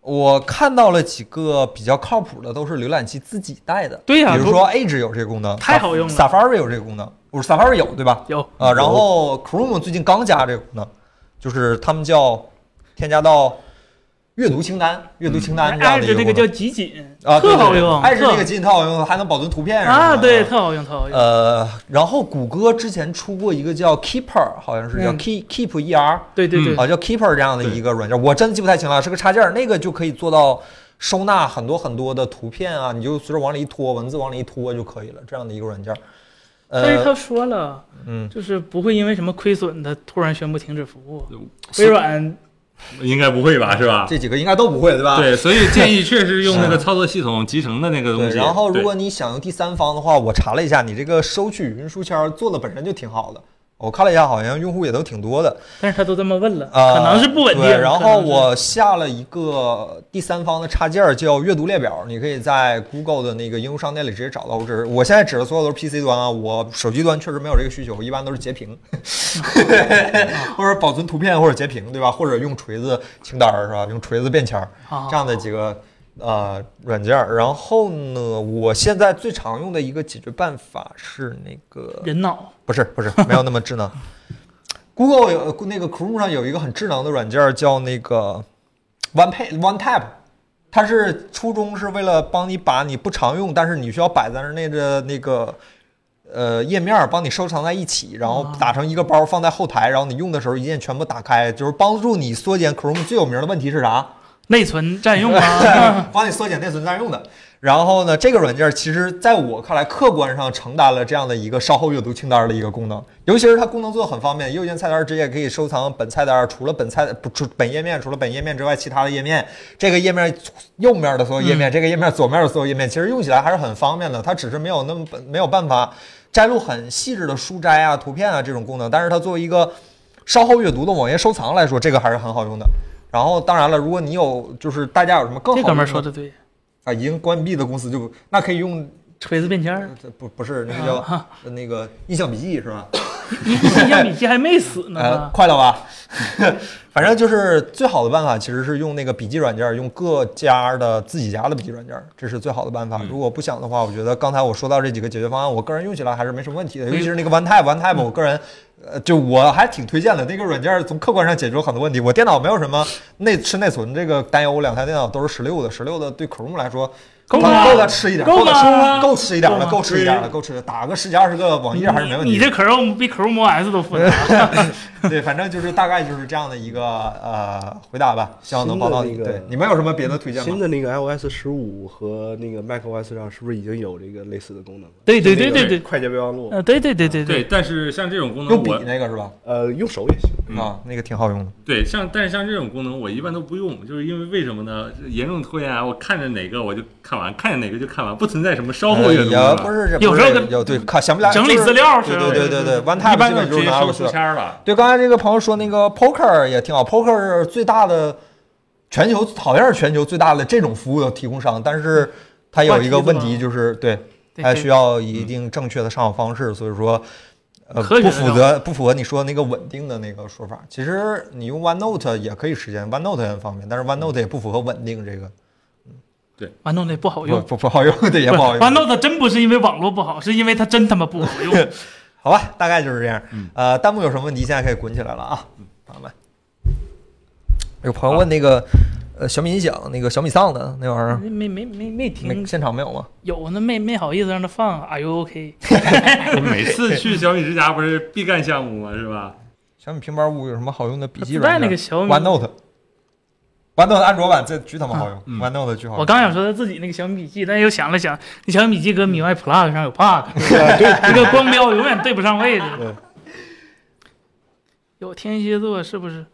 Speaker 1: 我看到了几个比较靠谱的，都是浏览器自己带的。
Speaker 2: 对呀
Speaker 1: 比如说 Edge 有这个功能，啊
Speaker 2: 太好用了
Speaker 1: Safari 有这个功能，不是 Safari 有对吧？
Speaker 2: 有
Speaker 1: 啊，然后 Chrome 最近刚加这个功能，就是他们叫添加到阅读清单、阅读清单这样
Speaker 2: 嗯挨
Speaker 1: 的一
Speaker 2: 着这
Speaker 1: 功
Speaker 2: 个
Speaker 1: 哎能
Speaker 2: 叫集锦，
Speaker 1: 啊，对
Speaker 2: 特好
Speaker 1: 对对
Speaker 2: 用，
Speaker 1: 爱是
Speaker 2: 特
Speaker 1: 这个基因特好用，还能保存图片什么
Speaker 2: 啊，
Speaker 1: 的
Speaker 2: 对，特好用，特好用。
Speaker 1: 呃，然后谷歌之前出过一个叫 Keeper，好像是叫
Speaker 2: 嗯
Speaker 1: Keep Keep ER，
Speaker 2: 对对对
Speaker 1: 啊，叫 Keeper 这样的一个软件，我真记不太清了，是个插件儿，那个就可以做到收纳很多很多的图片啊，你就随着往里一拖，文字往里一拖就可以了，这样的一个软件儿。
Speaker 2: 但是
Speaker 1: 呃，
Speaker 2: 他说了，
Speaker 1: 嗯
Speaker 2: 就是不会因为什么亏损，他突然宣布停止服务。
Speaker 3: 所
Speaker 2: 微软
Speaker 3: 应该不会吧，是吧？
Speaker 1: 这啊几个应该都不会，对吧？
Speaker 3: 对，所以建议确实用那
Speaker 1: 是
Speaker 3: 个操作系统集成的那个东
Speaker 1: 对，
Speaker 3: 西。
Speaker 1: 然后如
Speaker 3: 对
Speaker 1: 果你想用第三方的话，我查了一下，你这个收取云书签儿做的本身就挺好的，我看了一下，好像用户也都挺多的。
Speaker 2: 但是他都这么问了，
Speaker 1: 呃，
Speaker 2: 可能是不稳定。
Speaker 1: 对然
Speaker 2: 可能
Speaker 1: 后
Speaker 2: 是
Speaker 1: 我下了一个第三方的插件儿叫阅读列表，你可以在 Google 的那个应用商店里直接找到。我只是我现在指的所有都是 PC 端啊，我手机端确实没有这个需求，一般都是截屏，
Speaker 2: 嗯
Speaker 1: 或者保存图片或者截屏，对吧？或者用锤子清单儿是吧？用锤子便签儿
Speaker 2: 啊
Speaker 1: 这样的几个。呃，软件儿，然后呢，我现在最常用的一个解决办法是那个
Speaker 2: 人脑
Speaker 1: 不是不是，没有那么智能。Google 有呃那个 Chrome 上有一个很智能的软件儿叫那个 One Pay One Tap，它是初衷是为了帮你把你不常用，但是你需要摆在那儿那个那个呃页面儿帮你收藏在一起，然后打成一个包儿放在后台，然后你用的时候一键全部打开，就是帮助你缩减 Chrome 最有名的问题是啥？
Speaker 2: 内存占用 啊，
Speaker 1: 帮你缩减内存占用的。然后呢，这个软件其实在我看来，客观上承担了这样的一个稍后阅读清单的一个功能，尤其是它功能做的很方便，右键菜单直接可以收藏本菜单，除了本菜不除本页面，除了本页面之外，其他的页面，这个页面右面的所有页面，这个页面左面的所有页面，其实用起来还是很方便的。它只是没有那么没有办法摘录很细致的书摘啊、图片啊这种功能，但是它作为一个稍后阅读的网页收藏来说，这个还是很好用的。然后，当然了，如果你有就是大家有什么更好
Speaker 2: 这
Speaker 1: 用
Speaker 2: 哥们儿说的对，
Speaker 1: 啊，已经关闭的公司就那可以用，
Speaker 2: 锤子便签儿
Speaker 1: 呃，这不不是那个叫、
Speaker 2: 啊
Speaker 1: 那个印象笔记是吧？
Speaker 2: 印印象笔记还没死
Speaker 1: 呃，
Speaker 2: 呢。
Speaker 1: 快了吧？反正就是最好的办法，其实是用那个笔记软件儿，用各家的自己家的笔记软件儿，这是最好的办法。如果不想的话，我觉得刚才我说到这几个解决方案，我个人用起来还是没什么问题的，尤其是那个 OneTime OneTime，我个人。呃，就我还挺推荐的，那个软件儿从客观上解决了很多问题。我电脑没有什么内吃内存这个担忧，我两台电脑都是十六的，十六的对 Chrome 来说
Speaker 2: 够
Speaker 1: 它
Speaker 2: 吗
Speaker 1: 够它吃一点，
Speaker 2: 够
Speaker 1: 够它
Speaker 2: 吗
Speaker 1: 吃，够吃一点了，
Speaker 2: 够吗
Speaker 1: 够吃一点了，够吃，打个十几二十个网页还是没问题的。
Speaker 2: 你这 Chrome 比 Chrome OS 都复杂。
Speaker 1: 对，反正就是大概就是这样的一个呃回答吧，希望能帮到你。
Speaker 4: 新的那个
Speaker 1: 对，你们有什么别的推荐
Speaker 4: 新
Speaker 1: 吗？
Speaker 4: 的那个 iOS 十五和那个 macOS 上是不是已经有这个类似的功能了？
Speaker 2: 对对
Speaker 4: 就那
Speaker 2: 对
Speaker 4: 个
Speaker 2: 对对，
Speaker 4: 快捷备忘录，
Speaker 2: 呃，对对对对
Speaker 3: 对，，但是像这种功能
Speaker 1: 用笔
Speaker 3: 我
Speaker 1: 那个是吧？
Speaker 4: 呃，用手 也行。
Speaker 3: 嗯
Speaker 1: 啊，那个挺好用的。
Speaker 3: 对像，但是像这种功能我一般都不用，就是因为为什么呢？严重拖延啊！我看着哪个我就看完，看见哪个就看完，不存在什么稍后阅读
Speaker 1: 呃也
Speaker 3: 的。
Speaker 1: 哎不是这
Speaker 2: 有时候
Speaker 1: 不是有对，看想不起来
Speaker 2: 整理资料
Speaker 1: 就是
Speaker 2: 是吧
Speaker 1: 对对对对对，One
Speaker 3: 一
Speaker 1: Time
Speaker 3: 般
Speaker 1: 基
Speaker 3: 都是
Speaker 1: 本就
Speaker 3: 直
Speaker 1: 是
Speaker 3: 接
Speaker 1: 拿
Speaker 3: 收
Speaker 1: 了
Speaker 3: 书
Speaker 1: 是。
Speaker 3: 签儿了。
Speaker 1: 对，刚才这个朋友说那个 Poker 也挺好，Poker 最大的全球好像是全球最大的这种服务的提供商，但是它有一个问
Speaker 2: 嗯换
Speaker 1: 题
Speaker 2: 机子吗
Speaker 1: 就是对，
Speaker 2: 对
Speaker 1: 它
Speaker 2: 对
Speaker 1: 需要一定正确的上网方式，所以说。呃，
Speaker 2: 科学
Speaker 1: 不
Speaker 2: 的
Speaker 1: 符合不符合你说的那个稳定的那个说法。其实你用 OneNote 也可以实现，OneNote 也很方便，但是 OneNote 也不符合稳定这个，
Speaker 2: 完弄的不好
Speaker 1: 不
Speaker 2: 用。
Speaker 1: 不不好用，对，也不好用。
Speaker 2: 完弄的真不是因为网络不好， 是因为它真他妈不好用。
Speaker 1: 好吧，大概就是这样。
Speaker 3: 嗯
Speaker 1: 呃，弹幕有什么问题，现在可以滚起来了啊，朋友们。有朋友问那个，呃，小米音响那个小米丧的那玩意儿，
Speaker 2: 没没没没听
Speaker 1: 嗯没现场没有吗？
Speaker 2: 有那没没好意思让他放，Are you OK？
Speaker 3: 我每次去小米之家不是必干项目吗？是吧？
Speaker 1: 小米平板五有什么好用的笔记
Speaker 2: 它自带
Speaker 1: 软件？
Speaker 2: 那个小米
Speaker 1: OneNote OneNote 安卓版这巨他妈好用
Speaker 3: 嗯
Speaker 1: ，OneNote 巨好用。
Speaker 2: 我刚想说他自己那个小米笔记，但又想了想，那小米笔记跟米外 Plus 上有 bug，一
Speaker 4: 啊
Speaker 2: 个光标永远对不上位置
Speaker 4: 对。
Speaker 2: 有天蝎座是不是？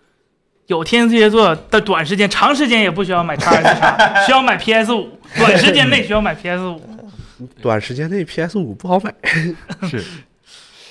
Speaker 2: 有天蝎座的短时间、长时间也不需要买 x S 叉，需要买 PS 五，短时间内需要买 PS 五。
Speaker 1: 哦
Speaker 4: 短时间内 PS 五不好买，
Speaker 3: 是。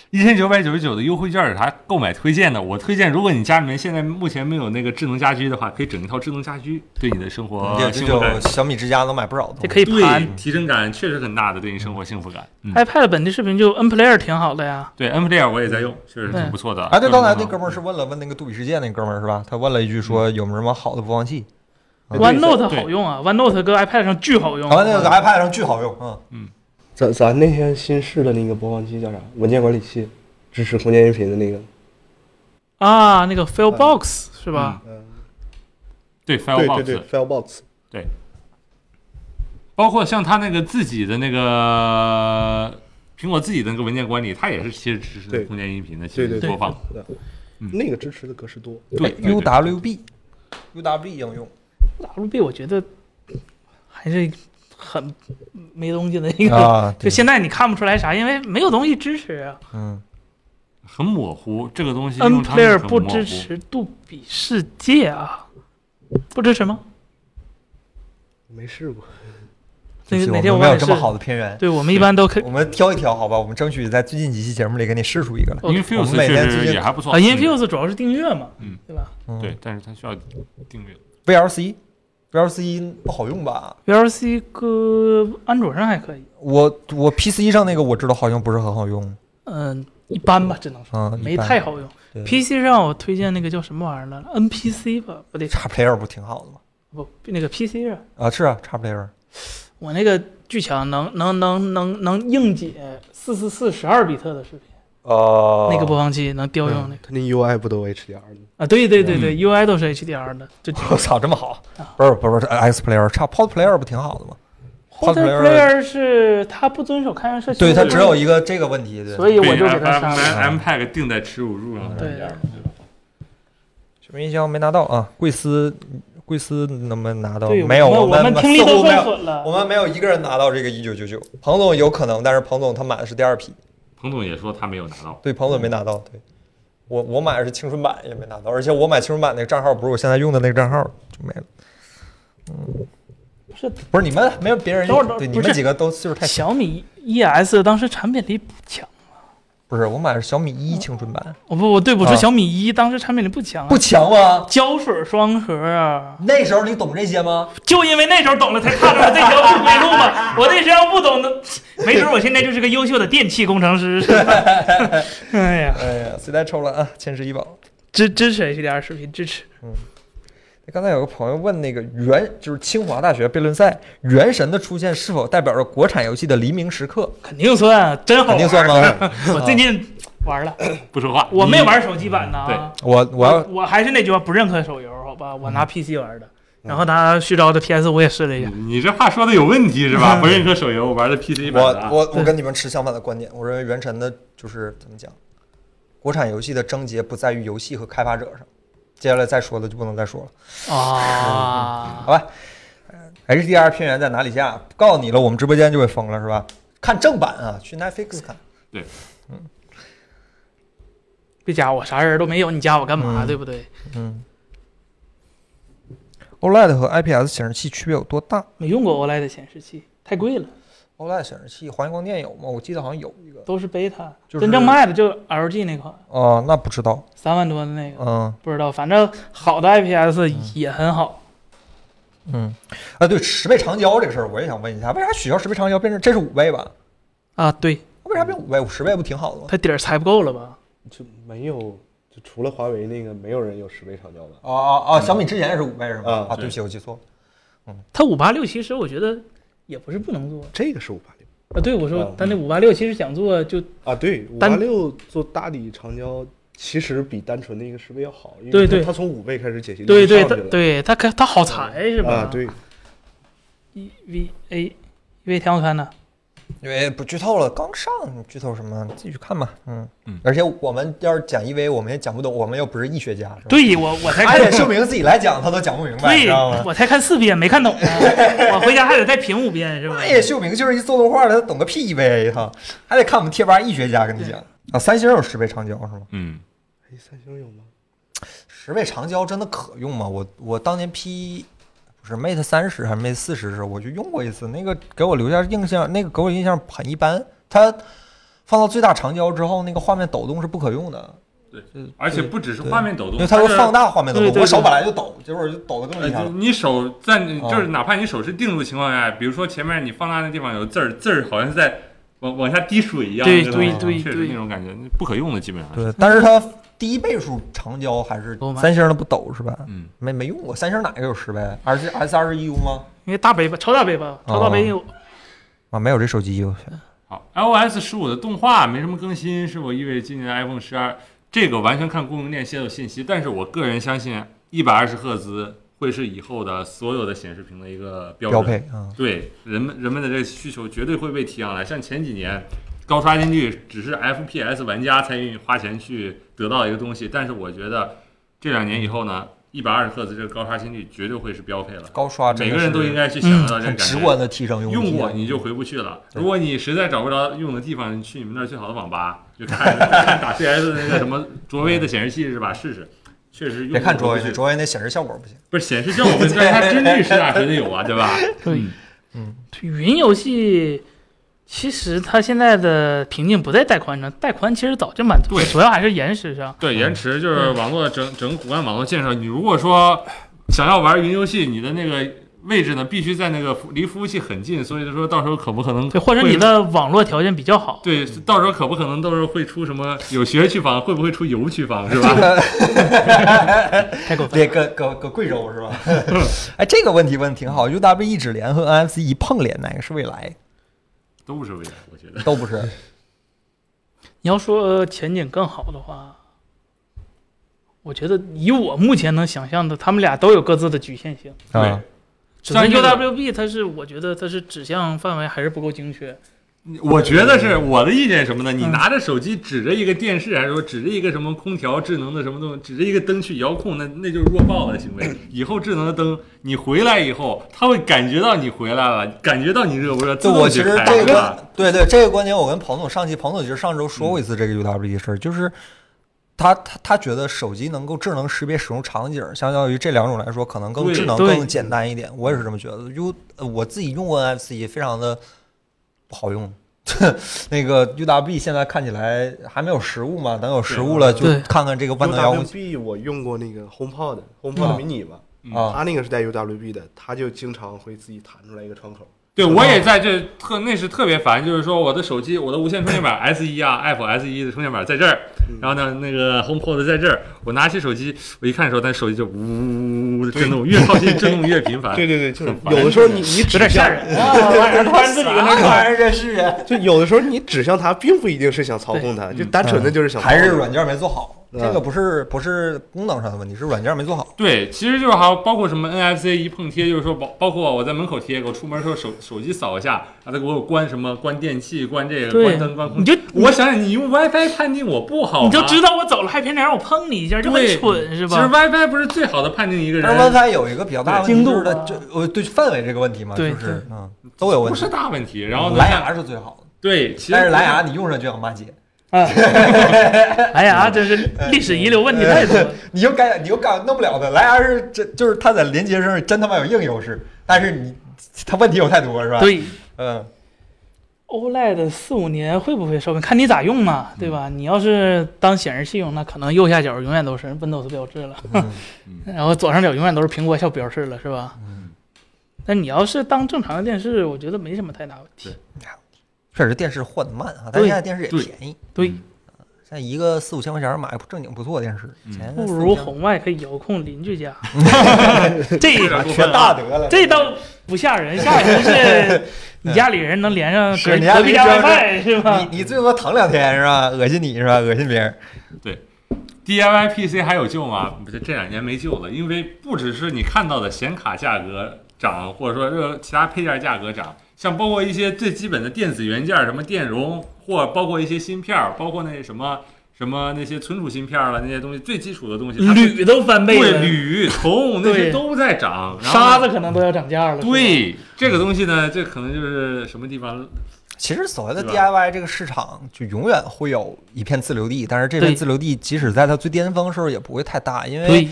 Speaker 3: 一千九百九十九的优惠券是啥购买推荐的？我推荐，如果你家里面现在目前没有那个智能家居的话，可以整一套智能家居，对你的生活
Speaker 1: 嗯这
Speaker 3: 幸
Speaker 1: 这
Speaker 3: 福感
Speaker 1: 就，小米之家能买不少东西。
Speaker 2: 这可以盘
Speaker 3: 对提升感确实很大的，对你生活幸福感。嗯，
Speaker 2: iPad 本地视频就 N Player 挺好的呀，
Speaker 3: 对 n p l 我也在用，确实挺不错的。
Speaker 1: 哎，对，刚才那哥们
Speaker 3: 儿
Speaker 1: 儿是问了问那个杜比世界那哥们儿是吧？他问了一句
Speaker 3: 嗯
Speaker 1: 说有没有什么好的播放器？哦对
Speaker 2: OneNote
Speaker 3: 对
Speaker 2: 好用啊，OneNote 搁 iPad 上巨好
Speaker 3: 哦
Speaker 2: 用。啊
Speaker 1: 然后那个 iPad 上巨好用，嗯，
Speaker 4: 咱咱那天新试的那个播放器叫啥？文件管理器，支持空间音频的那个。
Speaker 2: 啊，那个 Failbox 是
Speaker 1: 嗯
Speaker 2: 吧？
Speaker 3: 对
Speaker 4: 对
Speaker 3: Firebox，
Speaker 4: 对对，Filebox。
Speaker 3: 包括像它那个自己的那个苹果自己的那个文件管理，它也是其实支持
Speaker 4: 对
Speaker 3: 空间音频的，其
Speaker 4: 对
Speaker 3: 实
Speaker 4: 对对
Speaker 3: 播放。
Speaker 4: 对
Speaker 3: 嗯
Speaker 4: 那个支持的格式多。
Speaker 3: 对对对
Speaker 1: UWB。UWB 应 用，
Speaker 2: WB 我觉得还是很没东西的一个，
Speaker 1: 啊对
Speaker 2: 就现在你看不出来啥，因为没有东西支持啊。
Speaker 1: 嗯，
Speaker 3: 很模糊，这个东西
Speaker 2: N
Speaker 3: 用场景
Speaker 2: Player
Speaker 3: 很模
Speaker 2: 不
Speaker 3: 糊。
Speaker 2: 支持杜比世界啊，不支持吗？
Speaker 4: 没试过，
Speaker 2: 那
Speaker 1: 对不起
Speaker 2: 个哪天
Speaker 1: 我
Speaker 2: 我
Speaker 1: 们没
Speaker 2: 帮
Speaker 1: 有
Speaker 2: 你
Speaker 1: 这
Speaker 2: 试
Speaker 1: 么。好的片源，
Speaker 2: 对我们一般都可 以
Speaker 1: 我们挑一挑好吧？我们争取在最近几期节目里给你试出一个来。
Speaker 2: 哦
Speaker 1: 我
Speaker 3: Infuse
Speaker 1: 们每天
Speaker 3: 确
Speaker 1: 最
Speaker 3: 实
Speaker 1: 近
Speaker 3: 也还不错
Speaker 2: 啊，Infuse 主要是订阅嘛，
Speaker 3: 嗯
Speaker 2: 对吧
Speaker 1: 嗯
Speaker 3: 对，但是它需要订阅。
Speaker 1: VLC，VLC 不好用吧？
Speaker 2: ？VLC 搁安卓上还可以，
Speaker 1: 我我 PC 上那个我知道好像不是很好用，
Speaker 2: 嗯，一般吧，只能说
Speaker 1: 嗯，
Speaker 2: 没太好用。
Speaker 1: 对
Speaker 2: PC 上我推荐那个叫什么玩意儿来了？NPC 吧，不对，
Speaker 1: 叉 player 不挺好的吗？
Speaker 2: 不，那个 PC 上。
Speaker 1: 啊，是啊，叉 player
Speaker 2: 我那个巨强能能能能能硬解四四四十二比特的视频，
Speaker 1: 呃
Speaker 2: 那个播放器能调用那个
Speaker 1: 嗯
Speaker 4: 它嗯那 UI 不都 HDR 的吗？
Speaker 2: 啊，对对对对
Speaker 3: 嗯
Speaker 2: ，UI 都是 HDR 的， 这
Speaker 1: 我操，这么好
Speaker 2: 啊？
Speaker 1: 不是不是不是 X player，叉 Pod player 不挺好的吗？
Speaker 2: Hot
Speaker 1: Hotplayer-
Speaker 2: Player 是它不遵守开源社区，
Speaker 1: 对，它
Speaker 2: 它
Speaker 1: 只有一个这个问题，对。
Speaker 2: 所以我就给它
Speaker 3: 它
Speaker 2: 删了。
Speaker 3: ，M，M， M
Speaker 1: 嗯
Speaker 3: Pack 定在耻辱柱上
Speaker 2: 对
Speaker 3: 边儿
Speaker 1: 什么音箱没拿到啊？贵司，贵司能不能拿到？
Speaker 2: 对，
Speaker 1: 没有，
Speaker 2: 我
Speaker 1: 们
Speaker 2: 们听力
Speaker 1: 似
Speaker 2: 都
Speaker 1: 乎没
Speaker 2: 受
Speaker 1: 有，
Speaker 2: 损了
Speaker 1: 我。们没有一个人拿到这个一九九九。彭总有可能，但是彭总他买的是第二批，
Speaker 3: 彭总也说他没有拿到，
Speaker 1: 对，彭总没拿到。对，我我买的是青春版也没拿到，而且我买青春版那个账号不是我现在用的那个账号，就没了。嗯，
Speaker 2: 不是
Speaker 1: 不是你们没有别人
Speaker 2: 等会儿等会儿
Speaker 1: 对你
Speaker 2: 不
Speaker 1: 们
Speaker 2: 是
Speaker 1: 几个都岁数太小。
Speaker 2: 小米 ES 当时产品力不强，
Speaker 1: 不是我买的是小米一青春版，
Speaker 2: 我不我对我说
Speaker 1: 啊
Speaker 2: 小米一当时产品力不强啊，
Speaker 1: 不强吗？
Speaker 2: 胶水双核啊。
Speaker 1: 那时候你懂这些吗？
Speaker 2: 就因为那时候懂了，才看出来这条是归路 嘛。我那时候不懂的，没准我现在就是个优秀的电气工 程师。是吧哎呀，
Speaker 1: 哎呀，随带抽了啊，千世一宝。
Speaker 2: 支支持 HDR 视频，支持。
Speaker 1: 刚才有个朋友问那个原就是清华大学辩论赛，《原神》的出现是否代表着国产游戏的黎明时刻？
Speaker 2: 肯定算，啊真
Speaker 3: 哦
Speaker 1: 肯
Speaker 2: 好
Speaker 1: 定
Speaker 2: 玩。
Speaker 1: 算 啊吗？
Speaker 2: 我最近玩了，
Speaker 3: 不说话。
Speaker 2: 我没
Speaker 3: 你
Speaker 2: 玩手机版的啊。
Speaker 1: 我我要嗯
Speaker 2: 我还是那句话，不认可手游，好吧？我拿 PC 玩的，然后他虚招的 PS 我也试了一下。
Speaker 3: 你你这话说的有问题是吧？不认可手游，我玩的 PC 版
Speaker 1: 嗯
Speaker 3: 的
Speaker 1: 我
Speaker 3: 啊。
Speaker 1: 我我
Speaker 2: 对
Speaker 1: 跟你们持相反的观点，我认为《原神》的就是怎么讲，国产游戏的症结不在于游戏和开发者上。接下来再说的就不能再说了，
Speaker 2: 啊，
Speaker 1: 好吧呃？HDR 片源在哪里下？告诉你了，我们直播间就被封了是吧？看正版啊，去 Netflix 看。
Speaker 2: 别加我，啥人都没有，你加我干嘛？
Speaker 1: 嗯
Speaker 2: 对不对？
Speaker 1: 嗯，OLED E 和 IPS 显示器区别有多大
Speaker 2: 没用过 OLED 显示器，太贵了，
Speaker 1: ？OLED E 显示器还原光电有吗？我记得好像有一个。
Speaker 2: 都是 beta，
Speaker 1: 就是
Speaker 2: 真正卖的就 LG 那款，
Speaker 1: 哦，那不知道。
Speaker 2: 三万多的那个。
Speaker 1: 嗯
Speaker 2: 不知道，反正好的 IPS 也很好。
Speaker 1: 嗯，啊，对，十倍长焦这个事儿，我也想问一下，为啥取消十倍长焦变成这是五倍吧？
Speaker 2: 啊，对，
Speaker 1: 为啥变五倍？十倍不挺好的吗？
Speaker 2: 它底儿裁不够了吧？
Speaker 4: 就没有，就除了华为那个，没有人有十倍长焦吧？
Speaker 1: 哦哦哦，小米之前也是五倍是吗？
Speaker 4: 嗯
Speaker 1: 啊，对不
Speaker 3: 对
Speaker 1: 起，我记错了。
Speaker 2: 它五八六其实我觉得也不是不能做
Speaker 4: 这个是五八六
Speaker 2: 啊。对，我说
Speaker 4: 嗯
Speaker 2: 它那五八六其实想做就
Speaker 4: 啊，对，五
Speaker 2: 单
Speaker 4: 八六做大底长焦其实比单纯的一个十倍要好，因为
Speaker 2: 对
Speaker 4: 它
Speaker 2: 对
Speaker 4: 它从五倍开始解析
Speaker 2: 对对
Speaker 4: 它
Speaker 2: 它对它开它好
Speaker 3: 嗯
Speaker 2: 裁是吧？
Speaker 4: 啊，对，
Speaker 2: ，EVA EVA 挺好看的，
Speaker 1: 因为不剧透了，刚上剧透什么，你自己去看吧。嗯
Speaker 3: 嗯
Speaker 1: 而且我们要是讲一维，我们也讲不懂，我们又不是医学家，是吧？
Speaker 2: 对我我才
Speaker 1: 而
Speaker 2: 看
Speaker 1: 且，秀明自己来讲，他都讲不明白，你知
Speaker 2: 对
Speaker 1: 道吗？
Speaker 2: 我才看四遍没看懂，啊 我回家还得再评五遍是吧
Speaker 1: 妈？呀，秀明就是一做动画的，他懂个屁呗！哈，还得看我们贴吧医学家跟你讲啊。三星有十倍长焦是吗？
Speaker 3: 嗯，
Speaker 4: 哎，三星有吗？
Speaker 1: 十倍长焦真的可用吗？我我当年 P 不是 Mate 三十还是 Mate 四十时候，我就用过一次，那个给我留下印象，那个给我印象很一般。它放到最大长焦之后，那个画面抖动是不可用的，
Speaker 2: 呃
Speaker 3: 而且不只是画面抖动，
Speaker 1: 因为它会
Speaker 3: 是
Speaker 1: 放大画面抖
Speaker 2: 对
Speaker 1: 动。
Speaker 2: 对对
Speaker 1: 我手本来就抖，结果就抖得更
Speaker 3: 呃，
Speaker 1: 厉害
Speaker 3: 就
Speaker 1: 了。
Speaker 3: 你手在你
Speaker 1: 啊
Speaker 3: 就是哪怕你手是定住的情况下，比如说前面你放大那地方有字儿，字儿好像是在往往下滴水一样，
Speaker 2: 对
Speaker 3: 那种
Speaker 1: 对
Speaker 2: 对
Speaker 3: 确实
Speaker 2: 对
Speaker 3: 那种感觉，那不可用的基本上是。
Speaker 1: 对，但是它第一倍数长焦还是
Speaker 2: 够吗
Speaker 1: 三星的不抖是吧？
Speaker 3: 嗯，
Speaker 1: 没没用过，三星哪个有十倍？S S 二十 U 吗？
Speaker 2: 因为大杯吧，超大杯
Speaker 3: 哦
Speaker 2: 吧，超大杯有
Speaker 3: 嗯
Speaker 1: 啊，没有这手机，我去
Speaker 3: 好，iOS 十五的动画没什么更新，是否意味着今年的 iPhone 十二？这个完全看供应链泄露信息，但是我个人相信一百二十赫兹会是以后的所有的显示屏的一个标
Speaker 1: 标
Speaker 3: 准
Speaker 1: 配啊。
Speaker 3: 对人们人们的这个需求绝对会被提上来。像前几年，高刷新率只是 FPS 玩家才愿意花钱去得到一个东西，但是我觉得这两年以后呢，一百二十赫兹这个高刷新率绝对会是标配了。
Speaker 1: 高刷真
Speaker 3: 每
Speaker 1: 的
Speaker 3: 个人都
Speaker 1: 是嗯
Speaker 3: 应该去享受到这个
Speaker 1: 很
Speaker 3: 感觉。
Speaker 1: 直观的提升用啊嗯户体
Speaker 3: 用
Speaker 1: 验
Speaker 3: 过你就回不去了。
Speaker 1: 对
Speaker 3: 如果你实在找不着用的地方，你去你们那儿最好的网吧，就看看 打 CS 的那个什么卓威的显示器是吧？试试，确实用
Speaker 1: 别看
Speaker 3: 户
Speaker 1: 卓
Speaker 3: 回
Speaker 1: 威
Speaker 3: 不
Speaker 1: 那，
Speaker 3: 去
Speaker 1: 卓威那显示效果不行。
Speaker 3: 不是显示效果问题，但是它帧率实打实的有啊，对吧？
Speaker 2: 对
Speaker 3: 嗯，
Speaker 2: 云游戏。其实它现在的瓶颈不在带宽上，带宽其实早就满足了，
Speaker 3: 对
Speaker 2: 主要还是延时上。
Speaker 3: 对，延迟
Speaker 1: 嗯
Speaker 3: 就是网络整整个骨干网络建设。你如果说想要玩云游戏，你的那个位置呢，必须在那个服离服务器很近，所以就说到时候可不可能
Speaker 2: 对，或者
Speaker 3: 会
Speaker 2: 你的网络条件比较好，
Speaker 3: 对，到时候可不可能到时候会出什么有学区房，会不会出游区房是吧？
Speaker 2: 太过分
Speaker 1: 对，
Speaker 2: 了。
Speaker 1: 搁搁搁贵州是吧？ 哎，这个问题问的挺好。UWE 只连和 NFC 一碰连，哪个是未来？
Speaker 3: 都不是未来，我觉得。
Speaker 1: 都不是。
Speaker 2: 你要说前景更好的话，我觉得以我目前能想象的，他们俩都有各自的局限性。
Speaker 3: 对
Speaker 1: 啊，
Speaker 2: 只能
Speaker 3: 像这个
Speaker 2: UWB 它是，我觉得它是指向范围还是不够精确。
Speaker 3: 我觉得是我的意见是什么呢？你拿着手机指着一个电视，还是说指着一个什么空调智能的什么东西，指着一个灯去遥控，那那就是弱爆的行为。以后智能的灯，你回来以后，它会感觉到你回来了，感觉到你热不热，自
Speaker 1: 对，我
Speaker 3: 动
Speaker 1: 其
Speaker 3: 去
Speaker 1: 实
Speaker 3: 开，
Speaker 1: 这
Speaker 3: 对吧
Speaker 1: 个，对对，这个观点我跟彭总上期，彭总其实上周说过一次这个 UWE 事儿，就是他他他觉得手机能够智能识别使用场景，相较于这两种来说，可能更
Speaker 3: 对
Speaker 1: 智能、
Speaker 2: 对
Speaker 1: 更简单一点。我也是这么觉得。U 呃我自己用过 NFC，非常的不好用。 那个 UWE 现在看起来还没有实物嘛，等有实物了就
Speaker 2: 对啊
Speaker 1: 看看这个万能遥控器
Speaker 4: UWB 我用过那个 HomePod 的 HomePod 迷你嘛，
Speaker 2: 嗯
Speaker 1: 啊。
Speaker 4: 它那个是带 UWB 的，它就经常会自己弹出来一个窗口。
Speaker 3: 对我
Speaker 1: 嗯
Speaker 3: 也在这特那是特别烦，就是说我的手机，我的无线充 电板 S 一啊，Apple S 一的充电板在这儿，
Speaker 1: 嗯
Speaker 3: 然后呢，那个 HomePod 在这儿，我拿起手机，我一看的时候，但手机就呜呜呜呜的震动，越靠近震动越
Speaker 1: 啊
Speaker 3: 频繁。
Speaker 4: 对对对，就是
Speaker 3: 很烦
Speaker 4: 有的时候你你指
Speaker 2: 有点吓
Speaker 4: 向
Speaker 2: 人啊！晚上突然自己 跟那
Speaker 1: 啥
Speaker 2: 看，
Speaker 1: 意儿这是？
Speaker 4: 就有的时候你指向它，并不一定是想操控它，就单纯的就是想操控
Speaker 1: 嗯还
Speaker 4: 它
Speaker 1: 是软件没做好？
Speaker 4: 嗯
Speaker 1: 这个不是不是功能上的问题，是软件没做好。
Speaker 3: 对，其实就是还有包括什么 NFC 一碰贴，就是说包包括我在门口贴，我出门的时候手手机扫一下，啊，他给我关什么关电器、关这个、
Speaker 2: 对
Speaker 3: 关灯、关，空
Speaker 2: 你
Speaker 3: 调。
Speaker 2: 就
Speaker 3: 我想想，你用 WiFi 判定我不好吗，
Speaker 2: 你就知道我走了，还偏得让我碰你一下，就很
Speaker 3: 对
Speaker 2: 蠢是
Speaker 3: 其实
Speaker 2: 吧？
Speaker 3: WiFi 不是最好的判定一个
Speaker 1: 但是
Speaker 3: 人，
Speaker 1: WiFi 有一个比较大的问题，
Speaker 2: 精度
Speaker 1: 就是它
Speaker 2: 啊
Speaker 1: 就呃对范围这个问题嘛，就
Speaker 2: 对
Speaker 1: 是嗯都有问
Speaker 3: 不
Speaker 1: 题
Speaker 3: 是。大问题。然后呢
Speaker 1: 蓝牙是最好的，
Speaker 3: 对，其实
Speaker 1: 但是蓝牙你用上就想骂街，
Speaker 2: 啊，哎呀，真是历史遗留问题太多 了。
Speaker 1: 你又改你又改弄不了的。蓝牙是这就是它在连接上是真他妈有硬优势，但是你它问题有太多是吧？，
Speaker 2: 对
Speaker 1: 嗯，
Speaker 2: OLED E 四五年会不会寿命，看你咋用嘛，对吧？你要是当显示器用，那可能右下角永远都是 Windows 标志了， 然后左上角永远都是苹果小标志了，是吧？但你要是当正常的电视，我觉得没什么太大问题。
Speaker 1: 确实电视换的慢啊，但是现在电视也
Speaker 3: 对
Speaker 1: 便宜，
Speaker 2: 对，
Speaker 1: 现在一个四五千块钱买不正经不错的电视，以前
Speaker 2: 嗯不
Speaker 1: 四五
Speaker 2: 如
Speaker 1: 千
Speaker 2: 红外可以遥控邻居家，这
Speaker 3: 有点过
Speaker 1: 学
Speaker 3: 分
Speaker 1: 啊大
Speaker 3: 了。
Speaker 1: 德了，
Speaker 2: 这倒不吓人，吓人是你家里人能连上
Speaker 1: 是
Speaker 2: 隔
Speaker 1: 你家
Speaker 2: 隔壁家
Speaker 1: 邻居
Speaker 2: WiFi 是 吧？
Speaker 1: 你你最多疼两天是吧？恶心你是吧？恶心别人。
Speaker 3: DIY PC 还有救吗？不是这两年没救了，因为不只是你看到的显卡价格涨，或者说这个其他配件价格涨，像包括一些最基本的电子元件儿，什么电容，或包括一些芯片儿，包括那什么什么那些存储芯片儿了，那些东西最基础的东西，它是
Speaker 2: 铝都翻倍
Speaker 3: 对
Speaker 2: 了，
Speaker 3: 铝、铜那
Speaker 2: 对
Speaker 3: 些都在涨，然后
Speaker 2: 沙子可能都要涨价了。是吧，
Speaker 3: 对这个东西呢，这可能就是什么地方
Speaker 1: 其实所谓的
Speaker 3: 是吧
Speaker 1: DIY 这个市场，就永远会有一片自留地，但是这片
Speaker 2: 对
Speaker 1: 自留地即使在它最巅峰的时候也不会太大，因为
Speaker 2: 对，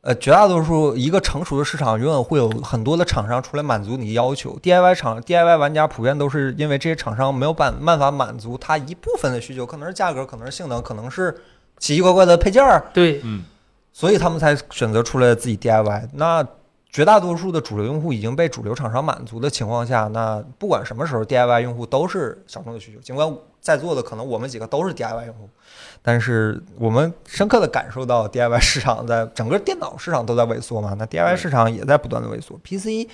Speaker 1: 呃绝大多数一个成熟的市场永远会有很多的厂商出来满足你的要求。DIY 厂 DIY 玩家普遍都是因为这些厂商没有办办法满足他一部分的需求，可能是价格，可能是性能，可能是奇奇怪怪的配件儿，
Speaker 2: 对，
Speaker 3: 嗯，
Speaker 1: 所以他们才选择出来自己 DIY。那绝大多数的主流用户已经被主流厂商满足的情况下，那不管什么时候 DIY 用户都是小众的需求。尽管在座的可能我们几个都是 DIY 用户，但是我们深刻的感受到 DIY 市场在整个电脑市场都在萎缩嘛，那 DIY
Speaker 3: 对
Speaker 1: 市场也在不断的萎缩。PC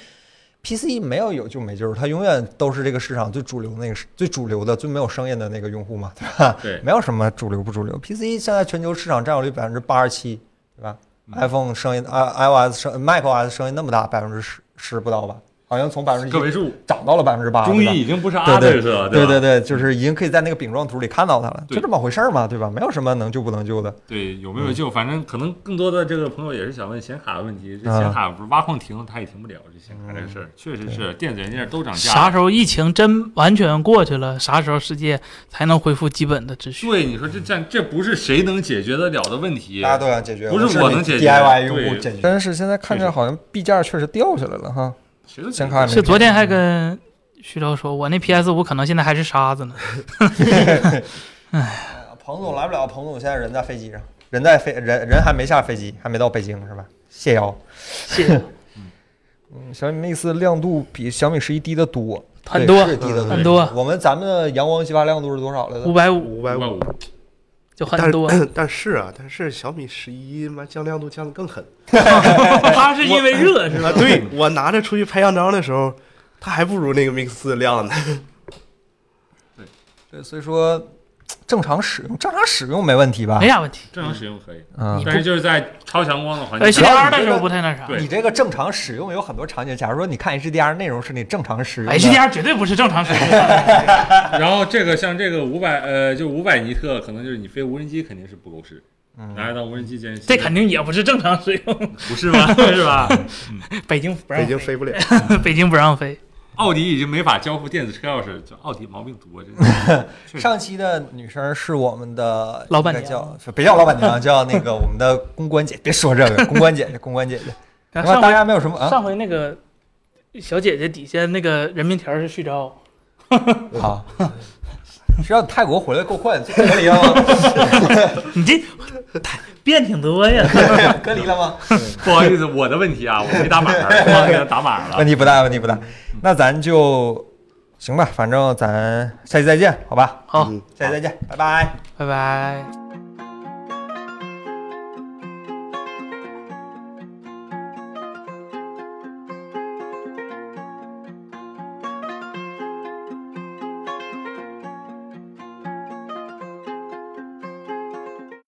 Speaker 1: PC 没有有就没救，它永远都是这个市场最主流那个最主流的最没有声音的那个用户嘛，对吧？
Speaker 3: 对
Speaker 1: 没有什么主流不主流。PC 现在全球市场占有率百分之八十七，对吧、
Speaker 3: 嗯
Speaker 1: i p h o n e 声音，i iOS 声，macOS 声音那么大，百分之十十不到吧？好像从百分之
Speaker 3: 个位
Speaker 1: 一
Speaker 3: 数，
Speaker 1: 涨到了百分之八，嗯
Speaker 3: 终
Speaker 1: 啊对
Speaker 3: 于
Speaker 1: 吧
Speaker 3: 已经不是
Speaker 1: 对
Speaker 3: others
Speaker 1: 对
Speaker 3: 了，
Speaker 1: 啊对
Speaker 3: 吧？
Speaker 1: 对对，就是已经可以在那个饼状图里看到它了，
Speaker 3: 对
Speaker 1: 就这么回事儿嘛，对吧？没有什么能救不能救的。
Speaker 3: 对，有没
Speaker 1: 嗯
Speaker 3: 有救？反正可能更多的这个朋友也是想问显卡的问题。这
Speaker 1: 啊嗯
Speaker 3: 显卡不是挖矿停了，它也停不了。这显卡这个事儿，确实是电子元件都涨价。
Speaker 2: 啥时候疫情真完全过去了，啥时候世界才能恢复基本的秩序？
Speaker 3: 对，你说这这这不是谁能解决得了的问题
Speaker 1: 大。家都想解决，
Speaker 3: 不是
Speaker 1: 们
Speaker 3: 我
Speaker 1: 给
Speaker 3: 能解决
Speaker 1: DIY 用户
Speaker 3: 对
Speaker 1: 解决。但是现在看
Speaker 3: 确
Speaker 1: 着
Speaker 3: 实
Speaker 1: 好像币价确实掉下来了哈。
Speaker 3: 谁都解决
Speaker 1: 显卡没
Speaker 3: 不了
Speaker 2: 是昨天还跟徐钊说，我那 PS 五可能现在还是沙子呢。
Speaker 1: 彭总来不了，彭总现在人在飞机上，人在飞，人人还没下飞机，还没到北京是吧？谢 邀。
Speaker 2: 谢谢，
Speaker 1: 嗯，小米 Mix 四亮度比小米十一低得多，
Speaker 2: 很
Speaker 1: 对
Speaker 2: 多
Speaker 1: 是低得多。
Speaker 2: 很多，
Speaker 1: 我们咱们的阳光激发亮度是多少来
Speaker 2: 五
Speaker 3: 嗯
Speaker 1: 着？
Speaker 2: 百五
Speaker 4: 五百
Speaker 3: 五百
Speaker 4: 五。
Speaker 3: 五，
Speaker 1: 嗯
Speaker 2: 就很
Speaker 4: 但
Speaker 2: 多。
Speaker 4: 是但是 啊，但是小米十一妈降亮度降得更狠
Speaker 2: 他是因为热是吧？
Speaker 4: 啊！对我拿着出去拍样张的时候，它还不如那个 Mix 四亮呢。
Speaker 1: 对，所以说正常使用，正常使用没问题吧？
Speaker 2: 没啥问题。
Speaker 3: 正常使用可以，
Speaker 1: 嗯哎
Speaker 2: 你，
Speaker 3: 但是就是在超强光的环境
Speaker 2: 呃，
Speaker 3: 下
Speaker 1: 只
Speaker 2: 新
Speaker 1: 要你
Speaker 2: R 的
Speaker 1: 这
Speaker 2: 时候
Speaker 1: 个
Speaker 2: 不太那啥
Speaker 3: 对
Speaker 1: 你这个正常使用有很多场景，假如说你看 HDR 内容是你正常使用的
Speaker 2: ，HDR 绝对不是正常使用的。
Speaker 3: 然后这个像这个五百呃，就五百尼特，可能就是你飞无人机肯定是不够使，
Speaker 1: 嗯
Speaker 3: 拿来当无人机监视器，
Speaker 2: 这肯定也不是正常使用。
Speaker 3: 不是 吗？是吧？
Speaker 2: 北京不让
Speaker 4: 北京飞不了，
Speaker 2: 京北京不让飞，
Speaker 3: 奥迪已经没法交付电子车钥匙，就奥迪毛病多，真的。确实
Speaker 1: 上期的女生是我们的
Speaker 2: 老板娘
Speaker 1: 应该叫别叫老板娘，叫那个我们的公关姐。别 说这个，公关姐姐，公关 姐姐。那
Speaker 2: 上
Speaker 1: 大
Speaker 2: 回
Speaker 1: 家没有什么啊？
Speaker 2: 上回那个小姐姐底下那个人名条是旭钊，
Speaker 1: 好， 谁让泰国回来够快，隔离了吗？
Speaker 2: 你这 变挺多呀。
Speaker 1: 隔离了吗？
Speaker 3: 不好意思，我的问题啊，我没打码儿，我忘给他打码儿
Speaker 1: 问
Speaker 3: 了。
Speaker 1: 题不大，问题不大。那咱就行吧，反正咱下期再见，好吧？
Speaker 2: 好，
Speaker 4: 嗯
Speaker 1: 下期再见，拜拜。
Speaker 2: 拜拜。